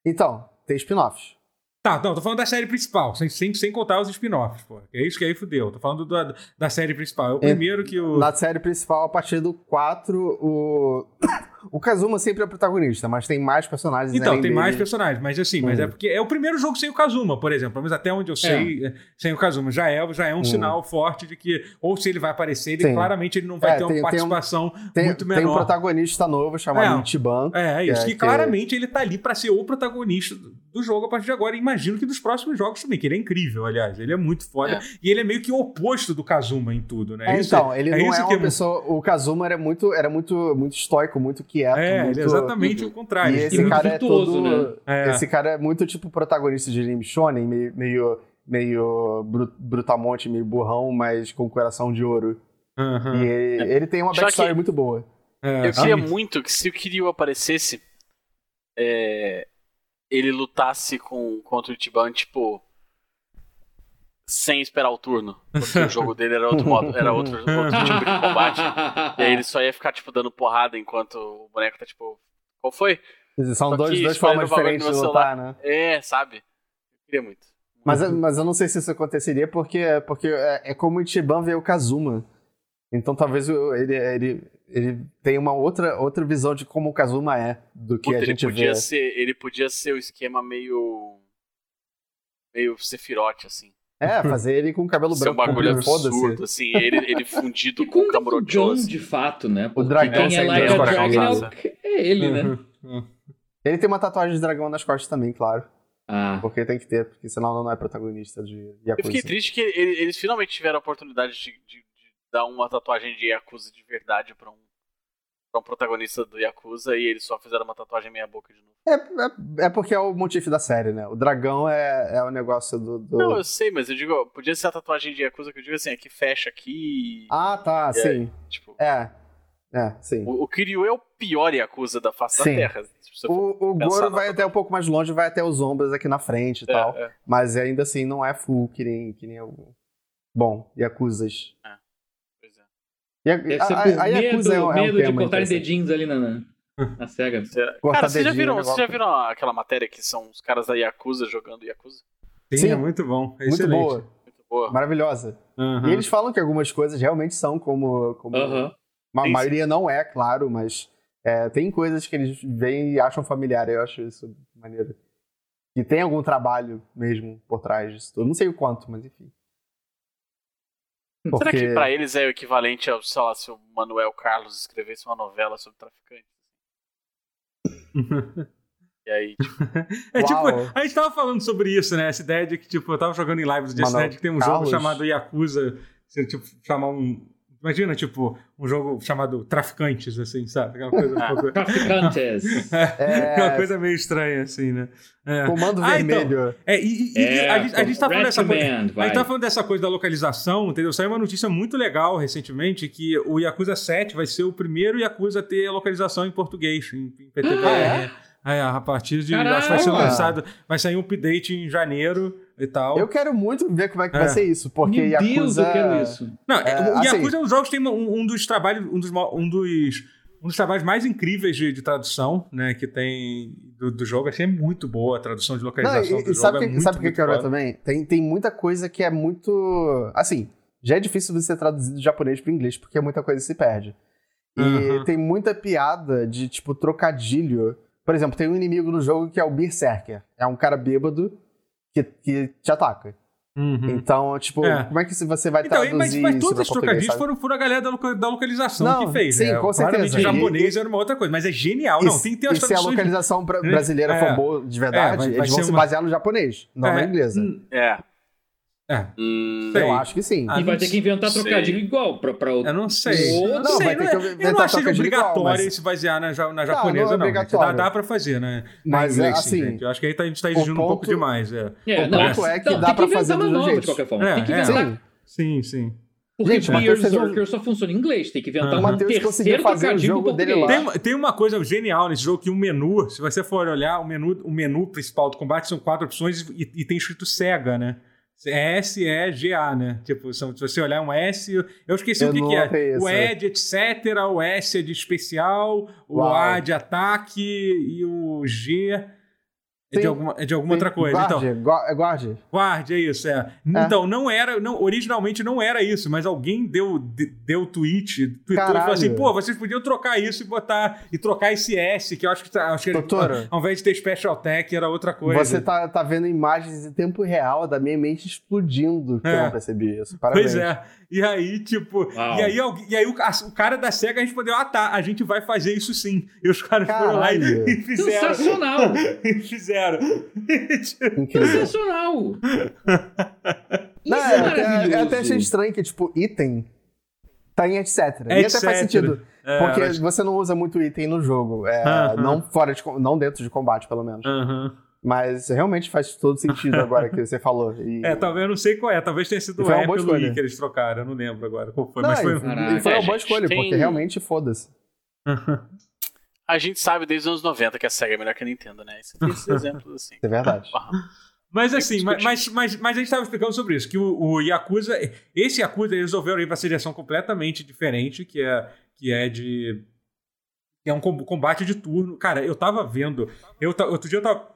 Speaker 2: Então, tem spin-offs.
Speaker 1: Tá, não, tô falando da série principal, sem, sem, sem contar os spin-offs, pô. É isso que aí fudeu. Tô falando da, da série principal. É o
Speaker 2: É,
Speaker 1: primeiro que o.
Speaker 2: Na série principal, a partir do 4, o. O Kazuma sempre é o protagonista, mas tem mais personagens
Speaker 1: Então,
Speaker 2: além
Speaker 1: tem mais
Speaker 2: dele.
Speaker 1: personagens, mas assim, mas
Speaker 2: Uhum.
Speaker 1: é porque é o primeiro jogo sem o Kazuma, por exemplo. Mas até onde eu sei, é, sem o Kazuma. Já é, já é um
Speaker 2: Uhum.
Speaker 1: sinal forte de que, ou se ele vai aparecer, ele
Speaker 2: Sim.
Speaker 1: claramente ele não vai
Speaker 2: É,
Speaker 1: ter uma
Speaker 2: tem- tem um-
Speaker 1: participação
Speaker 2: Tem,
Speaker 1: muito
Speaker 2: tem um
Speaker 1: menor.
Speaker 2: protagonista novo chamado
Speaker 1: É.
Speaker 2: Ichiban.
Speaker 1: é, é isso.
Speaker 2: É,
Speaker 1: que
Speaker 2: que-
Speaker 1: claramente ele tá ali pra ser o protagonista do- do jogo a partir de agora. E imagino que dos próximos jogos também, que ele é incrível, aliás. Ele é muito foda.
Speaker 4: É.
Speaker 1: E ele é meio que o oposto do Kazuma em tudo, né?
Speaker 2: É,
Speaker 1: Isso-
Speaker 2: então, ele
Speaker 1: é
Speaker 2: não
Speaker 1: isso
Speaker 2: é
Speaker 1: que
Speaker 2: uma pessoa. O Kazuma era muito, era muito, muito estoico, muito quieto.
Speaker 1: É,
Speaker 2: muito...
Speaker 1: ele é exatamente o contrário.
Speaker 2: E
Speaker 1: Ele-
Speaker 2: esse
Speaker 3: muito
Speaker 2: cara é
Speaker 3: virtuoso,
Speaker 2: todo.
Speaker 1: né? É.
Speaker 2: Esse cara é muito tipo protagonista de anime shonen, meio, meio, meio bru- brutamonte, meio burrão, mas com coração de ouro.
Speaker 1: Aham.
Speaker 2: E ele, ele tem uma
Speaker 4: Só
Speaker 2: backstory
Speaker 4: que-
Speaker 2: muito boa.
Speaker 1: É,
Speaker 4: Eu queria
Speaker 1: sim.
Speaker 4: muito que se o Kiryu aparecesse, é, ele lutasse com, contra o Ichiban, tipo, sem esperar o turno. Porque o jogo dele era outro modo, era outro, outro tipo de combate. E aí ele só ia ficar, tipo, dando porrada enquanto o boneco tá, tipo, qual foi?
Speaker 2: São
Speaker 4: Só
Speaker 2: dois,
Speaker 4: que
Speaker 2: duas
Speaker 4: escolhe
Speaker 2: formas
Speaker 4: o bagulho
Speaker 2: diferentes
Speaker 4: no
Speaker 2: de
Speaker 4: meu
Speaker 2: lutar, né?
Speaker 4: É, sabe? Eu queria muito.
Speaker 2: Mas, eu- mas eu não sei se isso aconteceria porque, porque é, é como o Ichiban vê o Kazuma. Então talvez o- ele, ele, ele tenha uma outra, outra visão de como o Kazuma é do que
Speaker 4: Puta,
Speaker 2: a
Speaker 4: ele
Speaker 2: gente
Speaker 4: podia
Speaker 2: vê.
Speaker 4: ser, ele podia ser o esquema meio meio Sephiroth, assim.
Speaker 2: É, fazer ele com o cabelo
Speaker 4: Ser um
Speaker 2: branco.
Speaker 4: bagulho
Speaker 2: comprido, foda-se.
Speaker 4: absurdo, assim, ele, ele fundido
Speaker 3: E com
Speaker 4: com o
Speaker 3: o John,
Speaker 4: Camarote.
Speaker 3: de fato, né? Porque
Speaker 2: dragão
Speaker 3: quem é
Speaker 2: sem
Speaker 3: Like a
Speaker 4: dragão.
Speaker 3: Dragon é, o- é ele,
Speaker 2: Uhum.
Speaker 3: né?
Speaker 2: Ele tem uma tatuagem de dragão nas costas também, claro.
Speaker 3: Ah,
Speaker 2: Porque tem que ter, porque senão não é protagonista de
Speaker 4: Eu fiquei
Speaker 2: Yakuza.
Speaker 4: triste que ele- eles finalmente tiveram a oportunidade de, de- de dar uma tatuagem de Yakuza de verdade pra um, é um protagonista do Yakuza e eles só fizeram uma tatuagem meia boca de novo.
Speaker 2: É, é, é porque é o motivo da série, né? O dragão é, é o negócio do. do-
Speaker 4: Não, eu sei, mas eu digo, podia ser a tatuagem de Yakuza que eu digo assim, aqui fecha aqui.
Speaker 2: Ah, tá,
Speaker 4: E aí?
Speaker 2: sim.
Speaker 4: Tipo,
Speaker 2: É. É, sim.
Speaker 4: o, o Kiryu é o pior Yakuza da face
Speaker 2: Sim.
Speaker 4: da Terra. se você for
Speaker 2: O, o
Speaker 4: pensar
Speaker 2: Goro
Speaker 4: na
Speaker 2: vai até um pouco mais longe, vai até os ombros aqui na frente e
Speaker 4: É,
Speaker 2: tal.
Speaker 4: é.
Speaker 2: Mas ainda assim não é full que nem, que nem o. Bom, Yakuzas.
Speaker 4: Pois é.
Speaker 2: Ya-
Speaker 3: Deve ser
Speaker 2: a-
Speaker 3: por
Speaker 2: a- a
Speaker 3: medo,
Speaker 2: Yakuza é um- é um
Speaker 3: medo de
Speaker 2: tema
Speaker 3: cortarem
Speaker 2: interessante. Uhum.
Speaker 3: dedinhos ali na, na, na SEGA.
Speaker 4: Será-
Speaker 2: Cortar
Speaker 4: É. Cara, vocês já,
Speaker 2: dedinho,
Speaker 4: viram,
Speaker 2: negócio.
Speaker 4: vocês já viram aquela matéria que são os caras da Yakuza jogando Yakuza?
Speaker 1: Sim,
Speaker 2: Sim.
Speaker 1: é muito bom. É
Speaker 2: Muito
Speaker 1: excelente.
Speaker 2: boa,
Speaker 4: Muito boa.
Speaker 2: maravilhosa.
Speaker 1: Aham.
Speaker 2: E eles falam que algumas coisas realmente são como. como
Speaker 3: Aham.
Speaker 2: A
Speaker 4: Sim, sim.
Speaker 2: maioria não é, claro, mas é, tem coisas que eles veem e acham familiar. Eu acho isso maneiro. E tem algum trabalho mesmo por trás disso tudo. Não sei o quanto, mas enfim.
Speaker 4: Será
Speaker 2: Porque-
Speaker 4: que pra eles é o equivalente ao, sei lá, se o Manuel Carlos escrevesse uma novela sobre traficante? E aí, tipo,
Speaker 1: É
Speaker 2: Uau.
Speaker 1: tipo, a gente tava falando sobre isso, né? Essa ideia de que, tipo, eu tava jogando em live do Just
Speaker 2: Manoel
Speaker 1: Net que tem um
Speaker 2: Carlos.
Speaker 1: jogo chamado Yakuza, se tipo, chamar um. Imagina, tipo, um jogo chamado Traficantes, assim, sabe? Aquela coisa, um pouco-
Speaker 3: Traficantes.
Speaker 2: É.
Speaker 1: Uma coisa meio estranha, assim, né? É,
Speaker 2: Comando
Speaker 1: Ah, então.
Speaker 2: vermelho.
Speaker 1: É, e, e- e
Speaker 3: É,
Speaker 1: a, gente, a gente tá falando dessa coisa.
Speaker 3: Recommend,
Speaker 1: A
Speaker 3: vai.
Speaker 1: gente tá falando dessa coisa da localização, entendeu? Saiu uma notícia muito legal recentemente que o Yakuza 7 vai ser o primeiro Yakuza a ter localização em português, em, em PTBR.
Speaker 2: Ah,
Speaker 1: É, a partir de.
Speaker 3: Caralho!
Speaker 1: Acho que vai ser lançado. Vai sair um update em janeiro e tal.
Speaker 2: Eu quero muito ver como é que vai
Speaker 1: É.
Speaker 2: ser isso, porque
Speaker 3: Meu
Speaker 2: Yakuza...
Speaker 3: Deus, eu quero isso.
Speaker 1: Não, é,
Speaker 2: É,
Speaker 1: o
Speaker 2: assim-
Speaker 1: Yakuza é um dos jogos que tem um, um dos trabalhos, um dos, mo- um dos, um dos trabalhos mais incríveis de, de tradução, né, que tem do, do jogo. Achei muito boa a tradução de
Speaker 2: Não,
Speaker 1: localização
Speaker 2: e,
Speaker 1: do jogo.
Speaker 2: e sabe o
Speaker 1: é
Speaker 2: que,
Speaker 1: muito,
Speaker 2: sabe o que eu
Speaker 1: muito
Speaker 2: quero ver
Speaker 1: foda.
Speaker 2: também? Tem, tem muita coisa que é muito... Assim, já é difícil você traduzir do japonês pro inglês, porque muita coisa se perde. E
Speaker 1: Uhum.
Speaker 2: tem muita piada de, tipo, trocadilho. Por exemplo, tem um inimigo no jogo que é o Berserker. É um cara bêbado que, que te ataca.
Speaker 1: Uhum.
Speaker 2: Então, tipo,
Speaker 1: É.
Speaker 2: como é que você vai
Speaker 1: Então,
Speaker 2: traduzir
Speaker 1: mas, mas
Speaker 2: isso
Speaker 1: todos
Speaker 2: pra
Speaker 1: os
Speaker 2: português,
Speaker 1: trocadilhos
Speaker 2: sabe?
Speaker 1: foram, foram a galera da, loca- da localização
Speaker 2: Não,
Speaker 1: que fez.
Speaker 2: sim,
Speaker 1: né?
Speaker 2: com
Speaker 1: Claramente,
Speaker 2: certeza.
Speaker 1: japonês era uma outra coisa, mas é genial.
Speaker 2: E
Speaker 1: não,
Speaker 2: se-
Speaker 1: tem que ter as
Speaker 2: e se a
Speaker 1: traduções.
Speaker 2: localização bra-
Speaker 1: É.
Speaker 2: brasileira for boa de verdade,
Speaker 1: É, vai- vai
Speaker 2: eles vão
Speaker 1: ser
Speaker 2: se
Speaker 1: uma-
Speaker 2: basear no japonês, não na
Speaker 1: É.
Speaker 2: inglesa.
Speaker 4: é.
Speaker 1: É.
Speaker 4: Hum,
Speaker 1: Sei.
Speaker 2: Eu acho que sim.
Speaker 1: Ah,
Speaker 3: E vai
Speaker 1: não
Speaker 3: ter que inventar
Speaker 4: sei.
Speaker 3: trocadilho igual pra, pra outro.
Speaker 1: Eu não sei.
Speaker 3: Ou-
Speaker 1: Eu não,
Speaker 2: Não,
Speaker 1: sei.
Speaker 2: vai
Speaker 1: Não
Speaker 2: ter
Speaker 1: é-
Speaker 2: que
Speaker 1: eu não
Speaker 2: inventar
Speaker 1: achei
Speaker 2: trocadilho
Speaker 1: obrigatório
Speaker 2: igual, mas-
Speaker 1: se basear na, ja- na
Speaker 2: não é
Speaker 1: japonesa, não.
Speaker 2: obrigatório.
Speaker 1: Dá, dá pra fazer, né? Na
Speaker 2: Mas,
Speaker 1: inglês,
Speaker 2: assim,
Speaker 1: sim, gente. Eu acho que aí tá- a gente tá
Speaker 2: o
Speaker 1: exigindo um pouco
Speaker 2: ponto-
Speaker 1: demais. É.
Speaker 3: É,
Speaker 2: O
Speaker 3: não,
Speaker 1: ponto
Speaker 2: é que
Speaker 3: não,
Speaker 2: dá
Speaker 3: tem
Speaker 2: pra
Speaker 3: inventar
Speaker 2: fazer
Speaker 3: uma
Speaker 2: do
Speaker 3: nova,
Speaker 2: jeito.
Speaker 3: de qualquer forma.
Speaker 1: É,
Speaker 3: tem que
Speaker 1: é.
Speaker 3: inventar.
Speaker 2: Sim.
Speaker 1: Sim, sim.
Speaker 3: Porque
Speaker 2: Gente, o
Speaker 3: Beer
Speaker 2: Matheus fez um-
Speaker 3: Zurker só funciona em inglês. Tem que inventar
Speaker 1: Ah.
Speaker 3: um
Speaker 2: Matheus conseguiu
Speaker 3: terceiro
Speaker 2: fazer o
Speaker 3: trocadilho pro
Speaker 2: jogo dele lá.
Speaker 3: português.
Speaker 1: Tem, uma- tem uma coisa genial nesse jogo que o menu, se você for olhar, o menu, o menu principal do combate são quatro opções e, e tem escrito SEGA, né? S, E, G, A, né? Tipo, são- se você olhar um S, eu esqueci
Speaker 2: Eu
Speaker 1: o que,
Speaker 2: não
Speaker 1: que é.
Speaker 2: notei
Speaker 1: O
Speaker 2: isso.
Speaker 1: E de etc, o S é de especial, o
Speaker 2: Uau.
Speaker 1: A de ataque e o G é de
Speaker 2: Sim.
Speaker 1: alguma, é de alguma outra coisa.
Speaker 2: Guarde,
Speaker 1: Então,
Speaker 2: gua- guarde.
Speaker 1: Guarde, é isso, é. Então, não era. Não, originalmente não era isso, mas alguém deu, de- deu tweet, tweetou e falou
Speaker 2: Caralho.
Speaker 1: assim: pô, vocês podiam trocar isso e botar. E trocar esse S, que eu acho que, tá- acho que
Speaker 2: Doutora.
Speaker 1: ao invés de ter Special Tech, era outra coisa.
Speaker 2: Você tá, tá vendo imagens em tempo real da minha mente explodindo que
Speaker 1: É.
Speaker 2: eu não percebi isso. Parabéns.
Speaker 1: Pois é. E aí, tipo.
Speaker 3: Uau.
Speaker 1: E aí, alguém- e aí o, ca- o cara da SEGA respondeu: ah, tá, a gente vai fazer isso sim. E os caras foram lá
Speaker 2: Caralho.
Speaker 1: e, e fizeram.
Speaker 3: Sensacional!
Speaker 1: E fizeram. é.
Speaker 2: Incrível.
Speaker 3: Sensacional! Isso
Speaker 2: Não,
Speaker 3: é,
Speaker 2: é, até,
Speaker 3: maravilhoso.
Speaker 2: eu até achei estranho que, tipo, item tá em etc. e até
Speaker 1: etc.
Speaker 2: faz sentido.
Speaker 1: É,
Speaker 2: porque
Speaker 1: era-
Speaker 2: você não usa muito item no jogo. é,
Speaker 1: Aham.
Speaker 2: Não fora de, com- não dentro de combate, pelo menos.
Speaker 1: Aham.
Speaker 2: Mas realmente faz todo sentido agora que você falou. E-
Speaker 1: É, talvez eu não sei qual é. Talvez tenha sido
Speaker 2: E
Speaker 1: o
Speaker 2: foi uma
Speaker 1: E
Speaker 2: boa
Speaker 1: pelo I
Speaker 2: escolha.
Speaker 1: que eles trocaram. Eu não lembro agora qual foi.
Speaker 2: Não,
Speaker 1: mas foi. um
Speaker 2: e-
Speaker 3: Caraca,
Speaker 2: e foi uma
Speaker 4: é,
Speaker 2: boa
Speaker 4: gente,
Speaker 2: escolha,
Speaker 4: tem-
Speaker 2: porque realmente foda-se.
Speaker 4: a gente sabe desde os anos 90 que a SEGA é melhor que a Nintendo, né? Esses, esses exemplos assim.
Speaker 2: É verdade.
Speaker 1: Ah,
Speaker 4: Porra.
Speaker 1: Mas
Speaker 4: Tem que
Speaker 1: assim, mas,
Speaker 4: discutir.
Speaker 1: mas, mas, mas a gente estava explicando sobre isso, que o, o Yakuza, esse Yakuza eles resolveram ir para essa direção completamente diferente, que é, que é de... que é um com- combate de turno. Cara, eu tava vendo, eu, ta- outro dia eu tava,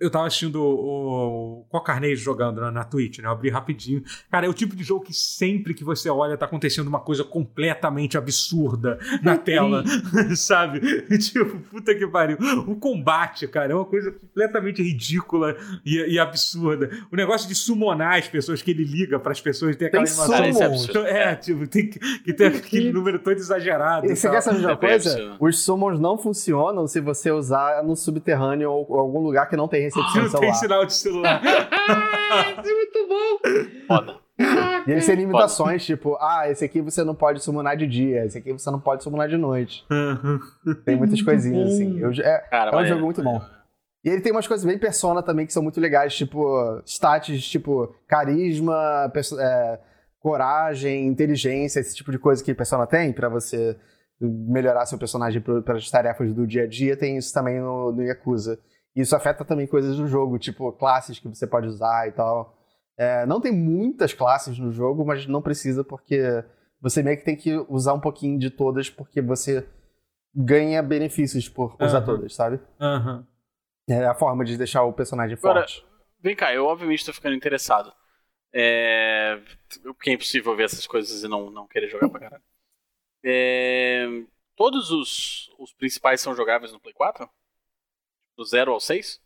Speaker 1: eu tava assistindo o, o Cocarneiro jogando na, na Twitch, né? Eu abri rapidinho. Cara, é o tipo de jogo que sempre que você olha tá acontecendo uma coisa completamente absurda na tela, sabe? tipo, puta que pariu. O combate, cara, é uma coisa completamente ridícula e, e absurda. O negócio de summonar as pessoas que ele liga pras pessoas tem aquela
Speaker 2: Tem
Speaker 4: Cara,
Speaker 1: animação.
Speaker 4: esse é
Speaker 2: Summons.
Speaker 4: absurdo.
Speaker 1: Então, É, tipo, tem que, que tem aquele número todo exagerado.
Speaker 2: E você
Speaker 1: tal.
Speaker 2: quer saber de
Speaker 4: É
Speaker 2: uma
Speaker 4: bem
Speaker 2: coisa?
Speaker 4: absurdo.
Speaker 2: Os summons não funcionam se você usar no subterrâneo ou ou algum lugar que não
Speaker 1: Que
Speaker 2: tem recepção
Speaker 1: não tem
Speaker 2: celular.
Speaker 1: sinal de celular.
Speaker 3: Ah, isso é muito bom!
Speaker 4: Foda.
Speaker 3: Caraca!
Speaker 2: E eles têm limitações, tipo, ah, esse aqui você não pode summonar de dia, esse aqui você não pode summonar de noite. Tem muitas coisinhas, assim. Eu- é,
Speaker 4: Cara,
Speaker 2: é um
Speaker 4: Tá maneiro.
Speaker 2: jogo muito bom. E ele tem umas coisas bem persona também que são muito legais, tipo stats, tipo carisma, perso- é, coragem, inteligência, esse tipo de coisa que persona tem pra você melhorar seu personagem para as tarefas do dia a dia. Tem isso também no, no Yakuza. E Isso afeta também coisas do jogo, tipo classes que você pode usar e tal. É, não tem muitas classes no jogo, mas não precisa porque você meio que tem que usar um pouquinho de todas porque você ganha benefícios por usar
Speaker 1: Aham.
Speaker 2: todas, sabe?
Speaker 1: Aham.
Speaker 2: É a forma de deixar o personagem
Speaker 4: Agora-
Speaker 2: forte.
Speaker 4: Vem cá, eu obviamente tô ficando interessado. É. Porque é impossível ver essas coisas e não, não querer jogar pra caralho. É, Todos os, os principais são jogáveis no Play 4? Do 0 ao 6?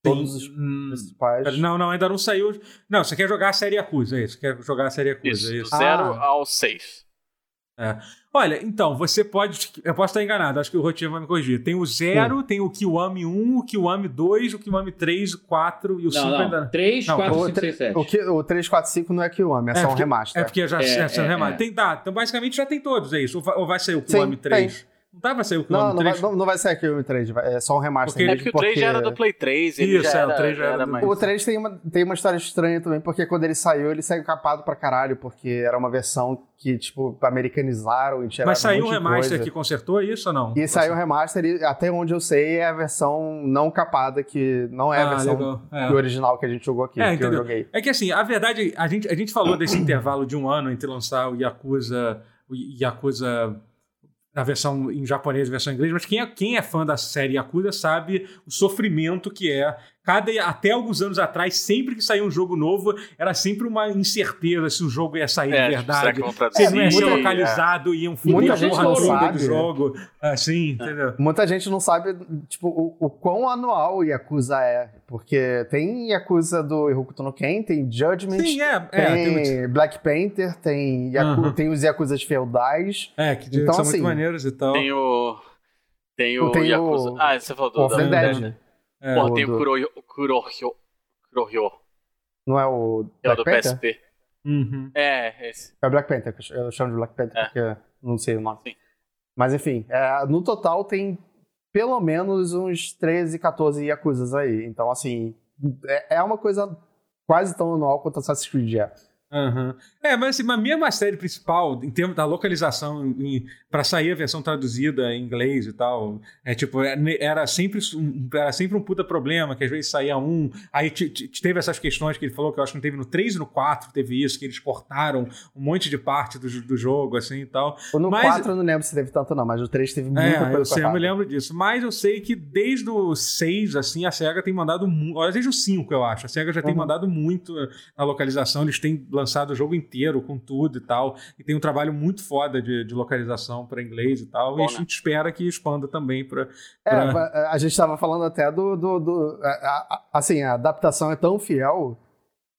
Speaker 2: Todos os
Speaker 1: Hum,
Speaker 2: principais.
Speaker 1: pera, Não, não, ainda não saiu. Não, você quer jogar a série Acusa, é isso. Quer jogar a série Acusa,
Speaker 4: Isso,
Speaker 1: é
Speaker 4: do
Speaker 1: isso.
Speaker 4: 0
Speaker 2: Ah.
Speaker 4: ao 6.
Speaker 1: Olha, então, você pode. Eu posso estar enganado, acho que o Rotinha vai me corrigir. Tem o 0, tem o Kiwami 1, o Kiwami 2, o Kiwami 3, o 4 e o 5
Speaker 3: Não,
Speaker 1: ainda.
Speaker 3: não. 3,
Speaker 1: Não,
Speaker 3: 4,
Speaker 2: o
Speaker 3: 5, 6, 7.
Speaker 2: O, que, o 345 não é Kiwami, é, só um
Speaker 1: porque- É
Speaker 2: remaster.
Speaker 1: porque já
Speaker 3: É,
Speaker 1: é,
Speaker 3: é,
Speaker 1: remate.
Speaker 3: é.
Speaker 1: Tem, tá, então basicamente já tem todos, é isso. Ou vai, ou vai sair o
Speaker 2: Sim,
Speaker 1: Kiwami 3? Não dá pra sair o
Speaker 2: Não,
Speaker 1: Kiwami
Speaker 2: não
Speaker 1: 3?
Speaker 2: vai, não, não vai ser Kiwami 3, vai- é só um remaster.
Speaker 1: Porque-
Speaker 4: É
Speaker 2: mesmo,
Speaker 4: porque o 3 já era do Play 3. Ele
Speaker 1: Isso,
Speaker 4: já
Speaker 1: é,
Speaker 4: era,
Speaker 1: o 3 já era do-
Speaker 4: mais.
Speaker 2: O 3 tem uma, tem uma história estranha também, porque quando ele saiu, ele saiu capado pra caralho, porque era uma versão que, tipo, americanizaram e tiraram
Speaker 1: Mas saiu
Speaker 2: um
Speaker 1: um
Speaker 2: monte de
Speaker 1: remaster
Speaker 2: coisa.
Speaker 1: que consertou é isso ou não?
Speaker 2: E saiu o remaster, e até onde eu sei, é a versão não capada, que não é a
Speaker 1: Ah,
Speaker 2: versão
Speaker 1: legal.
Speaker 2: do
Speaker 1: É.
Speaker 2: original que a gente jogou aqui,
Speaker 1: É,
Speaker 2: que eu
Speaker 1: entendeu.
Speaker 2: joguei.
Speaker 1: É que assim, a verdade, a gente, a gente falou desse intervalo de um ano entre lançar o Yakuza, o Yakuza a versão em japonês e a versão em inglês, mas quem é, quem é fã da série Yakuza sabe o sofrimento que é. Cada, até alguns anos atrás, sempre que saía um jogo novo, era sempre uma incerteza se o jogo ia sair
Speaker 4: É,
Speaker 1: de
Speaker 4: tipo, será que
Speaker 1: verdade. é
Speaker 4: vão
Speaker 1: Se
Speaker 4: traduzir?
Speaker 1: ele ia ser
Speaker 2: É, muita-
Speaker 1: localizado e um filme
Speaker 2: Muita gente
Speaker 1: porra
Speaker 2: não
Speaker 1: toda do
Speaker 2: sabe.
Speaker 1: jogo.
Speaker 2: Ah,
Speaker 1: Assim, entendeu?
Speaker 2: Muita gente não sabe, tipo, o, o quão anual o Yakuza é. Porque tem Yakuza do Hirokuto no Ken, tem Judgment,
Speaker 1: Sim, é. é,
Speaker 2: tem,
Speaker 1: tem-
Speaker 2: Black Panther, tem, Yaku-
Speaker 1: Aham.
Speaker 2: tem os Yakuzas feudais,
Speaker 1: é, que
Speaker 2: Então,
Speaker 1: são
Speaker 2: assim,
Speaker 1: muito maneiros e tal.
Speaker 4: Tem o. Tem o
Speaker 2: Tem o-
Speaker 4: Yakuza. Ah, você falou
Speaker 2: o
Speaker 4: do.
Speaker 2: Of the
Speaker 1: Walking
Speaker 4: da-
Speaker 2: Dead.
Speaker 1: Dead.
Speaker 4: da-
Speaker 1: É.
Speaker 4: Porra, tem o
Speaker 2: do-
Speaker 4: Kurohyo. Kurohyo. Kurohyo.
Speaker 2: Não é o
Speaker 4: É o do
Speaker 2: Black Panther?
Speaker 4: PSP.
Speaker 1: Uhum.
Speaker 4: É, esse.
Speaker 2: É o Black Panther, que eu ch- eu chamo de Black Panther
Speaker 4: É.
Speaker 2: porque eu não sei o nome.
Speaker 4: Sim.
Speaker 2: Mas enfim, é, no total tem pelo menos uns 13, 14 Yakuzas aí. Então, assim, é, é uma coisa quase tão anual quanto Assassin's Creed é.
Speaker 1: Aham. É, mas assim, mas mesmo a série principal, em termos da localização, para sair a versão traduzida em inglês e tal, é tipo, é, ne- era sempre, su- um- era sempre um puta problema, que às vezes saía um, aí te- te- te teve essas questões que ele falou, que eu acho que não teve no 3 e no 4, teve isso, que eles cortaram um monte de parte do, jo- do jogo, assim e tal.
Speaker 2: Ou Tipo, No
Speaker 1: Mas-
Speaker 2: 4 eu não lembro se teve tanto, não, mas o 3 teve muita
Speaker 1: É,
Speaker 2: coisa.
Speaker 1: eu, sei, eu me
Speaker 2: errada.
Speaker 1: lembro disso. Mas eu sei que desde o 6, assim, a SEGA tem mandado muito. Desde o 5, eu acho. A SEGA já tem
Speaker 2: Uhum.
Speaker 1: mandado muito eh, na localização. Eles têm lançado o jogo inteiro com tudo e tal. E tem um trabalho muito foda de, de localização para inglês e tal.
Speaker 4: Bom,
Speaker 1: e
Speaker 4: né?
Speaker 1: a gente espera que expanda também para.
Speaker 2: É,
Speaker 1: né?
Speaker 2: mas, é, a gente estava falando até do. do, do- a- a- a- assim, a adaptação é tão fiel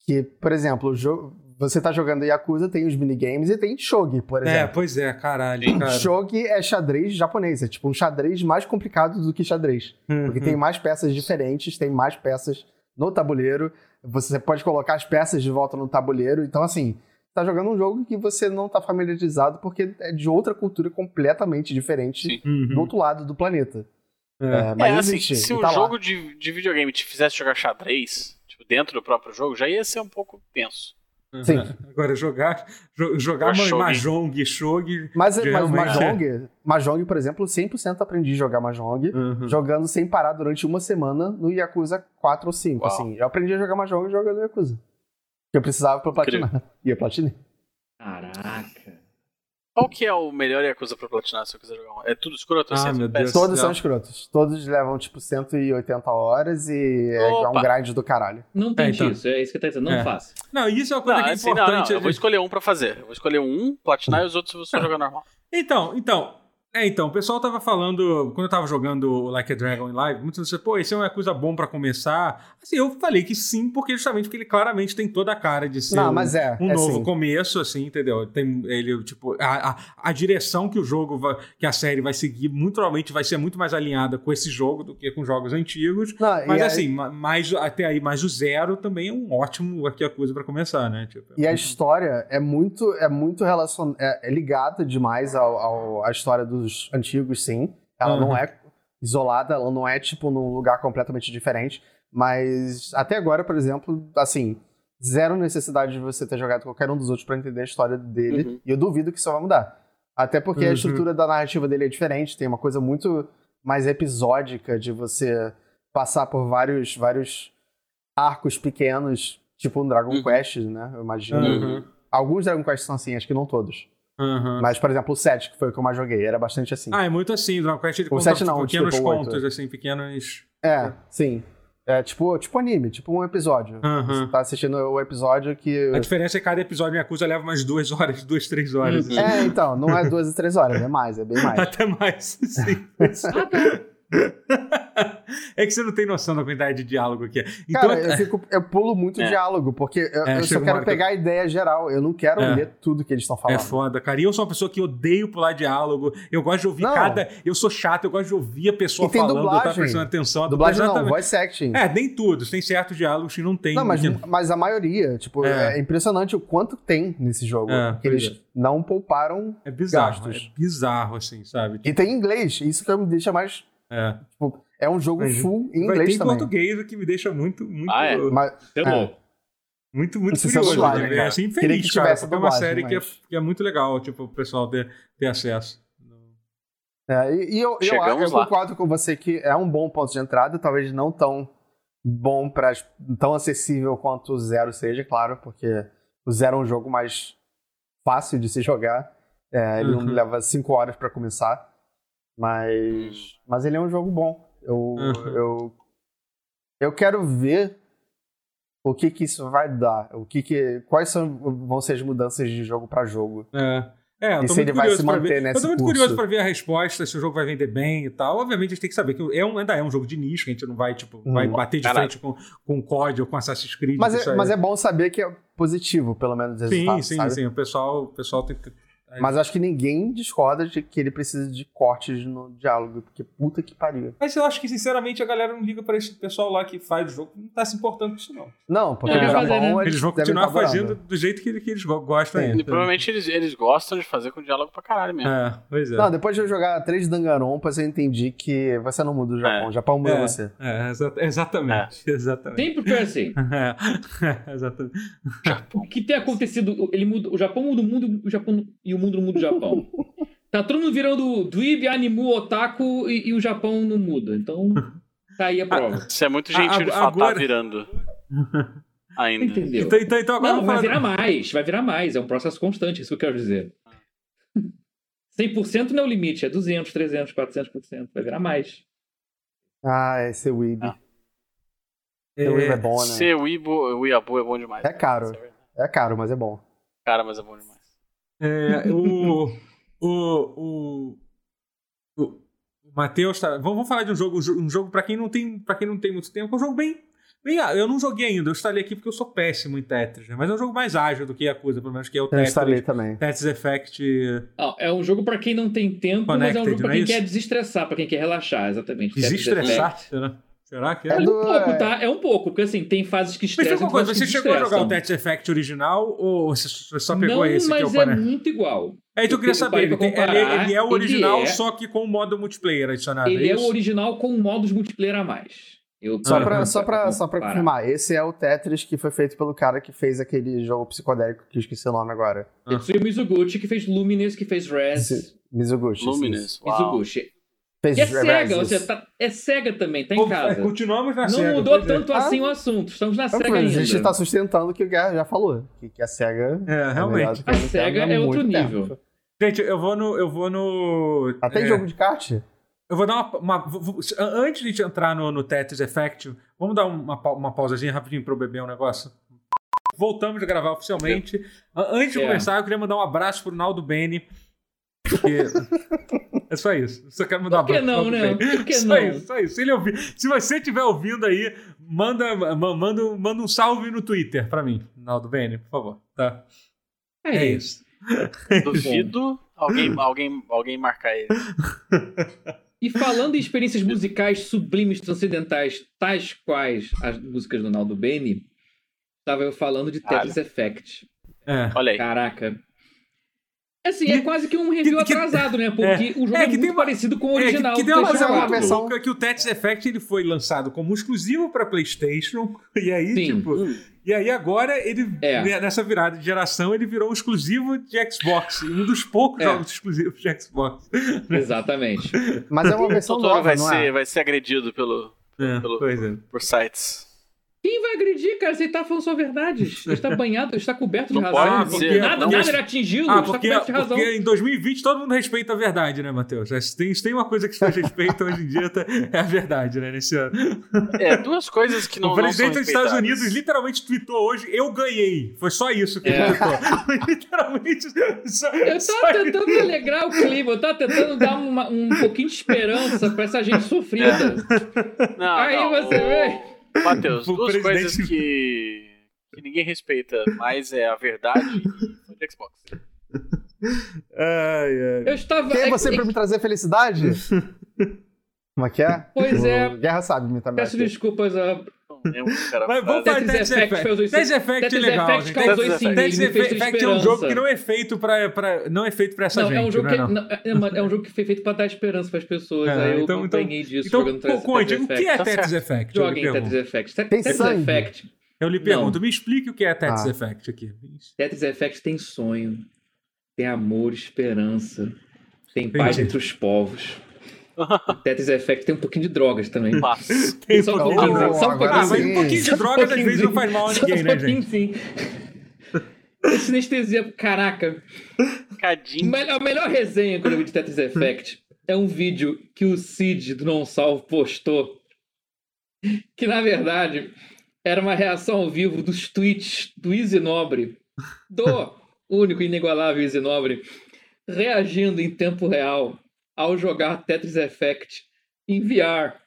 Speaker 2: que, por exemplo, o jo- você tá jogando Yakuza, tem os minigames e tem Shogi, por
Speaker 1: É,
Speaker 2: exemplo.
Speaker 1: pois é, caralho.
Speaker 4: Sim.
Speaker 1: Cara.
Speaker 2: Shogi é xadrez japonês, é tipo um xadrez mais complicado do que xadrez.
Speaker 1: Uhum.
Speaker 2: Porque tem mais peças diferentes, tem mais peças no tabuleiro. Você pode colocar as peças de volta no tabuleiro. Então, assim, tá jogando um jogo que você não tá familiarizado porque é de outra cultura completamente diferente
Speaker 4: Sim.
Speaker 1: Uhum.
Speaker 2: do outro lado do planeta.
Speaker 1: É.
Speaker 2: É, mas
Speaker 4: É, assim,
Speaker 2: existe,
Speaker 4: se
Speaker 2: e
Speaker 4: o
Speaker 2: tá lá.
Speaker 4: jogo de, de videogame te fizesse jogar xadrez, tipo, dentro do próprio jogo, já ia ser um pouco tenso.
Speaker 2: Sim.
Speaker 1: É. Agora, jogar, jo- jogar
Speaker 4: Jogar
Speaker 1: ma-
Speaker 4: shogi.
Speaker 1: Mahjong, Shogi.
Speaker 2: Mas, mas
Speaker 1: Geralmente,
Speaker 2: Mahjong, Mahjong, por exemplo, 100% aprendi a jogar Mahjong
Speaker 1: Uhum.
Speaker 2: jogando sem parar durante uma semana no Yakuza 4 ou 5.
Speaker 4: Uau.
Speaker 2: Assim, eu aprendi a jogar Mahjong jogando Yakuza. Que eu precisava pra
Speaker 4: Incrível.
Speaker 2: platinar. E eu platinei.
Speaker 3: Caraca.
Speaker 4: Qual que é o melhor Yakuza pra platinar se eu quiser jogar um? É tudo escuro ou
Speaker 1: Ah,
Speaker 4: 300
Speaker 1: meu
Speaker 4: FPS?
Speaker 1: Deus.
Speaker 2: Todos
Speaker 1: Não.
Speaker 2: são escrotos. Todos levam tipo 180 horas e é
Speaker 4: Opa.
Speaker 2: um grind do caralho.
Speaker 3: Não tem
Speaker 1: É, então.
Speaker 3: isso, é isso que eu tô dizendo, não
Speaker 1: É.
Speaker 3: faça.
Speaker 1: Não, isso é uma
Speaker 4: Não,
Speaker 1: coisa que é
Speaker 4: assim, não, não,
Speaker 1: importante. Ah,
Speaker 4: eu vou escolher um pra fazer. Eu vou escolher um, platinar e os outros eu vou só jogar normal.
Speaker 1: Então, então, É, então, o pessoal tava falando, quando eu tava jogando o Like a Dragon em live, muitos disseram, pô, isso é uma coisa bom pra começar. Assim, eu falei que sim, porque justamente porque ele claramente tem toda a cara de ser
Speaker 2: Não,
Speaker 1: um-
Speaker 2: mas é.
Speaker 1: um
Speaker 2: é
Speaker 1: novo
Speaker 2: sim.
Speaker 1: começo, assim, entendeu? Tem ele, tipo, a, a, a direção que o jogo, vai, que a série vai seguir, muito provavelmente vai ser muito mais alinhada com esse jogo do que com jogos antigos.
Speaker 2: Não,
Speaker 1: Mas
Speaker 2: e a-
Speaker 1: assim, ma- mais, até aí, mais o zero também é um ótimo aqui a coisa pra começar, né? Tipo,
Speaker 2: E a história é muito, é muito relacion... é, é ligada demais ao, ao- à história dos antigos, sim. Ela
Speaker 1: Uhum.
Speaker 2: não é isolada, ela não é, tipo, num lugar completamente diferente. Mas até agora, por exemplo, assim, zero necessidade de você ter jogado qualquer um dos outros pra entender a história dele.
Speaker 4: Uhum.
Speaker 2: E eu duvido que isso vai mudar. Até porque
Speaker 1: Uhum.
Speaker 2: a estrutura da narrativa dele é diferente, tem uma coisa muito mais episódica de você passar por vários, vários arcos pequenos, tipo um Dragon
Speaker 4: Uhum.
Speaker 2: Quest, né? Eu imagino.
Speaker 1: Uhum.
Speaker 2: Alguns Dragon Quest são assim, acho que não todos.
Speaker 1: Aham.
Speaker 2: Mas, por exemplo, o 7, que foi o que eu mais joguei, era bastante assim.
Speaker 1: Ah, é muito assim, o Dragon Quest ele
Speaker 2: O
Speaker 1: conta
Speaker 2: sete
Speaker 1: tipo,
Speaker 2: não,
Speaker 1: pequenos
Speaker 2: tipo, o oito,
Speaker 1: contos, assim, pequenos.
Speaker 2: é, sim. É tipo, tipo anime, tipo um episódio.
Speaker 1: Aham.
Speaker 2: Você tá assistindo o episódio que.
Speaker 1: A diferença Uhum. é que cada episódio me acusa leva umas duas horas, duas, três horas.
Speaker 4: Uhum.
Speaker 1: assim.
Speaker 2: É, então, não é duas e três horas, é mais, é bem mais.
Speaker 1: Até mais, sim.
Speaker 3: Ah, tá.
Speaker 1: é que você não tem noção da quantidade de diálogo que é. Então,
Speaker 2: Cara, eu, fico- eu pulo muito
Speaker 4: É.
Speaker 2: diálogo, porque eu,
Speaker 1: É,
Speaker 2: eu
Speaker 1: chega
Speaker 2: só
Speaker 1: uma hora
Speaker 2: quero
Speaker 1: que eu-
Speaker 2: pegar a ideia geral. Eu não quero
Speaker 1: É.
Speaker 2: ler tudo que eles estão
Speaker 1: É
Speaker 2: falando.
Speaker 1: foda, cara. E eu sou uma pessoa que odeio pular diálogo. Eu gosto de ouvir
Speaker 2: Não.
Speaker 1: cada. Eu sou chato, eu gosto de ouvir a pessoa
Speaker 2: E tem
Speaker 1: falando, eu tá
Speaker 2: dublagem.
Speaker 1: prestando atenção. A
Speaker 2: Dublagem não,
Speaker 1: exatamente.
Speaker 2: voice acting.
Speaker 1: É, nem todos. Tem certos diálogos que não tem.
Speaker 2: Não, mas,
Speaker 1: que-
Speaker 2: mas a maioria, tipo,
Speaker 1: É.
Speaker 2: é. impressionante o quanto tem nesse jogo.
Speaker 1: É,
Speaker 2: que
Speaker 1: pois
Speaker 2: eles não pouparam.
Speaker 1: É bizarro.
Speaker 2: Garras.
Speaker 1: É bizarro, assim, sabe?
Speaker 2: E tem em inglês, isso que me deixa mais.
Speaker 1: É.
Speaker 2: É um jogo
Speaker 1: Mas
Speaker 2: full em
Speaker 1: Vai ter
Speaker 2: inglês
Speaker 1: em
Speaker 2: também.
Speaker 1: português, o que me deixa muito, muito.
Speaker 4: Ah, é?
Speaker 2: Mas
Speaker 3: Você é
Speaker 2: É.
Speaker 3: louco.
Speaker 1: Muito, muito
Speaker 2: Isso é
Speaker 1: curioso.
Speaker 2: dublagem,
Speaker 1: né?
Speaker 2: cara.
Speaker 1: Assim,
Speaker 2: Queria que
Speaker 1: infeliz, cara.
Speaker 2: tivesse
Speaker 1: Porque é uma
Speaker 2: dublagem,
Speaker 1: série que, é,
Speaker 2: mas-
Speaker 1: que é muito legal, tipo, o pessoal ter, ter acesso.
Speaker 2: é, e, e eu, eu,
Speaker 4: Chegamos
Speaker 2: acho- eu
Speaker 4: lá.
Speaker 2: concordo com você que é um bom ponto de entrada, talvez não tão bom para tão acessível quanto o Zero seja, claro, porque o Zero é um jogo mais fácil de se jogar. É, ele
Speaker 1: Uhum.
Speaker 2: não leva cinco horas para começar, mas
Speaker 4: Uhum.
Speaker 2: mas ele é um jogo bom. Eu
Speaker 1: Uhum.
Speaker 2: eu eu quero ver o que que isso vai dar, o que que quais são vão ser as mudanças de jogo para jogo.
Speaker 1: É. É, eu tô
Speaker 2: E se
Speaker 1: muito
Speaker 2: ele vai
Speaker 1: curioso
Speaker 2: se
Speaker 1: pra
Speaker 2: manter
Speaker 1: ver. Eu
Speaker 2: nesse
Speaker 1: tô muito
Speaker 2: curso.
Speaker 1: curioso pra ver a resposta, se o jogo vai vender bem e tal. Obviamente a gente tem que saber que é um, ainda é um jogo de nicho, que a gente não vai, tipo,
Speaker 2: Hum.
Speaker 1: vai bater de
Speaker 4: Caralho.
Speaker 1: frente com, com COD ou com Assassin's Creed.
Speaker 2: Mas
Speaker 1: isso
Speaker 2: é,
Speaker 1: aí.
Speaker 2: mas é bom saber que é positivo, pelo menos, o resultado,
Speaker 1: Sim, sim,
Speaker 2: sabe?
Speaker 1: sim. O pessoal, o pessoal tem que.
Speaker 2: Mas eu acho que ninguém discorda de que ele precisa de cortes no diálogo, porque puta que pariu.
Speaker 1: Mas eu acho que, sinceramente, a galera não liga pra esse pessoal lá que faz o jogo, não tá se importando com isso, não.
Speaker 2: Não, porque
Speaker 3: É,
Speaker 2: no Japão
Speaker 3: fazer, né?
Speaker 2: eles,
Speaker 1: Eles vão
Speaker 2: devem
Speaker 1: continuar
Speaker 2: tá adorando.
Speaker 1: fazendo do jeito que, que eles go- gostam
Speaker 2: Sim.
Speaker 1: ainda.
Speaker 4: E provavelmente eles, eles gostam de fazer com diálogo pra caralho mesmo.
Speaker 1: É, pois é.
Speaker 2: Não, depois de eu jogar três dangarompas, eu entendi que você não muda o Japão.
Speaker 4: É.
Speaker 2: O Japão muda
Speaker 1: É.
Speaker 2: você.
Speaker 1: É, exa- exatamente. Exatamente.
Speaker 3: Sempre foi assim.
Speaker 1: É, exatamente.
Speaker 3: O que tem acontecido? Ele muda, o Japão muda o mundo o Japão, e o mundo não muda o Japão. Tá todo mundo virando dweeb, animu, otaku e, e o Japão não muda. Então, tá aí a prova.
Speaker 4: Isso é muito gentil
Speaker 1: A-
Speaker 4: de
Speaker 1: a-
Speaker 4: falar,
Speaker 1: Ah, agora-
Speaker 4: tá virando. Ainda.
Speaker 3: Entendeu?
Speaker 1: Então, então, então agora
Speaker 3: Não, é vai
Speaker 1: vamos falar-
Speaker 3: virar mais, vai virar mais. É um processo constante, isso que eu quero dizer. 100% não é o limite, é 200, 300, 400%. Vai virar mais.
Speaker 2: Ah, esse Weeb.
Speaker 4: Ah.
Speaker 2: Esse Weeb é
Speaker 1: É,
Speaker 2: bom, né?
Speaker 4: Ser Weibo, Weibo é bom demais.
Speaker 2: É caro.
Speaker 4: Isso é verdade.
Speaker 2: É caro, mas é bom.
Speaker 4: Cara, mas é bom demais.
Speaker 1: é, o, o, o, o Matheus tá. Vamos, vamos falar de um jogo, um jo- um jogo para quem não tem, para quem não tem muito tempo, é um jogo bem, bem á- eu não joguei ainda, eu instalei aqui porque eu sou péssimo em Tetris, né? mas é um jogo mais ágil do que a coisa, pelo menos que é o
Speaker 2: Eu
Speaker 1: Tetris.
Speaker 2: instalei também.
Speaker 1: Tetris Effect.
Speaker 3: Não, é um jogo pra quem não tem tempo, mas é um
Speaker 1: Connected,
Speaker 3: jogo pra
Speaker 1: não é
Speaker 3: quem
Speaker 1: isso?
Speaker 3: quer desestressar, pra quem quer relaxar, exatamente. Quer
Speaker 1: Desestressar, será? Será que é?
Speaker 2: É
Speaker 3: Olha,
Speaker 2: do-
Speaker 3: um pouco, tá? É um pouco, porque assim, tem fases que
Speaker 1: Mas
Speaker 3: estressam.
Speaker 1: me
Speaker 3: e
Speaker 1: uma coisa,
Speaker 3: fases
Speaker 1: você
Speaker 3: que
Speaker 1: chegou a jogar o
Speaker 3: desestressam.
Speaker 1: Tetris Effect original ou você só pegou
Speaker 3: não,
Speaker 1: esse que é o
Speaker 3: mas é,
Speaker 1: Connect?
Speaker 3: muito igual.
Speaker 1: É, então eu queria
Speaker 3: Eu
Speaker 1: saber,
Speaker 3: parei
Speaker 1: ele,
Speaker 3: pra
Speaker 1: tem- ele-
Speaker 3: comparar,
Speaker 1: ele é o
Speaker 3: ele
Speaker 1: original,
Speaker 3: é-
Speaker 1: só que com o modo multiplayer adicionado.
Speaker 3: Ele é o
Speaker 1: Ah, isso?
Speaker 3: original com modos multiplayer a mais. Eu
Speaker 2: Só
Speaker 1: Ah,
Speaker 2: pra,
Speaker 1: não,
Speaker 2: só, pra, só pra
Speaker 3: comparar.
Speaker 2: confirmar, esse é o Tetris que foi feito pelo cara que fez aquele jogo psicodélico que eu esqueci o nome agora.
Speaker 3: Tetsuya Mizuguchi, que fez Luminous, que fez Res.
Speaker 2: Esse- Mizuguchi. sim.
Speaker 4: Luminous.
Speaker 1: é
Speaker 4: Uau.
Speaker 3: Mizuguchi.
Speaker 2: Fez
Speaker 3: Que é cega,
Speaker 2: Reverses.
Speaker 3: ou seja, tá- é cega também, tá em
Speaker 1: Ou-
Speaker 3: casa.
Speaker 1: é, Continuamos na
Speaker 3: Não
Speaker 1: SEGA,
Speaker 3: mudou
Speaker 1: pois é.
Speaker 3: tanto assim o assunto. Estamos na
Speaker 2: Não,
Speaker 3: SEGA
Speaker 2: mas
Speaker 3: ainda.
Speaker 2: a gente tá sustentando o que o Guerra já falou. Que, que a SEGA.
Speaker 1: É,
Speaker 2: na
Speaker 1: realmente. Tá.
Speaker 2: verdade, que
Speaker 3: A
Speaker 2: Nintendo
Speaker 3: SEGA é outro
Speaker 2: muito
Speaker 3: nível.
Speaker 2: tempo.
Speaker 1: Gente, eu vou no. Eu vou no.
Speaker 2: Até
Speaker 1: é,
Speaker 2: em Tá, jogo de kart.
Speaker 1: Eu vou dar uma. uma- vou- vou- se- an- antes de a gente entrar no, no Tetris Effect, vamos dar uma, pa- uma pausazinha rapidinho pra eu beber um negócio? Voltamos a gravar oficialmente. An- Antes de
Speaker 3: É.
Speaker 1: começar, eu queria mandar um abraço pro Naldo Bene. Porque É só isso. Só quero mandar
Speaker 3: Por que
Speaker 1: um abraço
Speaker 3: não,
Speaker 1: pra
Speaker 3: né?
Speaker 1: alguém.
Speaker 3: Por que
Speaker 1: só
Speaker 3: não?
Speaker 1: Isso, só isso. Se, ele ouvir, se você estiver ouvindo aí, manda, ma- manda, um- manda um salve no Twitter pra mim, Naldo Bene, por favor. Tá? É isso.
Speaker 4: Duvido alguém, alguém, alguém marcar ele.
Speaker 3: E falando em experiências musicais sublimes, transcendentais, tais quais as músicas do Naldo Bene, estava eu falando de Tetris Effect.
Speaker 1: É.
Speaker 4: Olha aí.
Speaker 3: Caraca. Assim, é quase que um review
Speaker 1: que- que-
Speaker 3: atrasado, né? Porque o jogo
Speaker 1: É,
Speaker 3: é,
Speaker 1: que
Speaker 3: muito
Speaker 1: tem uma-
Speaker 3: parecido com o
Speaker 1: É,
Speaker 3: original.
Speaker 1: que, que
Speaker 3: do
Speaker 1: deu uma,
Speaker 3: PlayStation
Speaker 1: coisa
Speaker 2: uma
Speaker 3: 4.
Speaker 2: versão-
Speaker 1: maluca que o Tetris Effect ele foi lançado como exclusivo pra PlayStation e aí
Speaker 3: Sim.
Speaker 1: tipo e aí agora ele
Speaker 3: É.
Speaker 1: né, nessa virada de geração ele virou um exclusivo de Xbox um dos poucos
Speaker 3: É.
Speaker 1: jogos exclusivos de Xbox
Speaker 3: Exatamente.
Speaker 2: Mas é uma versão
Speaker 4: Totoro
Speaker 2: nova,
Speaker 4: vai
Speaker 2: não
Speaker 4: ser,
Speaker 2: é?
Speaker 4: vai ser agredido pelo,
Speaker 1: é,
Speaker 4: Pelo-
Speaker 1: pois é.
Speaker 4: por sites.
Speaker 3: Quem vai agredir, cara? Você tá falando só verdades. Ele está banhado, ele está coberto de
Speaker 4: Não
Speaker 3: razão.
Speaker 1: pode
Speaker 3: porque
Speaker 1: ser,
Speaker 3: nada,
Speaker 1: não.
Speaker 3: nada era atingido,
Speaker 1: Ah,
Speaker 3: ele está
Speaker 1: porque,
Speaker 3: coberto de razão.
Speaker 1: porque em 2020 todo mundo respeita a verdade, né, Matheus? Se tem, se tem uma coisa que se respeita hoje em dia tá- é a verdade, né? Nesse ano.
Speaker 4: É, duas coisas que não
Speaker 1: o
Speaker 4: não são
Speaker 1: presidente dos Estados
Speaker 4: respeitadas.
Speaker 1: Unidos literalmente tweetou hoje: Eu ganhei. Foi só isso que ele
Speaker 3: É.
Speaker 1: tweetou. literalmente. Só,
Speaker 3: Eu
Speaker 1: só
Speaker 3: tava tentando alegrar o clima, eu tava tentando dar uma- um pouquinho de esperança pra essa gente sofrida.
Speaker 4: Não,
Speaker 3: Aí
Speaker 4: não,
Speaker 3: você
Speaker 4: o- Matheus,
Speaker 1: O
Speaker 4: duas
Speaker 1: presidente-
Speaker 4: coisas que, que ninguém respeita mais é a verdade e fã de Xbox. Então,
Speaker 1: Ai, ai.
Speaker 3: Eu estava.
Speaker 2: Quem é
Speaker 3: é-
Speaker 2: você
Speaker 3: é-
Speaker 2: pra me trazer felicidade? Como é que é?
Speaker 3: Pois
Speaker 2: O
Speaker 3: é.
Speaker 2: Guerra sabe me também.
Speaker 3: Peço desculpas a.
Speaker 1: É
Speaker 4: Não lembro o que era a
Speaker 1: Mas vamos
Speaker 4: frase.
Speaker 1: para Tetris
Speaker 3: Tetris Effect
Speaker 1: Effect.
Speaker 3: causou isso.
Speaker 1: Tetris Effect é
Speaker 3: Tetris
Speaker 1: legal.
Speaker 3: Effect
Speaker 1: gente.
Speaker 3: causou
Speaker 4: Tetris
Speaker 3: esse meme,
Speaker 1: Tetris
Speaker 3: me fez ter
Speaker 1: Effect é um
Speaker 3: esperança.
Speaker 1: jogo que não é feito pra, pra, não é feito pra essa
Speaker 3: Não,
Speaker 1: gente.
Speaker 3: é um jogo
Speaker 1: não é,
Speaker 3: que
Speaker 1: não.
Speaker 3: não, é, uma- é um jogo que foi feito pra dar esperança pras pessoas.
Speaker 1: É,
Speaker 3: aí eu
Speaker 1: então- então-
Speaker 3: ganhei disso jogando
Speaker 1: Então,
Speaker 3: Tetris
Speaker 1: conte, o que é
Speaker 4: Tá
Speaker 1: Tetris Effect? Eu lhe
Speaker 3: Joguem
Speaker 1: pergunto.
Speaker 3: Tetris Effect. Te-
Speaker 2: Tem
Speaker 3: Tetris
Speaker 2: sangue?
Speaker 3: Effect.
Speaker 1: Eu lhe
Speaker 3: Não.
Speaker 1: pergunto, me explique o que é Tetris
Speaker 2: Ah.
Speaker 1: Effect aqui.
Speaker 3: Tetris Effect tem sonho, tem amor, esperança, tem paz
Speaker 1: Entendi.
Speaker 3: entre os povos. O Tetris Effect tem um pouquinho de drogas também.
Speaker 4: Mas,
Speaker 1: Tem
Speaker 3: Só um
Speaker 2: pouquinho de droga.
Speaker 3: só um
Speaker 2: Agora
Speaker 1: Ah, mas
Speaker 2: sim.
Speaker 1: um pouquinho de
Speaker 3: Só um
Speaker 1: drogas às
Speaker 3: pouquinho
Speaker 1: vezes
Speaker 3: de-
Speaker 1: não faz mal a
Speaker 3: Só
Speaker 1: ninguém,
Speaker 3: um
Speaker 1: né, gente?
Speaker 3: pouquinho, sim. Sinestesia, caraca.
Speaker 4: Cadinho.
Speaker 3: Mel- A melhor resenha que eu vi de
Speaker 1: Hum.
Speaker 3: Tetris Effect é um vídeo que o Cid do Não Salvo postou. Que na verdade era uma reação ao vivo dos tweets do Easy Nobre, do único e inigualável Easy Nobre, reagindo em tempo real ao jogar Tetris Effect em VR. E
Speaker 1: Caralho.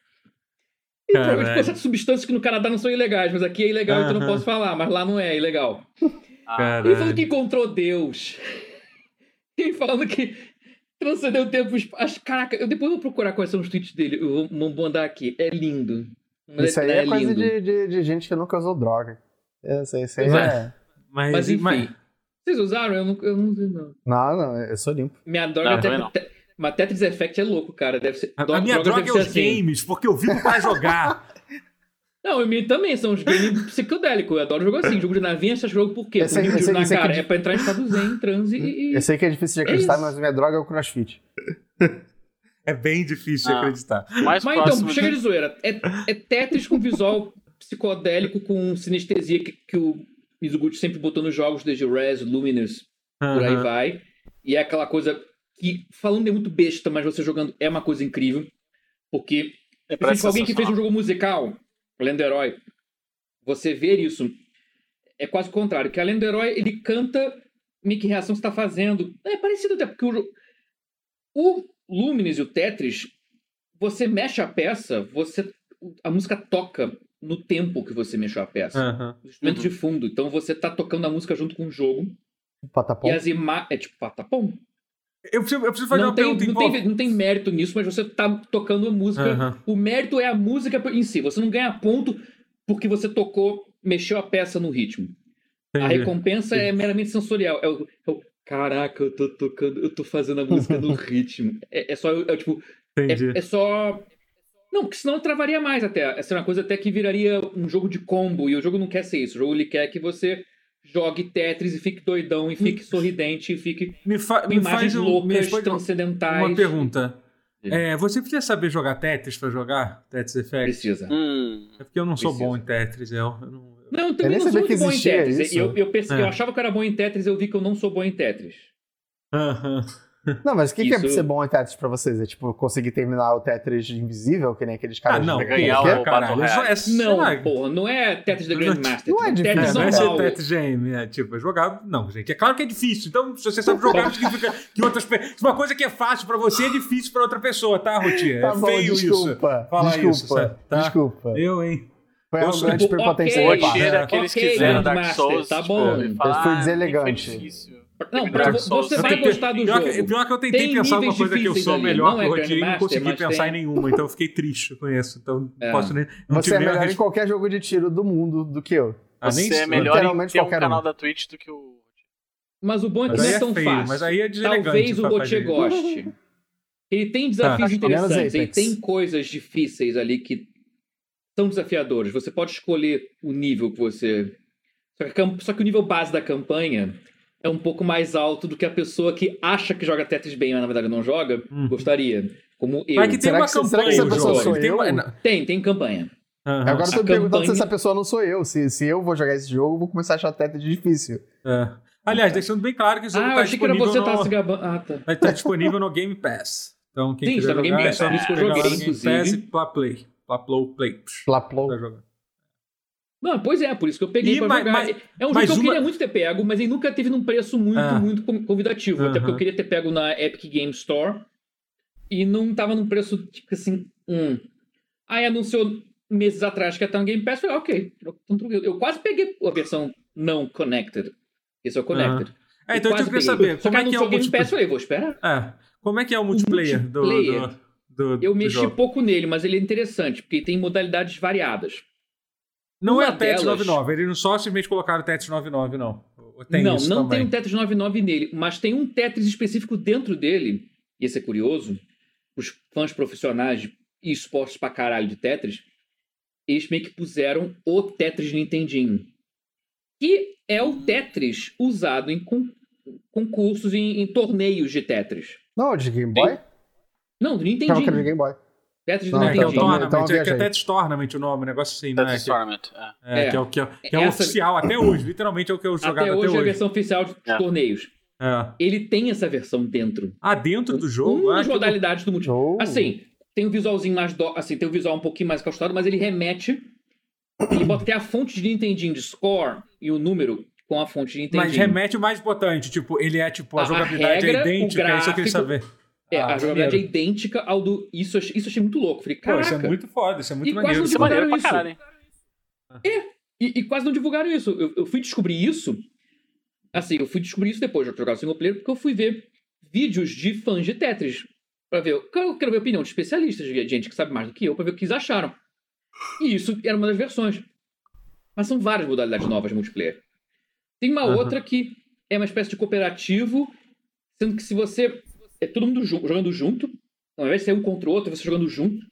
Speaker 3: provavelmente com certas substâncias que no Canadá não são ilegais, mas aqui é ilegal, então eu não
Speaker 1: Aham.
Speaker 3: posso falar, mas lá não é ilegal.
Speaker 4: Ah,
Speaker 1: Caralho.
Speaker 3: E falando que encontrou Deus. E falando que transcendeu o tempo e o espaço. Caraca, eu depois vou procurar quais são os tweets dele. Eu vou mandar aqui. É lindo.
Speaker 2: Isso aí
Speaker 3: é,
Speaker 2: é coisa
Speaker 3: lindo.
Speaker 2: de, de- de gente que nunca usou droga. Eu sei, isso aí
Speaker 3: Pois
Speaker 2: é.
Speaker 3: Mas enfim.
Speaker 1: mas-
Speaker 3: Vocês usaram? Eu não, eu não usei, não.
Speaker 2: Não, não, eu sou limpo.
Speaker 3: Minha
Speaker 4: Não,
Speaker 3: droga até.
Speaker 4: também não.
Speaker 3: te- Mas Tetris Effect é louco, cara. Deve ser.
Speaker 1: Tá, a,
Speaker 3: do-
Speaker 1: a minha droga
Speaker 3: deve
Speaker 1: é
Speaker 3: ser assim.
Speaker 1: os games, porque eu vivo pra jogar.
Speaker 3: Não, eu mim também são os games psicodélicos. Eu adoro jogo assim. Jogo de navinha, essas jogo por quê?
Speaker 2: Esse aí-
Speaker 3: Porque
Speaker 2: esse aí-
Speaker 3: na
Speaker 2: esse aí
Speaker 3: cara.
Speaker 2: que-
Speaker 3: É pra entrar em estado zen, transe e. e-
Speaker 2: Eu sei que é difícil de
Speaker 3: É
Speaker 2: acreditar,
Speaker 3: isso.
Speaker 2: mas minha droga é o crossfit.
Speaker 1: É bem difícil de
Speaker 4: Ah.
Speaker 1: acreditar.
Speaker 4: mais
Speaker 3: Mas então,
Speaker 4: próximo
Speaker 3: chega de zoeira. É, é Tetris com visual psicodélico, com sinestesia que, que o Mizuguchi sempre botou nos jogos, desde Res, Luminous, por aí
Speaker 1: Aham.
Speaker 3: vai. E é aquela coisa que, falando é muito besta, mas você jogando é uma coisa incrível. Porque
Speaker 4: é,
Speaker 3: Parece
Speaker 4: parece
Speaker 3: que alguém que fez um
Speaker 4: sensacional.
Speaker 3: jogo musical, além do herói, você ver isso é quase o contrário. Que além do herói, ele canta meio que reação que você está fazendo. É parecido até porque o, jo- o Lumines e o Tetris, você mexe a peça, você a música toca no tempo que você mexeu a peça.
Speaker 1: Aham.
Speaker 3: Os instrumentos de fundo. Então você tá tocando a música junto com o jogo.
Speaker 2: Patapom.
Speaker 1: Tá
Speaker 3: E as imagens. É tipo patapom.
Speaker 1: Eu preciso, eu preciso fazer
Speaker 3: Não
Speaker 1: uma
Speaker 3: tem,
Speaker 1: pergunta Ah.
Speaker 3: não,
Speaker 1: em
Speaker 3: tem, não tem mérito nisso, mas você tá tocando a música o mérito é a música em si. Você não ganha ponto porque você tocou, mexeu a peça no ritmo. A recompensa é meramente sensorial. É o, é o, caraca, eu tô tocando, eu tô fazendo a música no ritmo. É, é só, é, o tipo,
Speaker 1: Entendi.
Speaker 3: é, é só. Não, porque senão eu travaria mais até. Essa é uma coisa até que viraria um jogo de combo e o jogo não quer ser isso. O jogo ele quer que você jogue Tetris e fique doidão e fique sorridente e fique
Speaker 1: Me, fa
Speaker 3: com
Speaker 1: Hum. me faz
Speaker 3: imagens
Speaker 1: um, me
Speaker 3: loucas,
Speaker 1: responde uma-
Speaker 3: transcendentais.
Speaker 1: uma pergunta.
Speaker 3: Sim.
Speaker 1: É, você precisa saber jogar Tetris pra jogar Tetris Effect?
Speaker 3: Precisa.
Speaker 4: Hum,
Speaker 1: É porque eu não sou
Speaker 3: Precisa.
Speaker 1: bom em Tetris, eu, eu não. eu-
Speaker 3: Não, eu também
Speaker 2: nem
Speaker 3: não sou
Speaker 2: sabia que
Speaker 3: muito bom em
Speaker 2: existia
Speaker 3: Tetris.
Speaker 2: isso.
Speaker 3: Eu, eu, perce-
Speaker 1: É.
Speaker 3: eu achava que eu era bom em Tetris, eu vi que eu não sou bom em Tetris.
Speaker 1: Aham.
Speaker 2: Não, mas o que, que
Speaker 3: Isso-
Speaker 2: é ser bom em Tetris pra vocês? É tipo, conseguir terminar o Tetris invisível, que nem aqueles caras.
Speaker 1: Ah, não.
Speaker 2: de-
Speaker 4: ganhar
Speaker 2: que-
Speaker 4: o-
Speaker 2: que-
Speaker 1: caralho.
Speaker 4: Battle
Speaker 1: É só- é
Speaker 3: Não,
Speaker 1: sei lá,
Speaker 3: porra, não é Tetris da Grandmaster.
Speaker 2: Não é difícil.
Speaker 1: É,
Speaker 3: Tetris
Speaker 1: não é ser
Speaker 3: normal.
Speaker 1: Tetris Game, é tipo, é jogar. Não, gente, é claro que é difícil. Então, se você sabe jogar, significa que outras pessoas. Uma coisa que é fácil pra você é difícil pra outra pessoa, tá, Ruti? É
Speaker 2: Tá bom,
Speaker 1: feio isso.
Speaker 2: desculpa.
Speaker 1: Fala
Speaker 2: desculpa.
Speaker 1: isso, sabe? Tá?
Speaker 2: Desculpa.
Speaker 1: Eu, hein?
Speaker 2: Foi
Speaker 1: Eu sou-
Speaker 2: arrogante,
Speaker 3: Tipo,
Speaker 2: prepotência
Speaker 3: ok,
Speaker 2: da
Speaker 4: Hoje
Speaker 2: parte.
Speaker 3: Cheira-
Speaker 4: era que eles
Speaker 3: Ok,
Speaker 4: quiseram Dark
Speaker 3: Grandmaster,
Speaker 4: Souls.
Speaker 3: tá
Speaker 4: tipo,
Speaker 3: bom.
Speaker 4: e falar,
Speaker 2: Foi
Speaker 4: "Ah,
Speaker 2: deselegante."
Speaker 4: foi difícil.
Speaker 3: Não,
Speaker 4: Dark
Speaker 3: pra, vo-
Speaker 4: Souls
Speaker 3: você
Speaker 4: tem
Speaker 3: vai
Speaker 4: que-
Speaker 3: gostar do
Speaker 1: Pior
Speaker 3: jogo.
Speaker 1: que, pior que eu tentei
Speaker 3: Tem
Speaker 1: pensar uma
Speaker 3: níveis
Speaker 1: coisa que eu
Speaker 3: difíceis
Speaker 1: sou
Speaker 3: ali,
Speaker 1: melhor
Speaker 3: não
Speaker 1: que
Speaker 3: é
Speaker 1: o Ruti e não
Speaker 3: Grandmaster,
Speaker 1: consegui
Speaker 3: mas
Speaker 1: pensar
Speaker 3: tem-
Speaker 1: em nenhuma, então eu fiquei triste com isso. Então, não
Speaker 3: É.
Speaker 1: posso nem. Não
Speaker 2: Você é
Speaker 1: tive nem a
Speaker 2: melhor em
Speaker 1: res-
Speaker 2: qualquer jogo de tiro do mundo do que eu.
Speaker 1: Ah, nem
Speaker 4: Você é
Speaker 1: isso.
Speaker 4: melhor em
Speaker 2: Literalmente
Speaker 4: ter um
Speaker 2: qualquer um.
Speaker 4: canal da Twitch do que o.
Speaker 3: Mas o bom é que
Speaker 1: Mas
Speaker 3: não
Speaker 1: aí
Speaker 3: é
Speaker 1: é
Speaker 3: tão
Speaker 1: feio,
Speaker 3: fácil.
Speaker 1: mas aí é deselegante.
Speaker 3: Talvez o
Speaker 1: pra
Speaker 3: Gauthier
Speaker 1: fazer.
Speaker 3: goste. Ele tem desafios
Speaker 1: Tá.
Speaker 3: interessantes,
Speaker 2: Menos
Speaker 3: ele
Speaker 2: Apex.
Speaker 3: tem coisas difíceis ali que são desafiadores. Você pode escolher o nível que você. Só que, a camp- só que o nível base da campanha é um pouco mais alto do que a pessoa que acha que joga Tetris bem, mas na verdade não joga,
Speaker 1: Hum.
Speaker 3: gostaria. Como eu.
Speaker 1: Mas é que tem
Speaker 2: Será
Speaker 1: uma
Speaker 2: que- será que
Speaker 1: campanha.
Speaker 3: essa
Speaker 1: no
Speaker 3: pessoa
Speaker 1: jogo.
Speaker 3: sou
Speaker 1: Tem uma-
Speaker 2: eu?
Speaker 1: na-
Speaker 3: Tem, tem campanha.
Speaker 1: Aham.
Speaker 2: Agora eu tô
Speaker 3: A
Speaker 2: me perguntando se
Speaker 3: campanha-
Speaker 2: essa pessoa não sou eu. Se, se eu vou jogar esse jogo, eu vou começar a achar Tetris difícil.
Speaker 1: É. Aliás, deixando bem claro que isso
Speaker 3: Ah,
Speaker 1: não
Speaker 3: eu
Speaker 1: tá
Speaker 3: achei que era
Speaker 1: disponível
Speaker 3: você
Speaker 1: no...
Speaker 3: tá se gabando. Ah, tá.
Speaker 1: Vai estar disponível no Game Pass. Então, quem
Speaker 3: Sim,
Speaker 1: quiser
Speaker 3: está no Game
Speaker 1: jogar,
Speaker 3: Pass,
Speaker 1: é só
Speaker 3: por isso que eu
Speaker 1: pegar lá
Speaker 3: joguei,
Speaker 1: no Game
Speaker 3: inclusive.
Speaker 1: Pass e pla play. Pla plow play. Tá Psh,
Speaker 2: Plaplou.
Speaker 1: pra jogar.
Speaker 3: Não, pois é, por isso que eu peguei
Speaker 1: Ih,
Speaker 3: pra
Speaker 1: mas-
Speaker 3: jogar.
Speaker 1: mas-
Speaker 3: é um jogo
Speaker 1: mas
Speaker 3: que eu
Speaker 1: uma-
Speaker 3: queria muito ter pego, mas ele nunca teve num preço muito,
Speaker 1: Ah.
Speaker 3: muito com- convidativo. Até porque eu
Speaker 1: Aham.
Speaker 3: queria ter pego na Epic Game Store e não tava num preço, tipo assim, hum. Aí anunciou meses atrás que ia estar no Game Pass, eu falei, ok, então tranquilo. Eu quase peguei a versão não connected. Esse é o connected.
Speaker 1: É, então eu
Speaker 3: quase
Speaker 1: queria
Speaker 3: peguei.
Speaker 1: saber, como
Speaker 3: Só que
Speaker 1: é que é
Speaker 3: anunciou
Speaker 1: o
Speaker 3: o Game Pass, eu
Speaker 1: multiplayer?
Speaker 3: falei, vou esperar.
Speaker 1: É, como é que é o multiplayer, do-
Speaker 3: multiplayer,
Speaker 1: do, do, do
Speaker 3: Eu mexi
Speaker 1: jogo?
Speaker 3: pouco nele, mas ele é interessante, porque tem modalidades variadas.
Speaker 1: Não é
Speaker 3: uma
Speaker 1: Tetris
Speaker 3: delas.
Speaker 1: 99, eles não só simplesmente colocaram Tetris 99, não. Tem
Speaker 3: não,
Speaker 1: isso
Speaker 3: não
Speaker 1: também.
Speaker 3: tem um Tetris 99 nele, mas tem um Tetris específico dentro dele. E esse é curioso. Os fãs profissionais de- e esportes pra caralho de Tetris, eles meio que puseram o Tetris Nintendinho. Que é o Tetris usado em con- concursos, em, em torneios de Tetris.
Speaker 2: Não, de Game Boy?
Speaker 3: Não, do
Speaker 2: Não, que era de
Speaker 3: Nintendinho.
Speaker 2: Game Boy.
Speaker 3: Tetris do
Speaker 2: Não,
Speaker 1: É, que é o
Speaker 2: então
Speaker 3: Nintendinho.
Speaker 1: Tournament,
Speaker 2: então eu
Speaker 1: é que é
Speaker 2: viajei.
Speaker 1: Tetris Tournament o nome, um negócio assim, né?
Speaker 4: That's
Speaker 1: Que,
Speaker 4: Tournament. é.
Speaker 1: é,
Speaker 3: É.
Speaker 1: que é o que é, que é o
Speaker 3: Essa-
Speaker 1: oficial até hoje, literalmente é o que eu jogado
Speaker 3: Até
Speaker 1: até
Speaker 3: hoje, é a
Speaker 1: hoje.
Speaker 3: versão oficial de
Speaker 4: É.
Speaker 3: torneios.
Speaker 1: É.
Speaker 3: Ele tem essa versão dentro. Um
Speaker 1: Ah, dentro do jogo?
Speaker 3: Uma
Speaker 1: Ah,
Speaker 3: das
Speaker 1: que
Speaker 3: modalidades do multiplayer.
Speaker 2: Jogo.
Speaker 1: Uhum.
Speaker 3: Assim, tem um visualzinho mais do... assim, tem um visual um pouquinho mais encastado, mas ele remete. Ele bota até a fonte de Nintendinho de score e o número com a fonte de Nintendinho.
Speaker 1: Mas remete o mais importante, tipo, ele é tipo, a,
Speaker 3: A- a
Speaker 1: jogabilidade
Speaker 3: regra,
Speaker 1: é idêntica,
Speaker 3: o
Speaker 1: é isso que eu queria saber.
Speaker 3: É,
Speaker 1: Ah,
Speaker 3: a jogabilidade é
Speaker 1: maneiro.
Speaker 3: idêntica ao do. Isso, eu ach- isso eu achei muito louco. Falei,
Speaker 1: Pô,
Speaker 3: caraca.
Speaker 1: isso é muito foda, isso é muito
Speaker 3: E quase
Speaker 1: maneiro.
Speaker 3: não
Speaker 4: Isso é
Speaker 3: divulgaram
Speaker 4: maneiro pra
Speaker 3: isso.
Speaker 4: caralho, hein?
Speaker 3: E, e quase não divulgaram isso. Eu, eu fui descobrir isso. Assim, eu fui descobrir isso depois de jogar o single player, porque eu fui ver vídeos de fãs de Tetris. Pra ver. Eu quero eu quero ver a opinião de especialistas, de gente que sabe mais do que eu, pra ver o que eles acharam. E isso era uma das versões. Mas são várias modalidades novas de multiplayer. Tem uma
Speaker 1: Aham.
Speaker 3: outra que é uma espécie de cooperativo, sendo que se você. É todo mundo ju- jogando junto. Ao invés de ser um contra o outro, você jogando junto.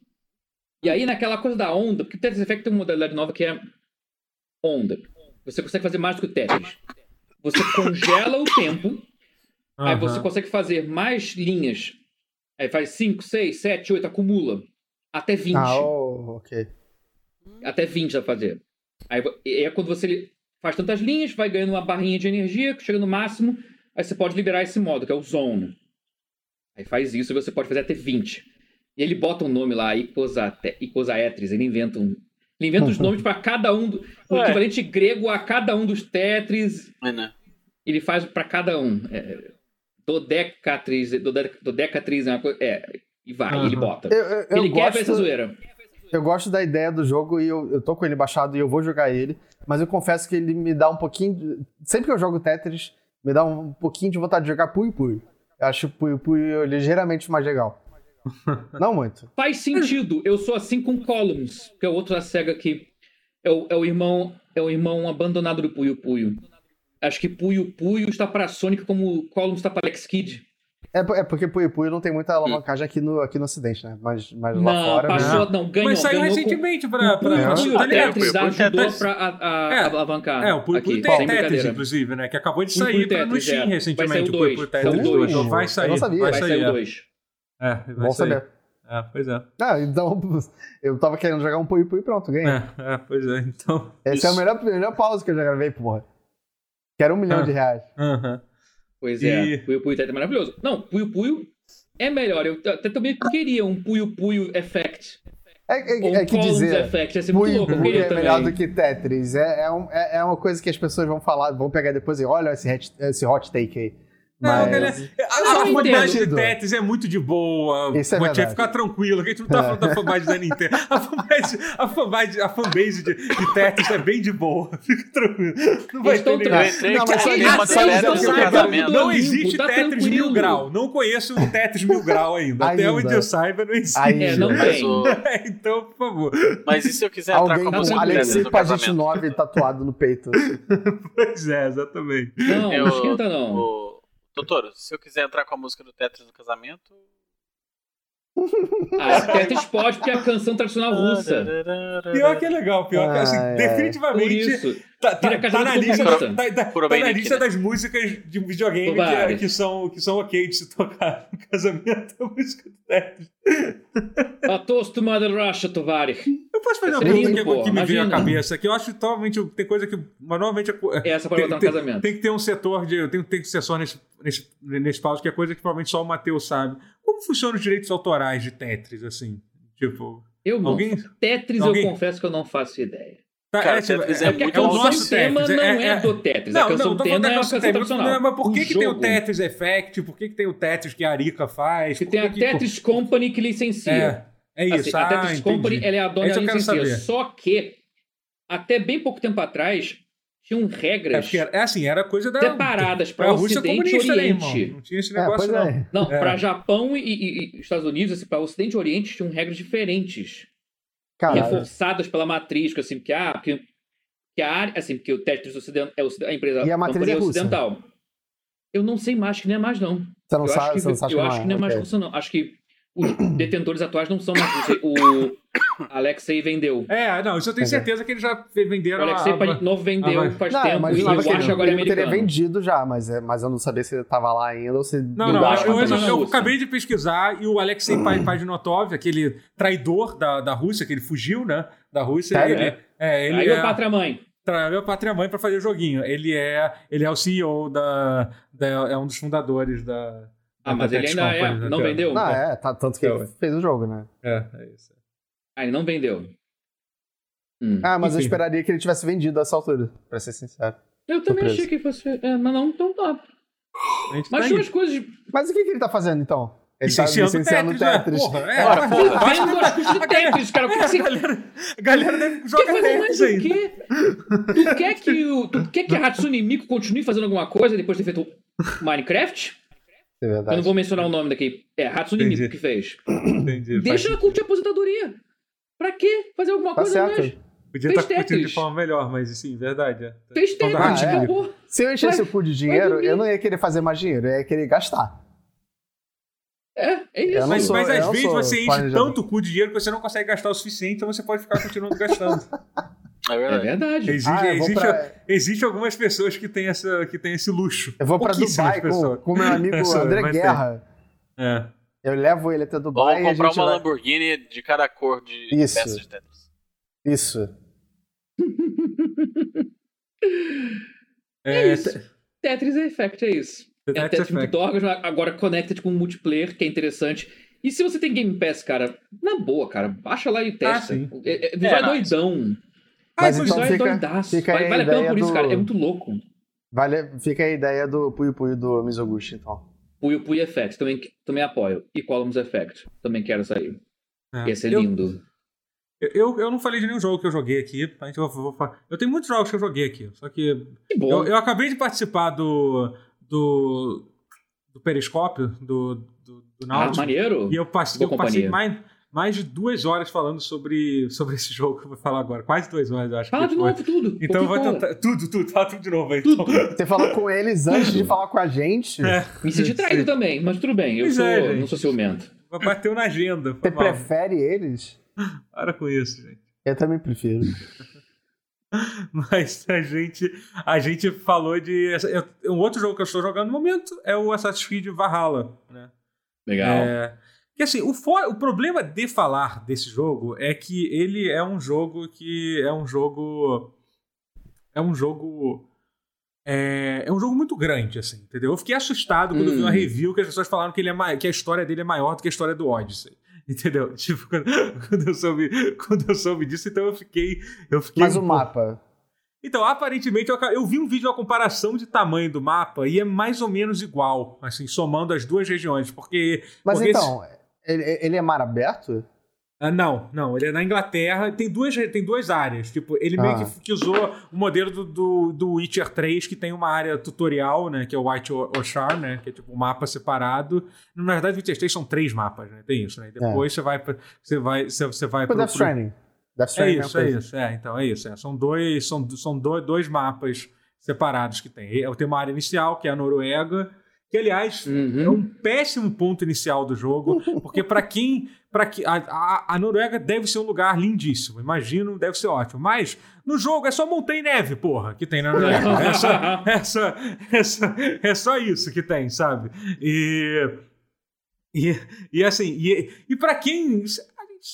Speaker 3: E aí, naquela coisa da onda, porque o Tetris Effect tem uma modalidade nova que é onda. Você consegue fazer mais do que o Tetris. Você congela o tempo, aí você
Speaker 1: Aham.
Speaker 3: consegue fazer mais linhas. Aí faz 5, 6, 7, 8, acumula. Até 20.
Speaker 2: Ah, oh, ok.
Speaker 3: Até 20 dá pra fazer. Aí vo- e é quando você faz tantas linhas, vai ganhando uma barrinha de energia, que chega no máximo, aí você pode liberar esse modo, que é o zone. Aí faz isso e você pode fazer até 20. E ele bota um nome lá, Icosate- Icosaetris, ele inventa um. Ele inventa os nomes pra cada um, do, o
Speaker 2: É.
Speaker 4: Ué.
Speaker 3: equivalente grego a cada um dos tetris
Speaker 4: É, né?
Speaker 3: ele faz pra cada um. É, dodecatriz, dode- dodecatriz é uma coisa. É, e vai,
Speaker 1: Aham.
Speaker 3: ele bota.
Speaker 2: Eu, eu, eu
Speaker 3: ele quer ver essa
Speaker 2: gosto,
Speaker 3: zoeira.
Speaker 2: eu gosto da ideia do jogo e eu, eu tô com ele baixado e eu vou jogar ele, mas eu confesso que ele me dá um pouquinho. de- Sempre que eu jogo Tetris, me dá um pouquinho de vontade de jogar Pui Pui. Eu acho Pui Pui ligeiramente mais legal. Não muito.
Speaker 3: Faz sentido. Eu sou assim com Columns, que é o outro da SEGA que é o, é o irmão é o irmão abandonado do Puyo Puyo. Acho que Puyo Puyo está pra Sonic como Columns está pra Alex Kidd.
Speaker 2: É, po- é porque Pui Pui não tem
Speaker 1: Hum.
Speaker 2: muita alavancagem aqui no, aqui no Ocidente, né? Mas, mas lá
Speaker 3: Não,
Speaker 2: fora. né?
Speaker 3: passou, não, ganhou.
Speaker 1: Mas saiu
Speaker 3: ganhou com-
Speaker 1: recentemente pra... pra,
Speaker 2: Puyo
Speaker 1: pra
Speaker 3: Puyo,
Speaker 1: tá
Speaker 3: a
Speaker 1: ligado?
Speaker 3: Tetris
Speaker 4: Puyo Puyo
Speaker 3: ajudou
Speaker 4: Tetris.
Speaker 3: pra a- a-
Speaker 1: É,
Speaker 3: alavancar.
Speaker 1: É, o Puyo Puyo
Speaker 3: aqui, um
Speaker 1: tem
Speaker 3: sem
Speaker 1: Tetris,
Speaker 3: brincadeira.
Speaker 1: inclusive, né? Que acabou de
Speaker 3: Puyo
Speaker 1: sair
Speaker 3: Puyo
Speaker 1: pra- no
Speaker 3: Tetris, é.
Speaker 1: Steam
Speaker 3: Vai sair
Speaker 1: recentemente,
Speaker 3: o
Speaker 1: o Puyo
Speaker 3: dois.
Speaker 1: Puyo
Speaker 3: Saiu
Speaker 1: Tetris
Speaker 3: o dois.
Speaker 1: 2. Então vai sair,
Speaker 2: Eu não sabia.
Speaker 1: vai
Speaker 3: Vai sair um
Speaker 1: sair.
Speaker 3: o
Speaker 1: é.
Speaker 3: 2.
Speaker 1: É, vai
Speaker 2: Bom
Speaker 1: sair.
Speaker 2: saber.
Speaker 1: É, pois é.
Speaker 2: Ah, então, eu tava querendo jogar um Pui Pui pronto, ganhei.
Speaker 1: É, é, pois é, então...
Speaker 2: Esse é o melhor, melhor pause que eu já gravei, porra. Quero um milhão
Speaker 1: Ah.
Speaker 2: de reais.
Speaker 1: Aham.
Speaker 3: Pois é,
Speaker 1: E-
Speaker 3: Puyo Puyo Tetris é maravilhoso. Não, Puyo Puyo é melhor. Eu até também queria um Puyo Puyo Effect.
Speaker 2: É,
Speaker 3: Ou
Speaker 2: é,
Speaker 3: um
Speaker 2: é que
Speaker 3: Columns
Speaker 2: dizer.
Speaker 3: Effect. Ia ser muito
Speaker 2: Muito
Speaker 3: louco, eu queria
Speaker 2: é
Speaker 3: um também.
Speaker 2: melhor do que Tetris. É, é, um- é- é uma coisa que as pessoas vão falar, vão pegar depois e olha esse, hat- esse hot take aí.
Speaker 1: É, Não,
Speaker 2: Mas-
Speaker 1: galera,
Speaker 3: só
Speaker 1: a
Speaker 3: não
Speaker 1: fanbase de
Speaker 2: entendo.
Speaker 1: Tetris é muito de boa.
Speaker 2: Isso é
Speaker 1: Pode
Speaker 2: verdade. É.
Speaker 1: ficar tranquilo, que a gente não tá falando da fanbase da Nintendo. A fanbase, a fanbase, a fanbase de, de Tetris é bem de boa. Fica tranquilo. Não vai
Speaker 3: Eles tão
Speaker 1: ter
Speaker 4: Eu
Speaker 1: ninguém-
Speaker 2: tranquilos.
Speaker 4: entrei
Speaker 2: Não, mas
Speaker 4: cara,
Speaker 2: só-
Speaker 4: dei
Speaker 2: só-
Speaker 4: uma
Speaker 2: só dizer
Speaker 4: tarefa
Speaker 2: o
Speaker 4: no
Speaker 2: que
Speaker 4: seu
Speaker 2: eu quero
Speaker 4: casamento.
Speaker 3: dizer.
Speaker 1: Não
Speaker 3: Olimpo,
Speaker 1: existe
Speaker 3: tá
Speaker 1: Tetris
Speaker 3: tranquilo.
Speaker 1: mil grau. Não conheço um Tetris mil grau ainda. Até
Speaker 2: Ainda.
Speaker 1: onde eu saiba, não existe.
Speaker 2: Aí,
Speaker 3: É, não
Speaker 2: né?
Speaker 4: Mas,
Speaker 3: tem.
Speaker 4: o-
Speaker 1: Então, por favor.
Speaker 4: mas e se eu quiser entrar
Speaker 2: Alguém
Speaker 4: com a
Speaker 2: com
Speaker 4: música
Speaker 3: Alexei
Speaker 4: Tetris
Speaker 2: Alexi
Speaker 4: no casamento?
Speaker 2: 9 tatuado no peito.
Speaker 1: Pois é, exatamente.
Speaker 3: Não,
Speaker 4: Eu-
Speaker 3: não esquenta não.
Speaker 4: o- Doutor, se eu quiser entrar com a música do Tetris no casamento...
Speaker 3: Ah, Tetris pode, porque é a canção
Speaker 4: Ah,
Speaker 3: tradicional
Speaker 4: né,
Speaker 3: russa.
Speaker 1: Pior que é legal, pior que assim,
Speaker 2: Ai, ai.
Speaker 3: Por
Speaker 1: definitivamente
Speaker 3: isso.
Speaker 1: tá, tá-
Speaker 3: Vira
Speaker 1: tá
Speaker 3: casamento
Speaker 1: na
Speaker 3: com
Speaker 1: lista,
Speaker 3: música.
Speaker 1: tá- tá- tá
Speaker 4: Kurobenick,
Speaker 1: na lista
Speaker 4: né?
Speaker 1: das músicas de videogame que,
Speaker 3: Várias.
Speaker 1: que são, que são ok de se tocar no casamento, é a música do Tetris.
Speaker 3: A toast to Mother Russia, Tovarich.
Speaker 1: Eu posso fazer uma
Speaker 3: Sim,
Speaker 1: pergunta que,
Speaker 3: pô,
Speaker 1: que me veio à
Speaker 3: imagina.
Speaker 1: cabeça, que eu acho que totalmente tem coisa que, mas normalmente é co-
Speaker 3: Essa para botar no casamento.
Speaker 1: Tem que ter um setor de. Tem, tem que ser só nesse, nesse, nesse pausa, que é coisa que provavelmente só o Matheus sabe. Como funcionam os direitos autorais de Tetris, assim? Tipo.
Speaker 3: Eu não.
Speaker 1: Alguém.
Speaker 3: Tetris,
Speaker 1: Alguém?
Speaker 3: eu confesso que eu não faço ideia.
Speaker 1: Tá,
Speaker 4: Cara,
Speaker 1: tipo,
Speaker 4: Tetris
Speaker 3: É porque a
Speaker 4: muito bom.
Speaker 1: o
Speaker 3: canção
Speaker 1: nosso
Speaker 3: tema
Speaker 1: Tetris.
Speaker 3: não é, do Tetris. a
Speaker 1: Não,
Speaker 3: canção
Speaker 1: não, tô falando
Speaker 3: tema
Speaker 1: da
Speaker 3: é uma
Speaker 1: canção
Speaker 3: canção
Speaker 1: Tetris.
Speaker 3: tradicional.
Speaker 1: Mas por que,
Speaker 3: O
Speaker 1: que tem o
Speaker 3: Um jogo,
Speaker 1: Tetris Effect? Por que, que tem o Tetris que a Arica faz?
Speaker 3: Que
Speaker 1: Por
Speaker 3: tem a
Speaker 1: que
Speaker 3: Tetris Company que licencia.
Speaker 1: É, é isso.
Speaker 3: Assim,
Speaker 1: ah,
Speaker 3: a Tetris
Speaker 1: entendi.
Speaker 3: Company ela é a
Speaker 1: É
Speaker 3: dona
Speaker 1: isso
Speaker 3: da
Speaker 1: que eu quero
Speaker 3: licencia.
Speaker 1: saber.
Speaker 3: Só que, até bem pouco tempo atrás, tinham
Speaker 1: É,
Speaker 3: regras
Speaker 1: porque era- é assim, era coisa da.
Speaker 3: separadas
Speaker 1: da
Speaker 3: para
Speaker 1: Rússia
Speaker 3: Ocidente e
Speaker 1: comunista, né, irmão?
Speaker 3: Oriente.
Speaker 1: Não tinha esse
Speaker 2: É, pois
Speaker 1: negócio, não.
Speaker 2: é.
Speaker 3: Não,
Speaker 1: É.
Speaker 3: para Japão e, e- e Estados Unidos, assim, para Ocidente e Oriente, tinham regras diferentes.
Speaker 2: Caralho.
Speaker 3: Reforçadas pela matriz, que assim, que, ah, que, que a área, assim, porque o Tetris ocidental é ociden- a empresa
Speaker 2: E a matriz
Speaker 3: companhia
Speaker 2: é russa.
Speaker 3: ocidental. Eu não sei mais, que nem é mais, não.
Speaker 2: Você não
Speaker 3: eu acho
Speaker 2: sabe,
Speaker 3: que,
Speaker 2: você não sabe
Speaker 3: eu
Speaker 2: como
Speaker 3: acho que não é mais
Speaker 2: ok.
Speaker 3: russo, não. Acho que os detentores atuais não são mais russos. O Alexei vendeu.
Speaker 1: É, não, isso eu tenho certeza que eles já
Speaker 3: O
Speaker 1: venderam. a-
Speaker 3: Alexei
Speaker 1: a-
Speaker 3: Panikov vendeu
Speaker 1: Ah, mas-
Speaker 3: faz
Speaker 2: Não, eu
Speaker 3: tempo. E
Speaker 2: imaginava que
Speaker 3: eu acho
Speaker 2: ele,
Speaker 3: agora é
Speaker 2: ele teria
Speaker 3: americano.
Speaker 2: vendido já, mas, é- mas eu não sabia se ele tava lá ainda ou se.
Speaker 1: Não, não,
Speaker 3: Eu acho
Speaker 1: eu,
Speaker 3: que
Speaker 1: eu-
Speaker 3: não é
Speaker 1: eu
Speaker 3: russo.
Speaker 1: acabei de pesquisar e o Alexei Pai- Pajnotov, aquele traidor da, da Rússia, que ele fugiu, né? Da Rússia,
Speaker 2: Sério?
Speaker 1: ele, é, ele
Speaker 3: Aí
Speaker 1: é,
Speaker 3: o pátria mãe.
Speaker 1: trabalhou pra pátria mãe pra fazer o joguinho. Ele é, ele é o CEO da, da- É um dos fundadores da.
Speaker 3: Ah, mas
Speaker 1: da
Speaker 3: ele
Speaker 1: Tex
Speaker 3: ainda é.
Speaker 1: Company, né,
Speaker 3: Não
Speaker 1: cara?
Speaker 3: vendeu?
Speaker 2: Não, é, tá, tanto que ele
Speaker 1: Eu-
Speaker 2: fez o jogo, né?
Speaker 1: É, é isso.
Speaker 3: Ah, ele não vendeu. Hum.
Speaker 2: Ah, mas eu
Speaker 1: Enfim.
Speaker 2: esperaria que ele tivesse vendido a essa altura, pra ser sincero.
Speaker 3: eu também
Speaker 2: surpresa.
Speaker 3: achei que fosse. É, mas não, então tá.
Speaker 1: A gente
Speaker 3: Mas
Speaker 1: tá
Speaker 3: tinha
Speaker 1: aí.
Speaker 3: umas coisas.
Speaker 2: Mas o que, que ele tá fazendo então? Ele
Speaker 1: Licenciando
Speaker 2: tá licenciando
Speaker 1: Tetris, né?
Speaker 2: Tetris.
Speaker 1: Porra, é,
Speaker 2: Ora,
Speaker 1: tá-
Speaker 2: porra.
Speaker 1: acho que
Speaker 3: Vendo
Speaker 1: tá-
Speaker 3: as coisas de Tetris, cara. Por
Speaker 1: É,
Speaker 3: que
Speaker 1: a
Speaker 3: você
Speaker 1: galera, a galera deve
Speaker 3: quer
Speaker 1: jogar
Speaker 3: fazer mais
Speaker 1: Tetris
Speaker 3: o
Speaker 1: ainda.
Speaker 3: quê? Tu quer que o. Tu quer que a Hatsune Miku continue fazendo alguma coisa depois de ter feito Minecraft?
Speaker 2: É
Speaker 3: Eu não
Speaker 2: verdade.
Speaker 3: vou mencionar o nome daqui. É, Hatsune
Speaker 1: Entendi.
Speaker 3: Miku que fez.
Speaker 1: Entendi.
Speaker 3: Deixa ela
Speaker 1: faz-
Speaker 3: curtir a aposentadoria. Pra quê? Fazer alguma
Speaker 2: Tá
Speaker 3: coisa mais?
Speaker 2: certo.
Speaker 1: Podia
Speaker 3: fez
Speaker 1: estar curtindo de
Speaker 3: Tetris.
Speaker 1: forma melhor, mas sim, verdade. é.
Speaker 3: Fez
Speaker 1: Então,
Speaker 3: tempo,
Speaker 1: da
Speaker 2: Hatsune Miku.
Speaker 3: acabou.
Speaker 2: Se eu enchesse o cu de dinheiro,
Speaker 3: dormir.
Speaker 2: eu não ia querer fazer mais dinheiro, eu ia querer gastar. Ah,
Speaker 3: É, é isso.
Speaker 2: Eu não
Speaker 1: Mas,
Speaker 2: sou-
Speaker 1: mas às
Speaker 2: não
Speaker 1: vezes
Speaker 2: sou
Speaker 1: você enche
Speaker 2: planejador.
Speaker 1: tanto o cu de dinheiro que você não consegue gastar o suficiente, então você pode ficar continuando gastando.
Speaker 4: É
Speaker 3: É
Speaker 4: verdade.
Speaker 3: verdade.
Speaker 1: Existe,
Speaker 2: Ah, eu vou
Speaker 1: existe,
Speaker 2: pra,
Speaker 1: existe algumas pessoas que têm, essa, que têm esse luxo.
Speaker 2: eu vou pra
Speaker 1: Pouquíssimas
Speaker 2: Dubai com,
Speaker 1: pessoas.
Speaker 2: com meu amigo
Speaker 1: É, só-
Speaker 2: André
Speaker 1: mas tem.
Speaker 2: Guerra.
Speaker 1: É.
Speaker 2: Eu levo ele até
Speaker 4: Ou
Speaker 2: Dubai e a
Speaker 4: comprar
Speaker 2: gente
Speaker 4: uma
Speaker 2: vai...
Speaker 4: Lamborghini de cada cor de de
Speaker 2: Isso.
Speaker 4: peças de Tetris.
Speaker 2: Isso.
Speaker 1: É,
Speaker 3: isso.
Speaker 1: te-
Speaker 3: Tetris Effect, é isso. É o
Speaker 1: Tetris
Speaker 3: Tetris
Speaker 1: Effect.
Speaker 3: muito órgão, agora connected com o multiplayer, que é interessante. E se você tem Game Pass, cara, na boa, cara, baixa lá e testa.
Speaker 1: Ah, sim.
Speaker 3: é, é,
Speaker 4: É,
Speaker 3: vai
Speaker 4: não.
Speaker 3: doidão.
Speaker 1: Ah,
Speaker 2: Mas
Speaker 1: inclusive,
Speaker 2: então
Speaker 3: vai
Speaker 2: fica-
Speaker 3: doidaço.
Speaker 2: fica aí
Speaker 3: vale
Speaker 2: a
Speaker 3: vale a pena
Speaker 2: ideia
Speaker 3: por isso,
Speaker 2: do-
Speaker 3: cara. É muito louco.
Speaker 2: Vale, fica a ideia do Puyo Puyo do Mizoguchi, então.
Speaker 3: Puyo Puyo Effect, também, também apoio. E Columns Effect, também quero sair.
Speaker 1: É.
Speaker 3: Ia ser
Speaker 1: Eu-
Speaker 3: lindo.
Speaker 1: Eu, eu não falei de nenhum jogo que eu joguei aqui. A gente vai- vou falar. Eu tenho muitos jogos que eu joguei aqui. Só que
Speaker 3: Que bom.
Speaker 1: eu, eu acabei de participar do. do. do Periscópio, do, do, do
Speaker 3: ah,
Speaker 1: Náutico.
Speaker 3: maneiro.
Speaker 1: e eu passei,
Speaker 3: Boa
Speaker 1: eu passei
Speaker 3: companhia.
Speaker 1: mais, mais de duas horas falando sobre, sobre esse jogo que eu vou falar agora. Quase duas horas, eu acho.
Speaker 3: Fala
Speaker 1: que
Speaker 3: de
Speaker 1: foi.
Speaker 3: novo tudo.
Speaker 1: Então eu vou
Speaker 3: Porque, cara,
Speaker 1: tentar. Tudo, tudo, fala tudo de novo aí.
Speaker 3: Tudo.
Speaker 1: então.
Speaker 2: Você falou com eles antes de falar com a gente?
Speaker 1: É.
Speaker 3: Me senti traído também, mas tudo bem. Eu
Speaker 1: Pois
Speaker 3: sou,
Speaker 1: é, gente.
Speaker 3: não sou ciumento.
Speaker 1: Bateu na agenda. Foi
Speaker 2: Você
Speaker 1: mal.
Speaker 2: prefere eles?
Speaker 1: Para com isso, gente.
Speaker 2: Eu também prefiro.
Speaker 1: Mas a gente, a gente falou de. eu- Um outro jogo que eu estou jogando no momento é o Assassin's Creed Valhalla, né?
Speaker 3: Legal.
Speaker 1: É, que assim, o, fo- o problema de falar desse jogo é que ele é um jogo que é um jogo é um jogo É, é um jogo muito grande, assim, entendeu? Eu fiquei assustado quando eu vi uma
Speaker 3: Hum.
Speaker 1: review que as pessoas falaram que, ele é mai- que a história dele é maior do que a história do Odyssey. Entendeu? Tipo, quando, quando eu, soube, quando eu soube disso, então eu fiquei. Eu fiquei
Speaker 2: Mas
Speaker 1: um
Speaker 2: o
Speaker 1: pouco-
Speaker 2: mapa.
Speaker 1: então, aparentemente, eu, aca- eu vi um vídeo da comparação de tamanho do mapa e é mais ou menos igual, assim, somando as duas regiões, porque...
Speaker 2: Mas
Speaker 1: Porque
Speaker 2: então, ele, ele é mar aberto?
Speaker 1: Ah, não, não, ele é na Inglaterra e tem duas, re- tem duas áreas, tipo, ele meio
Speaker 2: Ah.
Speaker 1: que, que usou o modelo do, do, do Witcher 3, que tem uma área tutorial, né, que é o White O- Oshar, né, que é tipo um mapa separado. Na verdade, o Witcher 3 são três mapas, né, tem isso, né, e depois você vai, pra- você vai, você, você vai
Speaker 2: Tipo
Speaker 1: pro-
Speaker 2: Death
Speaker 1: pro-
Speaker 2: Stranding. Death
Speaker 1: É
Speaker 2: Stranding
Speaker 1: isso, é
Speaker 2: uma coisa.
Speaker 1: isso. É, então é isso. é. São, dois, são, são dois, dois mapas separados que tem. Eu tenho uma área inicial, que é a Noruega, que, aliás, é
Speaker 3: Uhum.
Speaker 1: um péssimo ponto inicial do jogo, porque pra quem. Pra que, a, a, a Noruega deve ser um lugar lindíssimo, imagino, deve ser ótimo. Mas no jogo é só montanha e neve, porra, que tem na Noruega. É só, é só, é só, é só isso que tem, sabe? E. E, e assim, e, e para quem. a gente